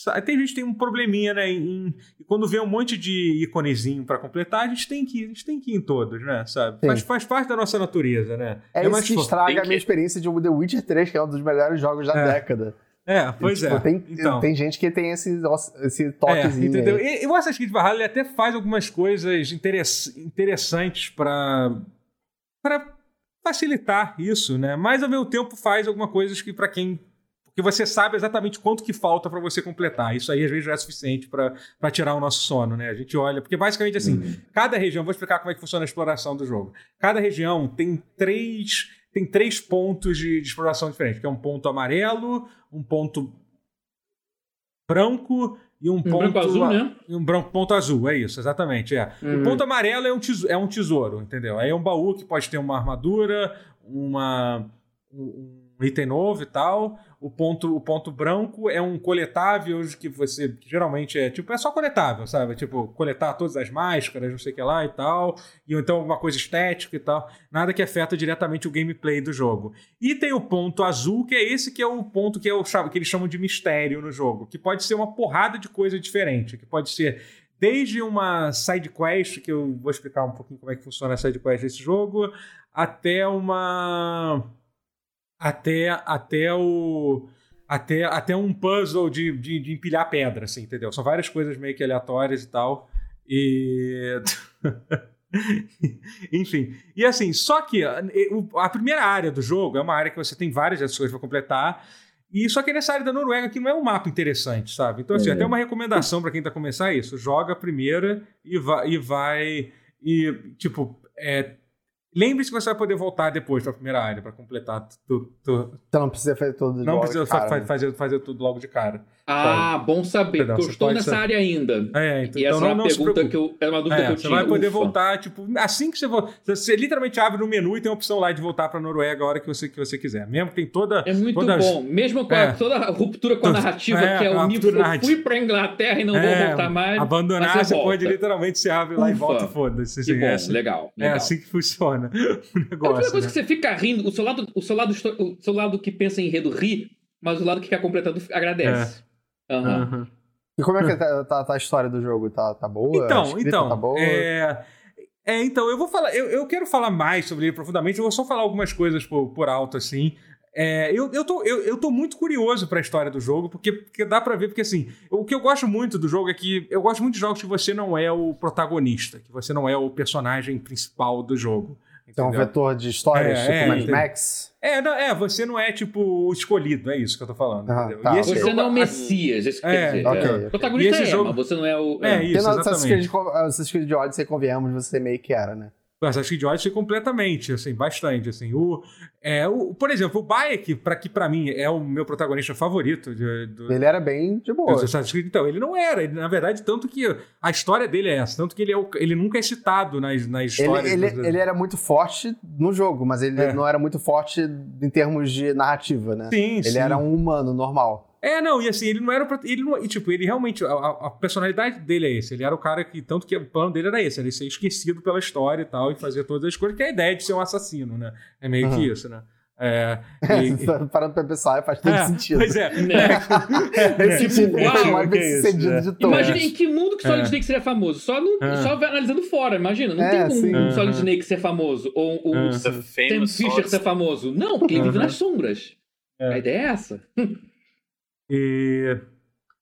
Speaker 1: sabe, Tem gente que tem um probleminha, né? em- em- quando vê um monte de íconezinho pra completar, a gente tem que ir, a gente tem que ir em todos, né? Sabe?
Speaker 2: Sim.
Speaker 1: Mas faz parte da nossa natureza, né?
Speaker 2: É,
Speaker 1: mais
Speaker 2: isso que
Speaker 1: fo-
Speaker 2: estraga
Speaker 4: Tem
Speaker 2: a minha
Speaker 4: que-
Speaker 2: experiência de The Witcher 3, que é um dos melhores jogos da
Speaker 1: É.
Speaker 2: década.
Speaker 1: É, pois
Speaker 2: Tipo,
Speaker 1: é.
Speaker 2: Tem,
Speaker 1: então.
Speaker 2: tem gente que tem esse, esse
Speaker 1: É,
Speaker 2: toquezinho. aí.
Speaker 1: entendeu? E, e o Assassin's Creed Valhalla ele até faz algumas coisas interess- interessantes pra para facilitar isso, né? Mas ao mesmo tempo faz algumas coisas que pra quem porque você sabe exatamente quanto que falta pra você completar. Isso aí às vezes já é suficiente pra pra tirar o nosso sono, né? A gente olha, porque basicamente assim, cada região, vou explicar como é que funciona a exploração do jogo. Cada região tem três, tem três pontos de, de exploração diferentes, que é um ponto amarelo, um ponto branco e um,
Speaker 3: Um
Speaker 1: ponto
Speaker 3: branco azul,
Speaker 1: a-
Speaker 3: né?
Speaker 1: e um branco ponto azul, é isso, exatamente, é. O
Speaker 3: Uhum.
Speaker 1: ponto amarelo é um, tesouro, é um tesouro, entendeu? Aí é um baú que pode ter uma armadura, uma um um item novo e tal. O ponto, o ponto branco é um coletável que você que geralmente é tipo é só coletável, sabe? Tipo coletar todas as máscaras, não sei o que lá e tal, e ou então alguma coisa estética e tal. Nada que afeta diretamente o gameplay do jogo. E tem o ponto azul, que é esse que é o ponto que, eu, chamo- que eles chamam de mistério no jogo, que pode ser uma porrada de coisa diferente, que pode ser desde uma side quest, que eu vou explicar um pouquinho como é que funciona a side quest desse jogo, até uma até até o até, até um puzzle de, de, de empilhar pedra, assim, entendeu? São várias coisas meio que aleatórias e tal. E Enfim. E assim, só que a, e- o- a primeira área do jogo é uma área que você tem várias ações para completar. E só que nessa área da Noruega que não é um mapa interessante, sabe? Então, assim,
Speaker 3: É.
Speaker 1: até uma recomendação para quem tá começando é isso: joga a primeira e vai. E, vai, e tipo, é, lembre-se que você vai poder voltar depois para a primeira área para completar. Tu, tu-
Speaker 2: Então não precisa fazer tudo de
Speaker 1: não
Speaker 2: logo,
Speaker 1: precisa fa-
Speaker 2: cara.
Speaker 1: fa-
Speaker 3: né?
Speaker 1: fazer, fazer tudo logo de cara.
Speaker 3: Ah, bom saber,
Speaker 1: Perdão,
Speaker 3: porque eu
Speaker 1: você
Speaker 3: estou
Speaker 1: pode
Speaker 3: nessa
Speaker 1: saber.
Speaker 3: área ainda.
Speaker 1: É, então,
Speaker 3: E essa
Speaker 1: então
Speaker 3: era
Speaker 1: não,
Speaker 3: uma
Speaker 1: não se
Speaker 3: pergunta
Speaker 1: preocupe.
Speaker 3: que eu. Era uma dúvida
Speaker 1: É,
Speaker 3: que eu
Speaker 1: você
Speaker 3: tinha.
Speaker 1: vai poder
Speaker 3: Ufa.
Speaker 1: voltar, tipo, assim que você voltar. Você literalmente abre no menu e tem a opção lá de voltar pra Noruega a hora que você, que você quiser. Mesmo que tem toda.
Speaker 3: É muito
Speaker 1: toda-
Speaker 3: bom. Mesmo com a-
Speaker 1: É.
Speaker 3: toda a ruptura com a
Speaker 1: Toda-
Speaker 3: narrativa,
Speaker 1: É,
Speaker 3: que é
Speaker 1: a
Speaker 3: o nível.
Speaker 1: ruptura
Speaker 3: Eu
Speaker 1: narrativa.
Speaker 3: fui pra Inglaterra e não vou
Speaker 1: É,
Speaker 3: voltar mais.
Speaker 1: Abandonar,
Speaker 3: mas
Speaker 1: você
Speaker 3: você
Speaker 1: pode
Speaker 3: volta.
Speaker 1: literalmente se abre lá e
Speaker 3: Ufa.
Speaker 1: volta e foda-se.
Speaker 3: Que
Speaker 1: assim,
Speaker 3: bom,
Speaker 1: é, assim,
Speaker 3: legal.
Speaker 1: é
Speaker 3: legal.
Speaker 1: assim que funciona o
Speaker 3: a primeira
Speaker 1: negócio. né?
Speaker 3: coisa que você fica rindo, o seu, lado, o, seu lado, histo- o seu lado que pensa em enredo ri, mas o lado que quer completando agradece. Aham.
Speaker 1: É. Aham.
Speaker 2: E como é que tá, tá- tá a história do jogo? Tá, tá boa? A
Speaker 1: Então,
Speaker 2: escrita
Speaker 1: então.
Speaker 2: Tá boa?
Speaker 1: É... é, então, eu vou falar. Eu, eu quero falar mais sobre ele profundamente, eu vou só falar algumas coisas por, por alto, assim. É, eu, eu, tô, eu, eu tô muito curioso pra história do jogo, porque, porque dá pra ver, porque assim, o que eu gosto muito do jogo é que eu gosto muito de jogos que você não é o protagonista, que você não é o personagem principal do jogo.
Speaker 2: Tem um
Speaker 1: entendeu?
Speaker 2: vetor de histórias,
Speaker 1: É,
Speaker 2: tipo
Speaker 1: é,
Speaker 2: Mad
Speaker 1: entendi.
Speaker 2: Max.
Speaker 1: É, não, é, você não é tipo o escolhido, é isso que eu tô falando.
Speaker 2: Ah,
Speaker 1: entendeu?
Speaker 2: tá,
Speaker 1: e esse
Speaker 3: Você
Speaker 2: ok.
Speaker 1: jogo,
Speaker 3: não é o Messias, isso que
Speaker 1: Hum. É,
Speaker 3: quer dizer.
Speaker 2: ok,
Speaker 3: é.
Speaker 2: ok.
Speaker 3: O protagonista
Speaker 1: E
Speaker 3: é
Speaker 1: esse
Speaker 3: Emma,
Speaker 1: jogo-
Speaker 3: você não é o.
Speaker 1: É, isso,
Speaker 2: Porque no Assassin's
Speaker 1: exatamente.
Speaker 2: Creed, co- Assassin's Creed Odyssey, convenhamos, você meio que era, né?
Speaker 1: Mas acho que de Odyssey completamente, assim, bastante, assim. O, é, o, por exemplo, o Bayek, para que pra mim é o meu protagonista favorito de, do,
Speaker 2: Ele era bem de boa.
Speaker 1: dos Assassin's Creed, então, ele não era, ele, na verdade, tanto que a história dele é essa, tanto que ele, é o- ele nunca é citado nas, nas
Speaker 2: Ele,
Speaker 1: histórias.
Speaker 2: ele,
Speaker 1: das-
Speaker 2: ele era muito forte no jogo, mas ele
Speaker 1: É.
Speaker 2: não era muito forte em termos de narrativa, né?
Speaker 1: Sim,
Speaker 2: ele
Speaker 1: sim.
Speaker 2: era um humano normal.
Speaker 1: É, não, e assim, ele não era. o prot- Ele não, e, tipo, ele realmente. A, a- a personalidade dele é esse. Ele era o cara que. Tanto que o plano dele era esse, era ele ser esquecido pela história e tal, e fazer todas as coisas, que é a ideia de ser um assassino, né? É meio
Speaker 2: Aham.
Speaker 1: que isso, né? É, e-
Speaker 2: Parando pra pensar, faz todo
Speaker 1: É,
Speaker 2: sentido.
Speaker 1: Pois é.
Speaker 3: Né?
Speaker 1: É,
Speaker 2: Esse tipo
Speaker 3: Uau,
Speaker 2: foi o mais
Speaker 1: que
Speaker 2: bem
Speaker 1: isso,
Speaker 2: sucedido
Speaker 1: né?
Speaker 2: de todos.
Speaker 3: Imagina em que mundo que o Solid
Speaker 1: É.
Speaker 3: Snake seria famoso. Só, no,
Speaker 1: É.
Speaker 3: só analisando fora, imagina. Não
Speaker 2: É,
Speaker 3: tem como
Speaker 2: sim.
Speaker 3: o Solid
Speaker 1: Uhum.
Speaker 3: Snake ser famoso. Ou um ou
Speaker 1: É.
Speaker 3: o
Speaker 4: The
Speaker 3: Sam
Speaker 4: famous
Speaker 3: Fisher ser
Speaker 4: Solid-
Speaker 3: tá famoso. Não, porque ele vive
Speaker 1: Uhum.
Speaker 3: nas sombras.
Speaker 1: É.
Speaker 3: A ideia é essa.
Speaker 1: E-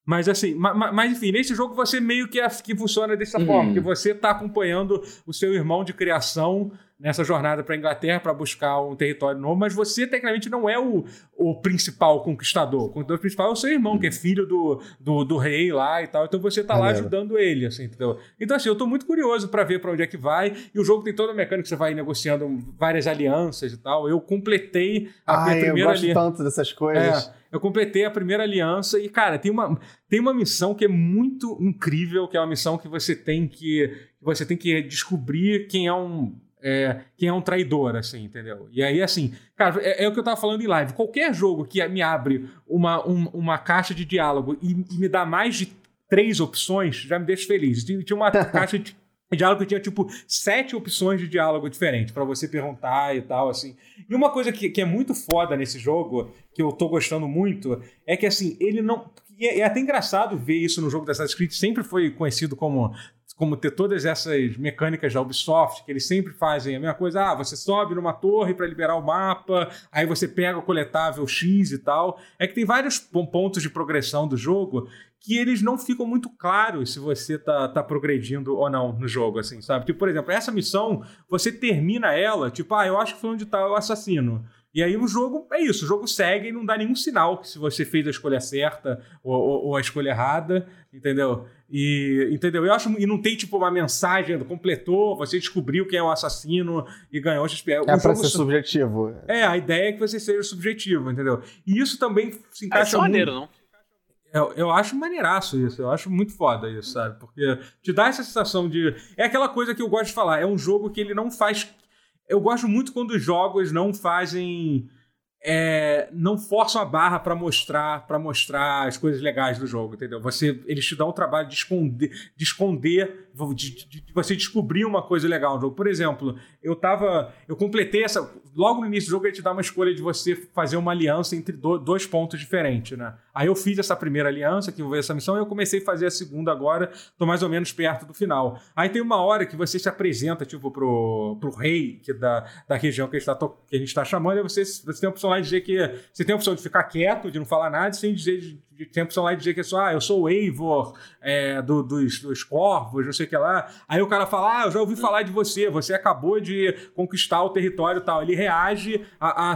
Speaker 1: Mas assim, ma- ma- mas, enfim, nesse jogo você meio que, é- que funciona dessa
Speaker 3: Uhum.
Speaker 1: forma, que você está acompanhando o seu irmão de criação nessa jornada para a Inglaterra para buscar um território novo, mas você tecnicamente não é o, o principal conquistador. O conquistador principal é o seu irmão, que é filho do, do, do rei lá e tal, então você tá lá
Speaker 2: Maneiro.
Speaker 1: ajudando ele, assim, entendeu? Então assim, eu tô muito curioso para ver para onde é que vai, e o jogo tem toda a mecânica que você vai negociando várias alianças e tal. Eu completei a minha
Speaker 2: Ai, Ah, eu
Speaker 1: primeira
Speaker 2: gosto
Speaker 1: aliança.
Speaker 2: tanto dessas coisas.
Speaker 1: É, eu completei a primeira aliança e, cara, tem uma, tem uma missão que é muito incrível, que é uma missão que você tem que, que você tem que descobrir quem é um é, quem é um traidor, assim, entendeu? E aí, assim, cara, é, é o que eu tava falando em live. Qualquer jogo que me abre uma, um- uma caixa de diálogo e, e me dá mais de três opções, já me deixa feliz. Tinha tinha uma caixa de diálogo que tinha, tipo, sete opções de diálogo diferentes pra você perguntar e tal, assim. E uma coisa que, que é muito foda nesse jogo, que eu tô gostando muito, é que, assim, ele não... E é, é até engraçado ver isso no jogo da Assassin's Creed, sempre foi conhecido como... Como ter todas essas mecânicas da Ubisoft, que eles sempre fazem a mesma coisa. Ah, você sobe numa torre pra liberar o mapa, aí você pega o coletável X e tal. É que tem vários pon- pontos de progressão do jogo que eles não ficam muito claros se você tá, tá progredindo ou não no jogo, assim, sabe? Tipo, por exemplo, essa missão, você termina ela, tipo, ah, eu acho que foi onde tá o assassino. E aí o jogo é isso, o jogo segue e não dá nenhum sinal que se você fez a escolha certa ou, ou- ou a escolha errada, entendeu? E entendeu? Eu acho e não tem tipo uma mensagem do completou, você descobriu quem é o assassino e ganhou XP.
Speaker 2: É, pra ser subjetivo.
Speaker 1: é, a ideia é que você seja subjetivo, entendeu? E isso também se
Speaker 4: Ah,
Speaker 1: encaixa
Speaker 4: isso é
Speaker 1: muito.
Speaker 4: maneiro, não?
Speaker 1: Eu, eu acho maneiraço isso, eu acho muito foda isso, sabe? Porque te dá essa sensação de. É aquela coisa que eu gosto de falar, é um jogo que ele não faz. Eu gosto muito quando os jogos não fazem. é, não forçam a barra pra mostrar para mostrar as coisas legais do jogo, entendeu? Você, eles te dão o trabalho de esconder, de esconder, de, de- de você descobrir uma coisa legal no jogo. Por exemplo, eu tava, eu completei essa, logo no início do jogo ele te dá uma escolha de você fazer uma aliança entre do- dois pontos diferentes, né? Aí eu fiz essa primeira aliança, que envolveu essa missão, e eu comecei a fazer a segunda agora, tô mais ou menos perto do final. Aí tem uma hora que você se apresenta, tipo, pro, pro rei que da, da região que a gente tá, to- que a gente tá chamando, e você, você tem a opção lá de dizer que, você tem a opção de ficar quieto, de não falar nada, sem dizer, de- de- tem a opção lá de dizer que é só, ah, eu sou o Eivor, é, do- dos, dos corvos, não sei o que lá. Aí o cara fala: Ah, eu já ouvi falar de você, você acabou de conquistar o território e tal. Ele reage à a,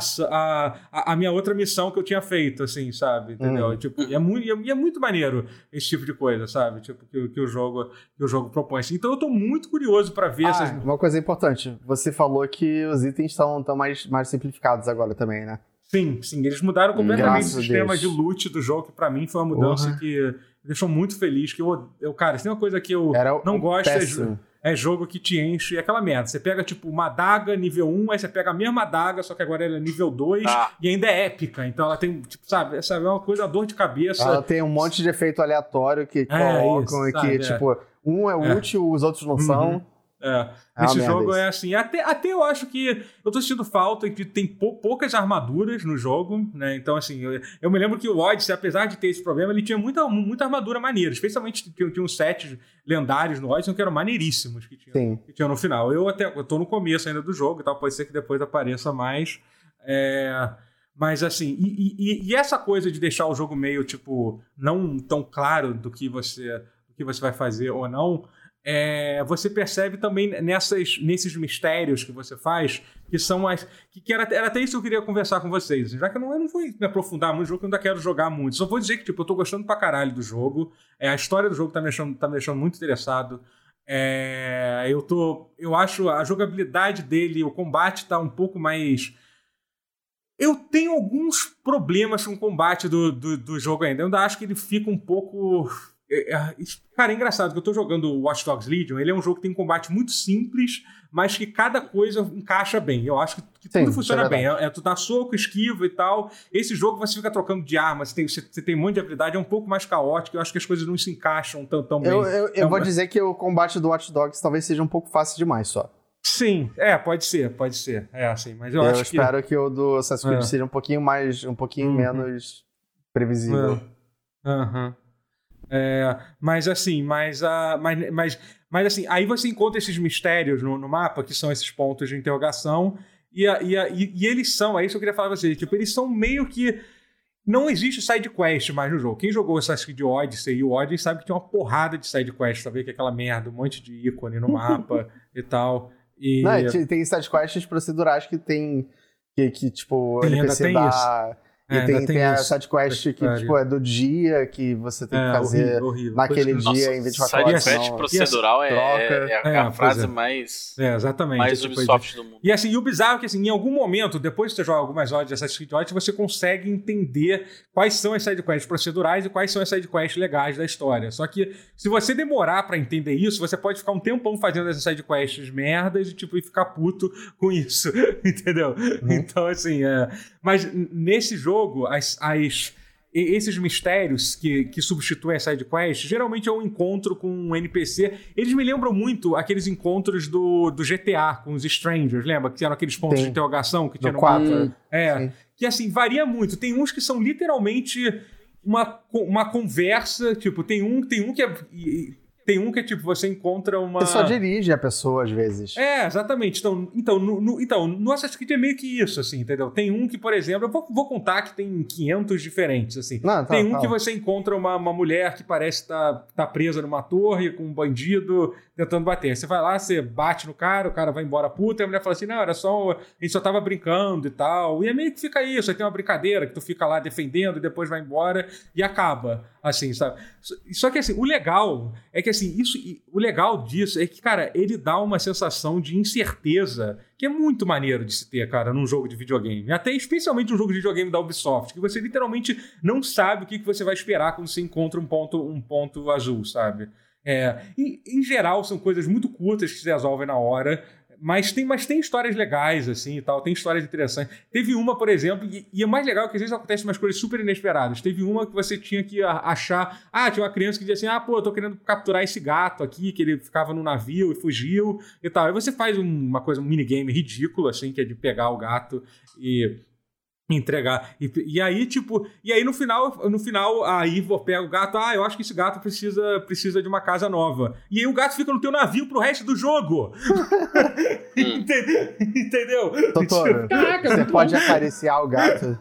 Speaker 1: a, a minha outra missão que eu tinha feito, assim, sabe? Entendeu? Tipo, e é, muito, e é- e é muito maneiro esse tipo de coisa, sabe? Tipo, que, o- que o, jogo, que o jogo propõe. assim. Então eu tô muito curioso pra ver essas.
Speaker 2: Ah, uma coisa importante. Você falou que os itens estão mais, mais simplificados agora também, né?
Speaker 1: Sim, sim, eles mudaram completamente
Speaker 2: Hum, Graças
Speaker 1: o
Speaker 2: a
Speaker 1: sistema
Speaker 2: Deus.
Speaker 1: de loot do jogo, que pra mim foi uma mudança
Speaker 2: Porra.
Speaker 1: que me deixou muito feliz. Que eu, eu, cara, se tem uma coisa que eu
Speaker 2: Era o-
Speaker 1: não gosto é ju-
Speaker 2: péssimo.
Speaker 1: é jogo que te enche, é aquela merda. Você pega, tipo, uma adaga nível 1, aí você pega a mesma adaga, só que agora ela é nível 2
Speaker 4: Ah.
Speaker 1: e ainda é épica. Então ela tem, tipo, sabe, sabe, é uma coisa, uma dor de cabeça.
Speaker 2: Ela tem um monte de efeito aleatório que colocam
Speaker 1: É, isso,
Speaker 2: e que,
Speaker 1: sabe, é.
Speaker 2: tipo, um é,
Speaker 1: É.
Speaker 2: útil, os outros não são.
Speaker 1: É,
Speaker 2: É uma
Speaker 1: nesse
Speaker 2: merda
Speaker 1: jogo
Speaker 2: isso.
Speaker 1: é assim. Até, até eu acho que eu tô sentindo falta que tem pou- poucas armaduras no jogo, né? Então, assim, eu, eu me lembro que o Odyssey, apesar de ter esse problema, ele tinha muita, muita armadura maneira. Especialmente tinha, tinha uns sets lendários no Odyssey que eram maneiríssimos que tinham
Speaker 2: Sim.
Speaker 1: que tinha no final. Eu até eu tô no começo ainda do jogo, e tal, pode ser que depois apareça mais. É, mas assim, e, e- e- e essa coisa de deixar o jogo meio, tipo, não tão claro do que você, do que você vai fazer ou não, é, você percebe também nessas, nesses mistérios que você faz, que são as. Que, que era, era até isso que eu queria conversar com vocês. assim, Já que eu não, eu não vou me aprofundar muito no jogo, que eu ainda quero jogar muito. Só vou dizer que, tipo, eu tô gostando pra caralho do jogo. É, a história do jogo tá me deixando, tá me deixando muito interessado. É, eu tô, eu acho a jogabilidade dele, o combate tá um pouco mais. Eu tenho alguns problemas com o combate do, do, do jogo ainda. Eu ainda acho que ele fica um pouco. é, é, isso- Cara, é engraçado que eu tô jogando o Watch Dogs Legion. Ele é um jogo que tem um combate muito simples, mas que cada coisa encaixa bem. Eu acho que, que
Speaker 2: Sim,
Speaker 1: tudo
Speaker 2: isso
Speaker 1: funciona
Speaker 2: é
Speaker 1: bem. É, é, tu dá soco, esquiva e tal. Esse jogo você fica trocando de arma, você tem, você, você tem um monte de habilidade, é um pouco mais caótico. Eu acho que as coisas não se encaixam tão, tão bem.
Speaker 2: Eu, eu, eu
Speaker 1: É
Speaker 2: vou
Speaker 1: uma-
Speaker 2: dizer que o combate do Watch Dogs talvez seja um pouco fácil demais só.
Speaker 1: Sim, é, pode ser, pode ser. É, assim, mas eu,
Speaker 2: Eu,
Speaker 1: acho que.
Speaker 2: espero que... o do Assassin's Creed
Speaker 1: É.
Speaker 2: seja um pouquinho mais, um pouquinho
Speaker 1: Uhum.
Speaker 2: menos previsível.
Speaker 1: É. Aham. É, mas assim, mas, a, mas, mas, mas assim, aí você encontra esses mistérios no, no mapa, que são esses pontos de interrogação, e, a- e, a- e, e eles são, é isso que eu queria falar pra vocês, tipo, eles são meio que. Não existe side quest mais no jogo. Quem jogou Assassin's Creed Odyssey e o Odyssey sabe que tem uma porrada de side quest, sabe? Que é aquela merda, um monte de ícone no mapa e tal. E... é.
Speaker 2: Não, e te- tem side quests procurais que tem. Que, que tipo, o
Speaker 1: Sim, ainda
Speaker 2: NPC
Speaker 1: tem
Speaker 2: dá. E
Speaker 1: É,
Speaker 2: tem,
Speaker 1: ainda
Speaker 2: tem, a
Speaker 1: isso.
Speaker 2: side quest que,
Speaker 1: Putaria.
Speaker 2: tipo, é do dia que você tem
Speaker 1: É,
Speaker 2: que fazer
Speaker 1: horrível, horrível. é.
Speaker 2: naquele
Speaker 1: Coisa-
Speaker 2: dia em 24
Speaker 4: side
Speaker 2: horas.
Speaker 4: quest
Speaker 2: não.
Speaker 4: procedural é,
Speaker 2: troca.
Speaker 4: é, a-
Speaker 1: É,
Speaker 4: a
Speaker 1: pois
Speaker 4: frase
Speaker 1: é.
Speaker 4: mais,
Speaker 1: É, exatamente.
Speaker 4: mais
Speaker 1: é tipo
Speaker 4: Ubisoft do mundo.
Speaker 1: E assim, e o bizarro é que assim, em algum momento, depois de você jogar algumas horas de Assassin's Creed Odyssey, você consegue entender quais são as sidequests procedurais e quais são as sidequests legais da história. Só que se você demorar pra entender isso, você pode ficar um tempão fazendo essas sidequests merdas e tipo e ficar puto com isso, entendeu?
Speaker 2: Uhum.
Speaker 1: Então assim, é... mas n- nesse jogo as, as- e- esses mistérios que, que substituem a sidequest, geralmente é um encontro com um NPC. Eles me lembram muito aqueles encontros do, do GTA com os Strangers, lembra? Que eram aqueles pontos
Speaker 2: Sim.
Speaker 1: de interrogação que
Speaker 2: No
Speaker 1: tinham
Speaker 2: 4.
Speaker 3: Hum.
Speaker 1: é,
Speaker 2: Sim.
Speaker 1: que assim, varia muito. Tem uns que são literalmente uma, co- uma conversa, tipo, tem um, tem um que é. e- e- Tem um que é tipo, você encontra uma.
Speaker 2: Você só dirige a pessoa às vezes.
Speaker 1: É, exatamente. Então, então, no, no- então, no Assassin's Creed é meio que isso, assim, entendeu? Tem um que, por exemplo, eu vou, vou contar que tem 500 diferentes, assim.
Speaker 2: Não, tá,
Speaker 1: tem um
Speaker 2: tá
Speaker 1: que
Speaker 2: lá.
Speaker 1: você encontra uma, uma mulher que parece estar presa numa torre com um bandido tentando bater. Você vai lá, você bate no cara, o cara vai embora puta, e a mulher fala assim: não, era só. A gente só tava brincando e tal. E é meio que fica isso, aí tem uma brincadeira que tu fica lá defendendo e depois vai embora e acaba, assim, sabe? Só- Só que assim, o legal é que assim, isso, e o legal disso é que, cara, ele dá uma sensação de incerteza que é muito maneiro de se ter, cara, num jogo de videogame. Até especialmente um jogo de videogame da Ubisoft, que você literalmente não sabe o que que você vai esperar quando você encontra um ponto, um ponto azul, sabe? É, em, em geral, são coisas muito curtas que se resolvem na hora. Mas tem, mas tem histórias legais, assim, e tal, tem histórias interessantes. Teve uma, por exemplo, e, e é mais legal que às vezes acontecem umas coisas super inesperadas. Teve uma que você tinha que a- achar. Ah, tinha uma criança que dizia assim: ah, pô, eu tô querendo capturar esse gato aqui, que ele ficava no navio e fugiu e tal. Aí você faz um- uma coisa, um minigame ridículo, assim, que é de pegar o gato e entregar. E, e aí, tipo, e aí no final, no final, aí eu pego o gato, ah, eu acho que esse gato precisa, precisa de uma casa nova. E aí o gato fica no teu navio pro resto do jogo.
Speaker 4: Hum.
Speaker 1: Ente- Entendeu?
Speaker 2: Totoro,
Speaker 3: Caraca,
Speaker 2: você
Speaker 3: muito
Speaker 2: pode
Speaker 3: bom.
Speaker 2: acariciar o gato.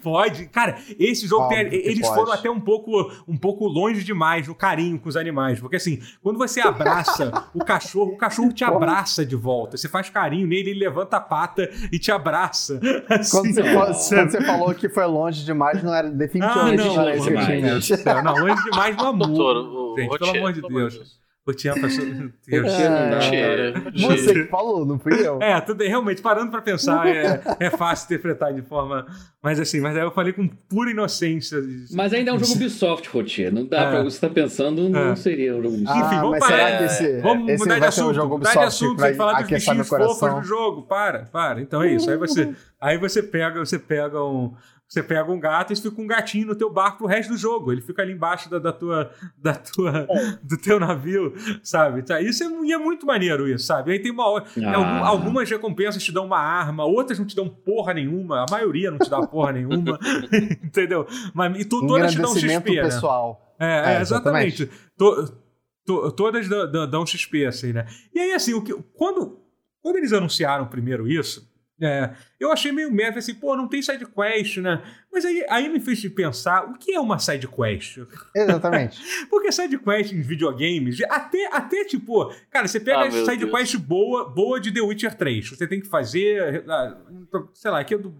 Speaker 1: Pode. Cara, esse jogo tem,
Speaker 2: Óbvio que
Speaker 1: eles
Speaker 2: pode.
Speaker 1: foram até um pouco, um pouco longe demais no carinho com os animais, porque assim, quando você abraça o cachorro, o cachorro te abraça de volta. Você faz carinho nele, ele levanta a pata e te abraça. Assim,
Speaker 2: Quando, você,
Speaker 1: ó.
Speaker 2: fa- quando você falou que foi longe demais, não era definitivamente
Speaker 1: Ah, não,
Speaker 2: não era isso que eu
Speaker 4: longe
Speaker 2: tinha em
Speaker 1: demais.
Speaker 2: mente.
Speaker 1: Não, não, longe demais do amor.
Speaker 4: Doutor, o
Speaker 1: gente,
Speaker 4: Rotier,
Speaker 1: pelo amor de Deus. Rotier é uma pessoa.
Speaker 3: Rotier não dá,
Speaker 4: Rotier,
Speaker 3: cara.
Speaker 4: Rotier.
Speaker 2: Você que falou, não fui eu.
Speaker 1: É, tudo, realmente, parando pra pensar, é, é fácil interpretar de forma. Mas assim, mas aí eu falei com pura inocência. assim,
Speaker 3: Mas ainda é um jogo Ubisoft, Rotier. Não dá
Speaker 1: É.
Speaker 3: pra. Você tá pensando, não
Speaker 1: É.
Speaker 3: seria um jogo Ubisoft.
Speaker 1: enfim, vamos
Speaker 2: Ah, mas
Speaker 1: parar.
Speaker 2: será que esse,
Speaker 1: Vamos
Speaker 2: é, esse
Speaker 1: mudar de
Speaker 2: vai ser
Speaker 1: assunto,
Speaker 2: um jogo
Speaker 1: mudar de
Speaker 2: Ubisoft
Speaker 1: assunto,
Speaker 2: que vai
Speaker 1: sem falar dos
Speaker 2: aqueçar meu
Speaker 1: bichinhos fofos
Speaker 2: coração? Uhum.
Speaker 1: do jogo. Para, para. Então é isso. Aí você, aí você pega, você pega um. Você pega um gato e fica um gatinho no teu barco pro resto do jogo. Ele fica ali embaixo da, da tua, da tua,
Speaker 2: É.
Speaker 1: do teu navio, sabe? Tá, Isso é, mu- e é muito maneiro isso, sabe? Aí tem uma hora,
Speaker 3: Ah.
Speaker 1: é Né, algum- algumas recompensas te dão uma arma, outras não te dão porra nenhuma, a maioria não te dá porra nenhuma, entendeu? Mas e tu, todas te dão XP,
Speaker 2: Um Engrandecimento
Speaker 1: né?
Speaker 2: pessoal.
Speaker 1: É,
Speaker 2: É,
Speaker 1: é, exatamente. To- to- todas dão- dão- dão XP, assim, né? E aí, assim, o que, quando, quando eles anunciaram primeiro isso, é, eu achei meio merda, assim, pô, não tem side quest, né? Mas aí, aí me fez pensar, o que é uma side quest?
Speaker 2: Exatamente.
Speaker 1: Porque side quest em videogames, até, até tipo, cara, você
Speaker 4: Ah,
Speaker 1: pega
Speaker 4: meu
Speaker 1: side quest boa, boa de The Witcher 3, você tem que fazer, ah, sei lá, aqui é do...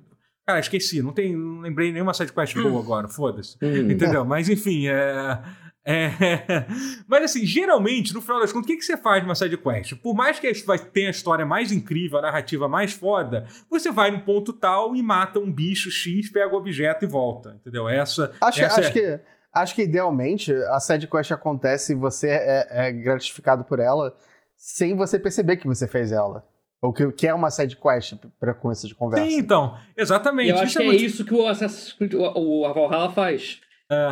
Speaker 1: Cara, esqueci, não, tem, não lembrei nenhuma side quest boa agora, foda-se.
Speaker 3: Hum.
Speaker 1: Entendeu? Mas enfim, é. é- Mas assim, geralmente, no final das contas, o que, que você faz numa side quest? Por mais que vai- tenha a história mais incrível, a narrativa mais foda, você vai num ponto tal e mata um bicho X, pega o objeto e volta. Entendeu? Essa.
Speaker 2: Acho,
Speaker 1: essa
Speaker 2: acho
Speaker 1: é...
Speaker 2: que, acho que idealmente a side quest acontece e você é, é gratificado por ela sem você perceber que você fez ela. Ou que, que é uma side quest para começo de conversa.
Speaker 1: Sim, então.
Speaker 3: E
Speaker 1: Exatamente.
Speaker 3: eu acho
Speaker 1: isso
Speaker 3: que
Speaker 1: é
Speaker 3: é
Speaker 1: muito...
Speaker 3: isso que o Assassin's Creed, o, o a Valhalla faz.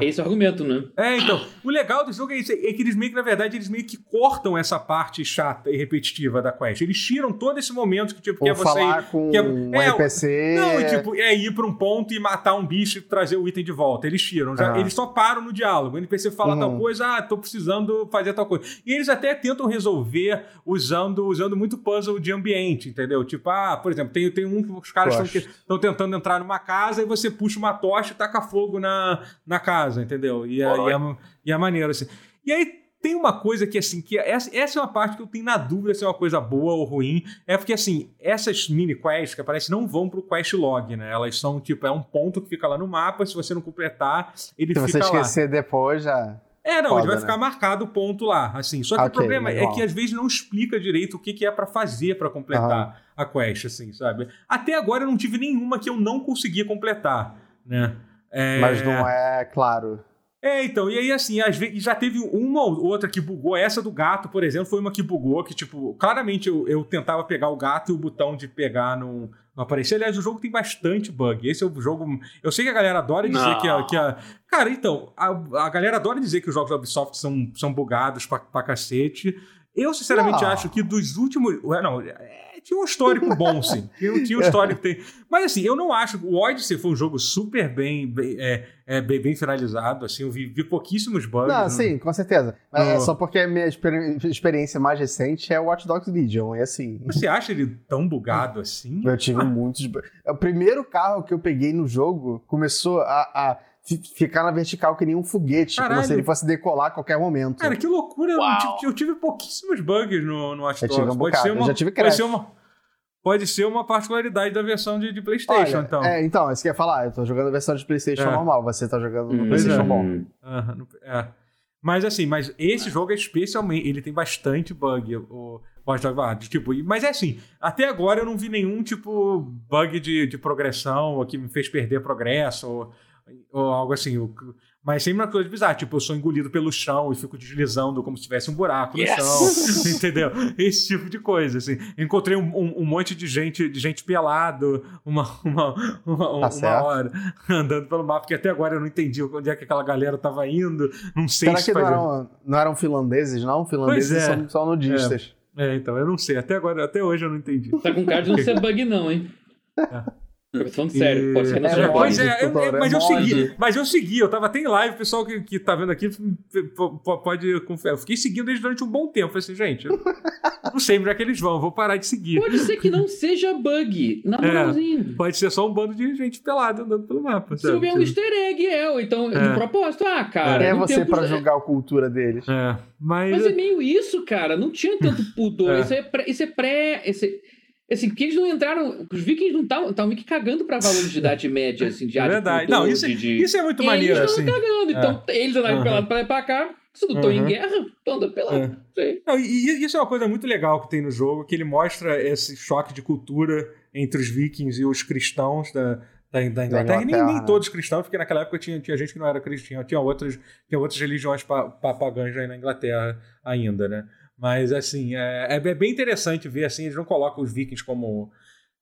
Speaker 3: É esse o argumento, né?
Speaker 1: É, então. O legal do jogo é isso. É que eles meio que, na verdade, eles meio que cortam essa parte chata e repetitiva da quest. Eles tiram todo esse momento que, tipo,
Speaker 2: Ou
Speaker 1: que é você.
Speaker 2: falar com
Speaker 1: que é-
Speaker 2: um
Speaker 1: é,
Speaker 2: NPC.
Speaker 1: Não, e, tipo, é ir pra um ponto e matar um bicho e trazer o item de volta. Eles tiram. já-
Speaker 2: Ah.
Speaker 1: Eles só param no diálogo. O NPC fala
Speaker 2: Uhum.
Speaker 1: tal coisa, ah, tô precisando fazer tal coisa. E eles até tentam resolver usando, usando muito puzzle de ambiente, entendeu? Tipo, ah, por exemplo, tem, tem um que os caras
Speaker 2: Gosto.
Speaker 1: estão tentando entrar numa casa e você puxa uma tocha e taca fogo na, na casa, entendeu? E, é- e, é, e é maneiro, assim. E aí tem uma coisa que, assim, que essa, essa é uma parte que eu tenho na dúvida se é uma coisa boa ou ruim. É porque, assim, essas mini quests que aparecem não vão pro quest log, né? Elas são, tipo, é um ponto que fica lá no mapa. Se você não completar, ele
Speaker 2: Se Então você
Speaker 1: fica lá.
Speaker 2: esquecer depois, já.
Speaker 1: É, não,
Speaker 2: Foda,
Speaker 1: ele vai
Speaker 2: né?
Speaker 1: ficar marcado o ponto lá, assim. Só que o
Speaker 2: Ok,
Speaker 1: problema
Speaker 2: legal.
Speaker 1: é que às vezes não explica direito o que, que é pra fazer pra completar a quest, assim, sabe? Até agora eu não tive nenhuma que eu não conseguia completar, né? É...
Speaker 2: Mas não é claro.
Speaker 1: É, então, e aí assim, às vezes já teve uma ou outra que bugou. Essa do gato, por exemplo, foi uma que bugou, que, tipo, claramente eu, eu tentava pegar o gato e o botão de pegar não, não aparecia. Aliás, o jogo tem bastante bug. Esse é o jogo. Eu sei que a galera adora dizer
Speaker 4: Não.
Speaker 1: que a, que a- Cara, então, a, a galera adora dizer que os jogos da Ubisoft são, são bugados pra, pra cacete. Eu, sinceramente,
Speaker 2: Não.
Speaker 1: acho que dos últimos. Ué, Não, é, tinha um histórico bom, sim. Tinha, tinha um histórico. Tem, mas assim, eu não acho. O Odyssey foi um jogo super bem, bem, é, é, bem, bem finalizado. Assim, eu vi, vi pouquíssimos bugs.
Speaker 2: Não,
Speaker 1: né?
Speaker 2: sim, com certeza. Mas
Speaker 1: Não.
Speaker 2: é só porque a minha experi- experiência mais recente é o Watch Dogs Legion, e assim.
Speaker 1: Você acha ele tão bugado assim?
Speaker 2: Eu tive muitos. é O primeiro carro que eu peguei no jogo começou a, a fi- ficar na vertical que nem um foguete, como
Speaker 1: Caralho.
Speaker 2: se ele fosse decolar a qualquer momento.
Speaker 1: Cara, que loucura! Eu, não
Speaker 4: Uau.
Speaker 1: tive, eu tive pouquíssimos bugs no, no Watch
Speaker 2: eu tive
Speaker 1: Dogs.
Speaker 2: um
Speaker 1: pode,
Speaker 2: bocado.
Speaker 1: ser
Speaker 2: Eu
Speaker 1: uma,
Speaker 2: já tive
Speaker 1: pode
Speaker 2: crash.
Speaker 1: ser uma. Pode ser uma particularidade da versão de, de PlayStation,
Speaker 2: Olha,
Speaker 1: então.
Speaker 2: É, então, isso que eu ia falar. Eu tô jogando a versão de PlayStation
Speaker 1: É.
Speaker 2: normal, você tá jogando no
Speaker 3: Hum,
Speaker 2: PlayStation
Speaker 1: é.
Speaker 2: bom.
Speaker 3: hum.
Speaker 1: Aham, não- é. Mas assim, mas esse jogo é especialmente. Ele tem bastante bug, o Watch Dogs Legion, tipo, e- Mas é assim, até agora eu não vi nenhum tipo bug de, de progressão ou que me fez perder progresso ou, ou algo assim. o- mas sempre uma coisa bizarra, tipo, eu sou engolido pelo chão e fico deslizando como se tivesse um buraco no
Speaker 4: Yes!
Speaker 1: chão, entendeu? Esse tipo de coisa, assim. Encontrei um, um- um monte de gente, de gente pelado uma, uma, uma, uma
Speaker 2: certo.
Speaker 1: hora andando pelo mapa, porque até agora eu não entendi onde é que aquela galera tava indo, não sei
Speaker 2: Será
Speaker 1: se
Speaker 2: que não
Speaker 1: fazia-
Speaker 2: eram, não eram finlandeses, não? Finlandeses
Speaker 1: Pois é.
Speaker 2: são só nudistas.
Speaker 1: É, então, eu não sei, até agora, até hoje eu não entendi.
Speaker 3: Tá com cara de não ser bug, não, hein? Eu tô falando sério, pode ser que não
Speaker 2: É,
Speaker 3: seja
Speaker 1: pois
Speaker 3: bug.
Speaker 1: é, eu- eu- mas eu
Speaker 2: mole.
Speaker 1: segui, mas eu segui, eu tava até em live, o pessoal que, que tá vendo aqui p- p- pode confiar. Eu fiquei seguindo eles durante um bom tempo. Falei assim, gente, eu não sei onde é que eles vão, eu vou parar de seguir.
Speaker 3: Pode ser que não seja
Speaker 1: É.
Speaker 3: bug, na moralzinha.
Speaker 1: Pode ser só um bando de gente pelada andando pelo mapa.
Speaker 3: Se houver um
Speaker 1: sabe?
Speaker 3: easter egg, é, ou então,
Speaker 1: É.
Speaker 3: de propósito, ah, cara.
Speaker 2: Quem é
Speaker 3: não
Speaker 2: você
Speaker 3: tem
Speaker 2: pra
Speaker 3: alguns-
Speaker 2: julgar a cultura deles?
Speaker 1: É, mas.
Speaker 3: Mas é meio isso, cara. Não tinha tanto pudor.
Speaker 1: É.
Speaker 3: Isso é pré. Isso é pré esse, assim, porque eles não entraram. Os vikings não estavam. Estavam meio que cagando pra valores de idade média, assim, de
Speaker 1: É
Speaker 3: área de
Speaker 1: verdade.
Speaker 3: pudor,
Speaker 1: Não, isso,
Speaker 3: de, de...
Speaker 1: isso é muito
Speaker 3: Eles
Speaker 1: maneiro,
Speaker 3: não
Speaker 1: assim.
Speaker 3: cagando. Então, eles andaram
Speaker 1: Aham.
Speaker 3: pelado pra lá e pra cá. Se não estão em
Speaker 1: Aham.
Speaker 3: guerra, tu anda pelado.
Speaker 1: É.
Speaker 3: Não sei.
Speaker 1: Não, e- e isso é uma coisa muito legal que tem no jogo, que ele mostra esse choque de cultura entre os vikings e os cristãos da, da, da Inglaterra. E nem,
Speaker 2: Inglaterra,
Speaker 1: nem
Speaker 2: né?
Speaker 1: todos cristãos, porque naquela época tinha, tinha gente que não era cristã, tinha outras, tinha outras religiões pa, pa- pagãs aí na Inglaterra ainda, né? Mas, assim, é, é bem interessante ver, assim, eles não colocam os vikings como...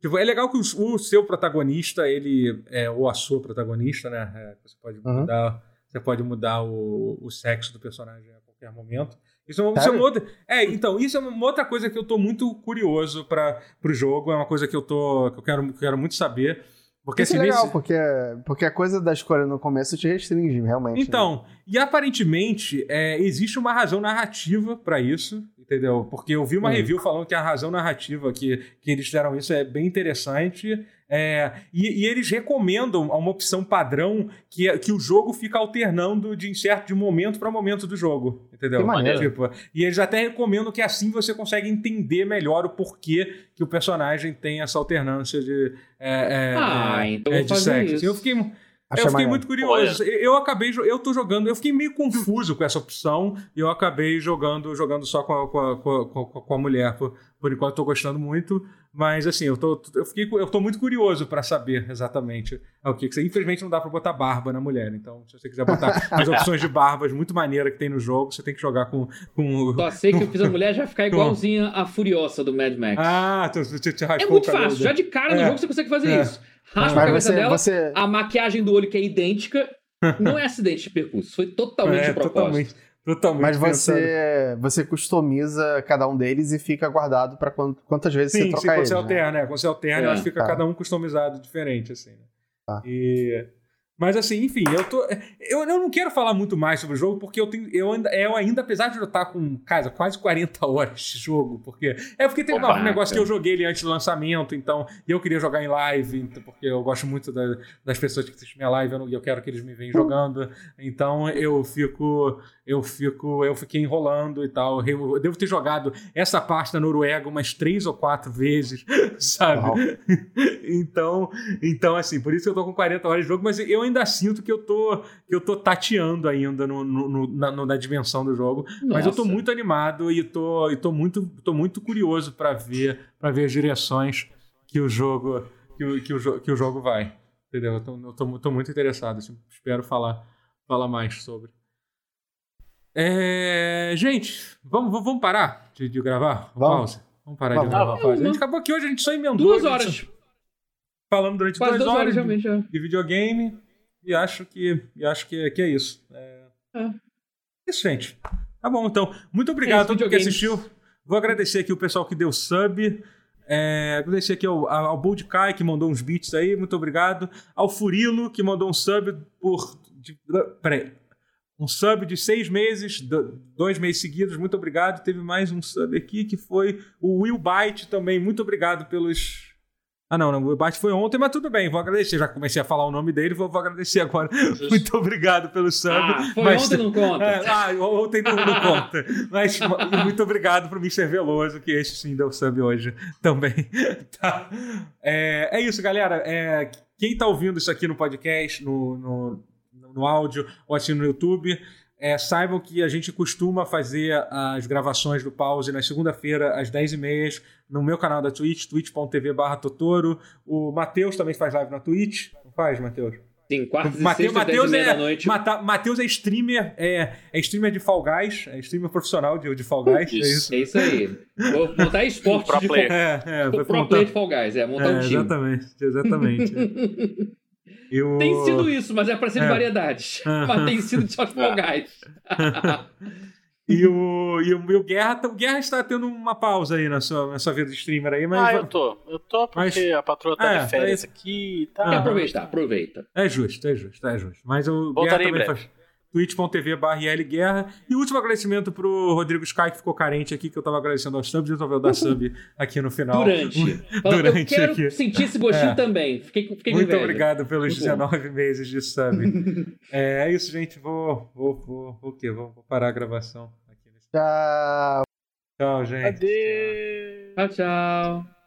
Speaker 1: Tipo, é legal que os- o, seu protagonista, ele... É, ou a sua protagonista, né? É, você pode
Speaker 2: Uhum.
Speaker 1: mudar, você pode mudar o, o sexo do personagem a qualquer momento. Isso é uma,
Speaker 2: Sério?
Speaker 1: isso é uma outra, é, então, isso é uma outra coisa que eu tô muito curioso para pro jogo, é uma coisa que eu tô que eu quero, quero muito saber, porque
Speaker 2: Isso
Speaker 1: assim,
Speaker 2: é legal,
Speaker 1: nesse-
Speaker 2: porque, porque a coisa da escolha no começo te restringe, realmente. né?
Speaker 1: Então, e aparentemente é, existe uma razão narrativa pra isso, entendeu? Porque eu vi uma
Speaker 2: Hum.
Speaker 1: review falando que a razão narrativa que, que eles deram isso é bem interessante. é, e, e eles recomendam uma opção padrão que, é- que o jogo fica alternando de incerto de um momento pra momento do jogo, entendeu?
Speaker 2: Que maneiro.
Speaker 1: Tipo, e eles até recomendam que assim você consegue entender melhor o porquê que o personagem tem essa alternância de é, é,
Speaker 3: Ah,
Speaker 1: é,
Speaker 3: então
Speaker 1: é,
Speaker 3: vou
Speaker 1: de
Speaker 3: fazer
Speaker 1: sexo.
Speaker 3: isso.
Speaker 1: Eu fiquei
Speaker 2: Achei
Speaker 1: eu fiquei
Speaker 2: maneiro.
Speaker 1: muito curioso. Eu- Eu acabei, jo- eu tô jogando, eu fiquei meio confuso com essa opção e eu acabei jogando, jogando só com a, com a- com a- com a- com a mulher. Por, por enquanto, eu tô gostando muito, mas assim, eu tô, eu fiquei, cu- eu tô muito curioso pra saber exatamente é o que. que você- Infelizmente, não dá pra botar barba na mulher. Então, se você quiser botar as opções de barbas muito maneira que tem no jogo, você tem que jogar com, com...
Speaker 3: Só sei que eu fiz a mulher já ficar igualzinha a Furiosa do Mad Max.
Speaker 1: ah, tu, tu, tu, tu
Speaker 3: é
Speaker 1: raspou o
Speaker 3: muito
Speaker 1: cabelo
Speaker 3: fácil. Já
Speaker 1: dele.
Speaker 3: de cara no
Speaker 1: É.
Speaker 3: jogo você consegue fazer
Speaker 1: É.
Speaker 3: isso. Raspa a
Speaker 2: Mas
Speaker 3: cabeça
Speaker 2: você,
Speaker 3: dela,
Speaker 2: você,
Speaker 3: a maquiagem do olho que é idêntica, Não é acidente de percurso, foi totalmente de
Speaker 1: é,
Speaker 3: propósito.
Speaker 1: totalmente. Totalmente.
Speaker 2: Mas
Speaker 1: pensando.
Speaker 2: você, você customiza cada um deles e fica guardado pra quan- quantas vezes
Speaker 1: Sim,
Speaker 2: você
Speaker 1: sim,
Speaker 2: troca
Speaker 1: quando
Speaker 2: eles,
Speaker 1: você
Speaker 2: né?
Speaker 1: alterna, né? Quando você alterna,
Speaker 3: É,
Speaker 1: eu acho que fica
Speaker 2: tá.
Speaker 1: cada um customizado diferente, assim. né?
Speaker 2: Tá.
Speaker 1: E- Mas assim, enfim, eu tô. Eu, eu não quero falar muito mais sobre o jogo, porque eu tenho. Eu ainda, eu ainda apesar de eu estar com, cara, quase 40 horas de jogo, porque. É porque tem
Speaker 4: Opa,
Speaker 1: um negócio que
Speaker 4: cara.
Speaker 1: eu joguei ele antes do lançamento, então. E eu queria jogar em live, então, porque eu gosto muito da- das pessoas que assistem minha live, eu, não- eu quero que eles me
Speaker 2: Hum.
Speaker 1: venham jogando. Então eu fico. Eu fico. Eu fiquei enrolando e tal. Eu, eu devo ter jogado essa parte da Noruega umas três ou quatro vezes, sabe?
Speaker 2: Uau.
Speaker 1: então, então, assim, por isso que eu tô com 40 horas de jogo, mas eu ainda sinto que eu tô, que eu tô tateando ainda no, no- no- na, no- na dimensão do jogo. Mas eu tô
Speaker 3: Nossa.
Speaker 1: muito animado e tô, e tô, muito, tô muito curioso pra ver, pra ver as direções que o jogo, que o, que o, jo- que o jogo vai. Entendeu? Eu tô, eu tô, mu- tô muito interessado. assim, espero falar, falar mais sobre. É, gente, vamos, vamos vamos parar de, de gravar?
Speaker 2: Vamos.
Speaker 1: Pausa. Vamos parar de
Speaker 2: Vamos.
Speaker 1: gravar.
Speaker 3: Tá bom.
Speaker 1: pausa. A gente acabou que hoje a gente só emendou.
Speaker 3: Duas
Speaker 1: a gente
Speaker 3: horas.
Speaker 1: só- Falamos durante
Speaker 3: Quase
Speaker 1: duas, horas, de,
Speaker 3: realmente. é.
Speaker 1: de videogame e acho que, e acho que, que é isso. É...
Speaker 3: É.
Speaker 1: Isso, gente. Tá bom, então. Muito
Speaker 3: É
Speaker 1: obrigado a
Speaker 3: isso,
Speaker 1: todo mundo que
Speaker 3: videogames.
Speaker 1: assistiu. Vou agradecer aqui o pessoal que deu sub. É, agradecer aqui ao, ao Bold Kai, que mandou uns beats aí. Muito obrigado. Ao Furilo, que mandou um sub por. De, peraí. Um sub de seis meses, do- dois meses seguidos. Muito obrigado. Teve mais um sub aqui que foi o Will Byte também. Muito obrigado pelos. Ah, não, não, o Byte foi ontem, mas tudo bem, vou agradecer. Já comecei a falar o nome dele, vou, vou agradecer agora. Muito obrigado pelo sub.
Speaker 3: Ah, foi
Speaker 1: mas-
Speaker 3: ontem não conta.
Speaker 1: é, ah, ontem não, não conta. Mas ma- muito obrigado pro Mr. Veloso, que este sim deu sub hoje também. Tá? É, é isso, galera. É, quem tá ouvindo isso aqui no podcast, no, no, no áudio ou assim no YouTube, é, saibam que a gente costuma fazer as gravações do Pause na segunda-feira, às 10h30, no meu canal da Twitch, twitch.tv barra Totoro. O Matheus também faz live na Twitch. Não faz, Matheus?
Speaker 3: Sim, quartas e
Speaker 1: Mate-
Speaker 3: sextas,
Speaker 1: Mateus
Speaker 3: 10 e meia
Speaker 1: é-
Speaker 3: da noite.
Speaker 1: Mata- Matheus é streamer, é, é streamer de Fall Guys, é streamer profissional de, de Fall Guys, é isso?
Speaker 3: É isso aí. Vou montar esporte
Speaker 4: Pro
Speaker 3: de
Speaker 4: player.
Speaker 1: É, é,
Speaker 3: Pro
Speaker 1: vai
Speaker 3: pro
Speaker 1: perguntar-
Speaker 3: player de Fall Guys, é, montar
Speaker 1: É,
Speaker 3: um time.
Speaker 1: exatamente, exatamente. Eu-
Speaker 3: Tem sido isso, mas é pra ser de
Speaker 1: É.
Speaker 3: variedades.
Speaker 1: Ah.
Speaker 3: Mas tem sido de só de Fall Guys.
Speaker 1: E o, e o, e o Guerra, tá- o Guerra está tendo uma pausa aí na sua, na sua vida de streamer aí, mas
Speaker 4: ah,
Speaker 1: va-
Speaker 4: eu tô. Eu tô porque a patroa tá
Speaker 1: É,
Speaker 4: de férias
Speaker 1: é-
Speaker 4: aqui e tal.
Speaker 1: Aham.
Speaker 3: Quer aproveitar, aproveita.
Speaker 1: é justo, é justo, é justo. Mas o
Speaker 4: Voltarei em
Speaker 1: Guerra também
Speaker 4: breve.
Speaker 1: faz twitch.tv barra IL Guerra. E último agradecimento pro Rodrigo Sky, que ficou carente aqui, que eu tava agradecendo aos subs, e resolveu dar sub aqui no final.
Speaker 3: Durante. Fala, eu
Speaker 1: Durante
Speaker 3: quero
Speaker 1: aqui.
Speaker 3: sentir esse gostinho
Speaker 1: É.
Speaker 3: também. Fiquei, com- fiquei com
Speaker 1: Muito
Speaker 3: inveja.
Speaker 1: obrigado pelos
Speaker 3: Muito bom.
Speaker 1: 19 meses de sub. é, é isso, gente. Vou, vou, vou, vou o quê? Vou, vou parar a gravação aqui.
Speaker 2: Tchau.
Speaker 1: Tchau, gente.
Speaker 4: Adeus.
Speaker 3: Tchau, tchau.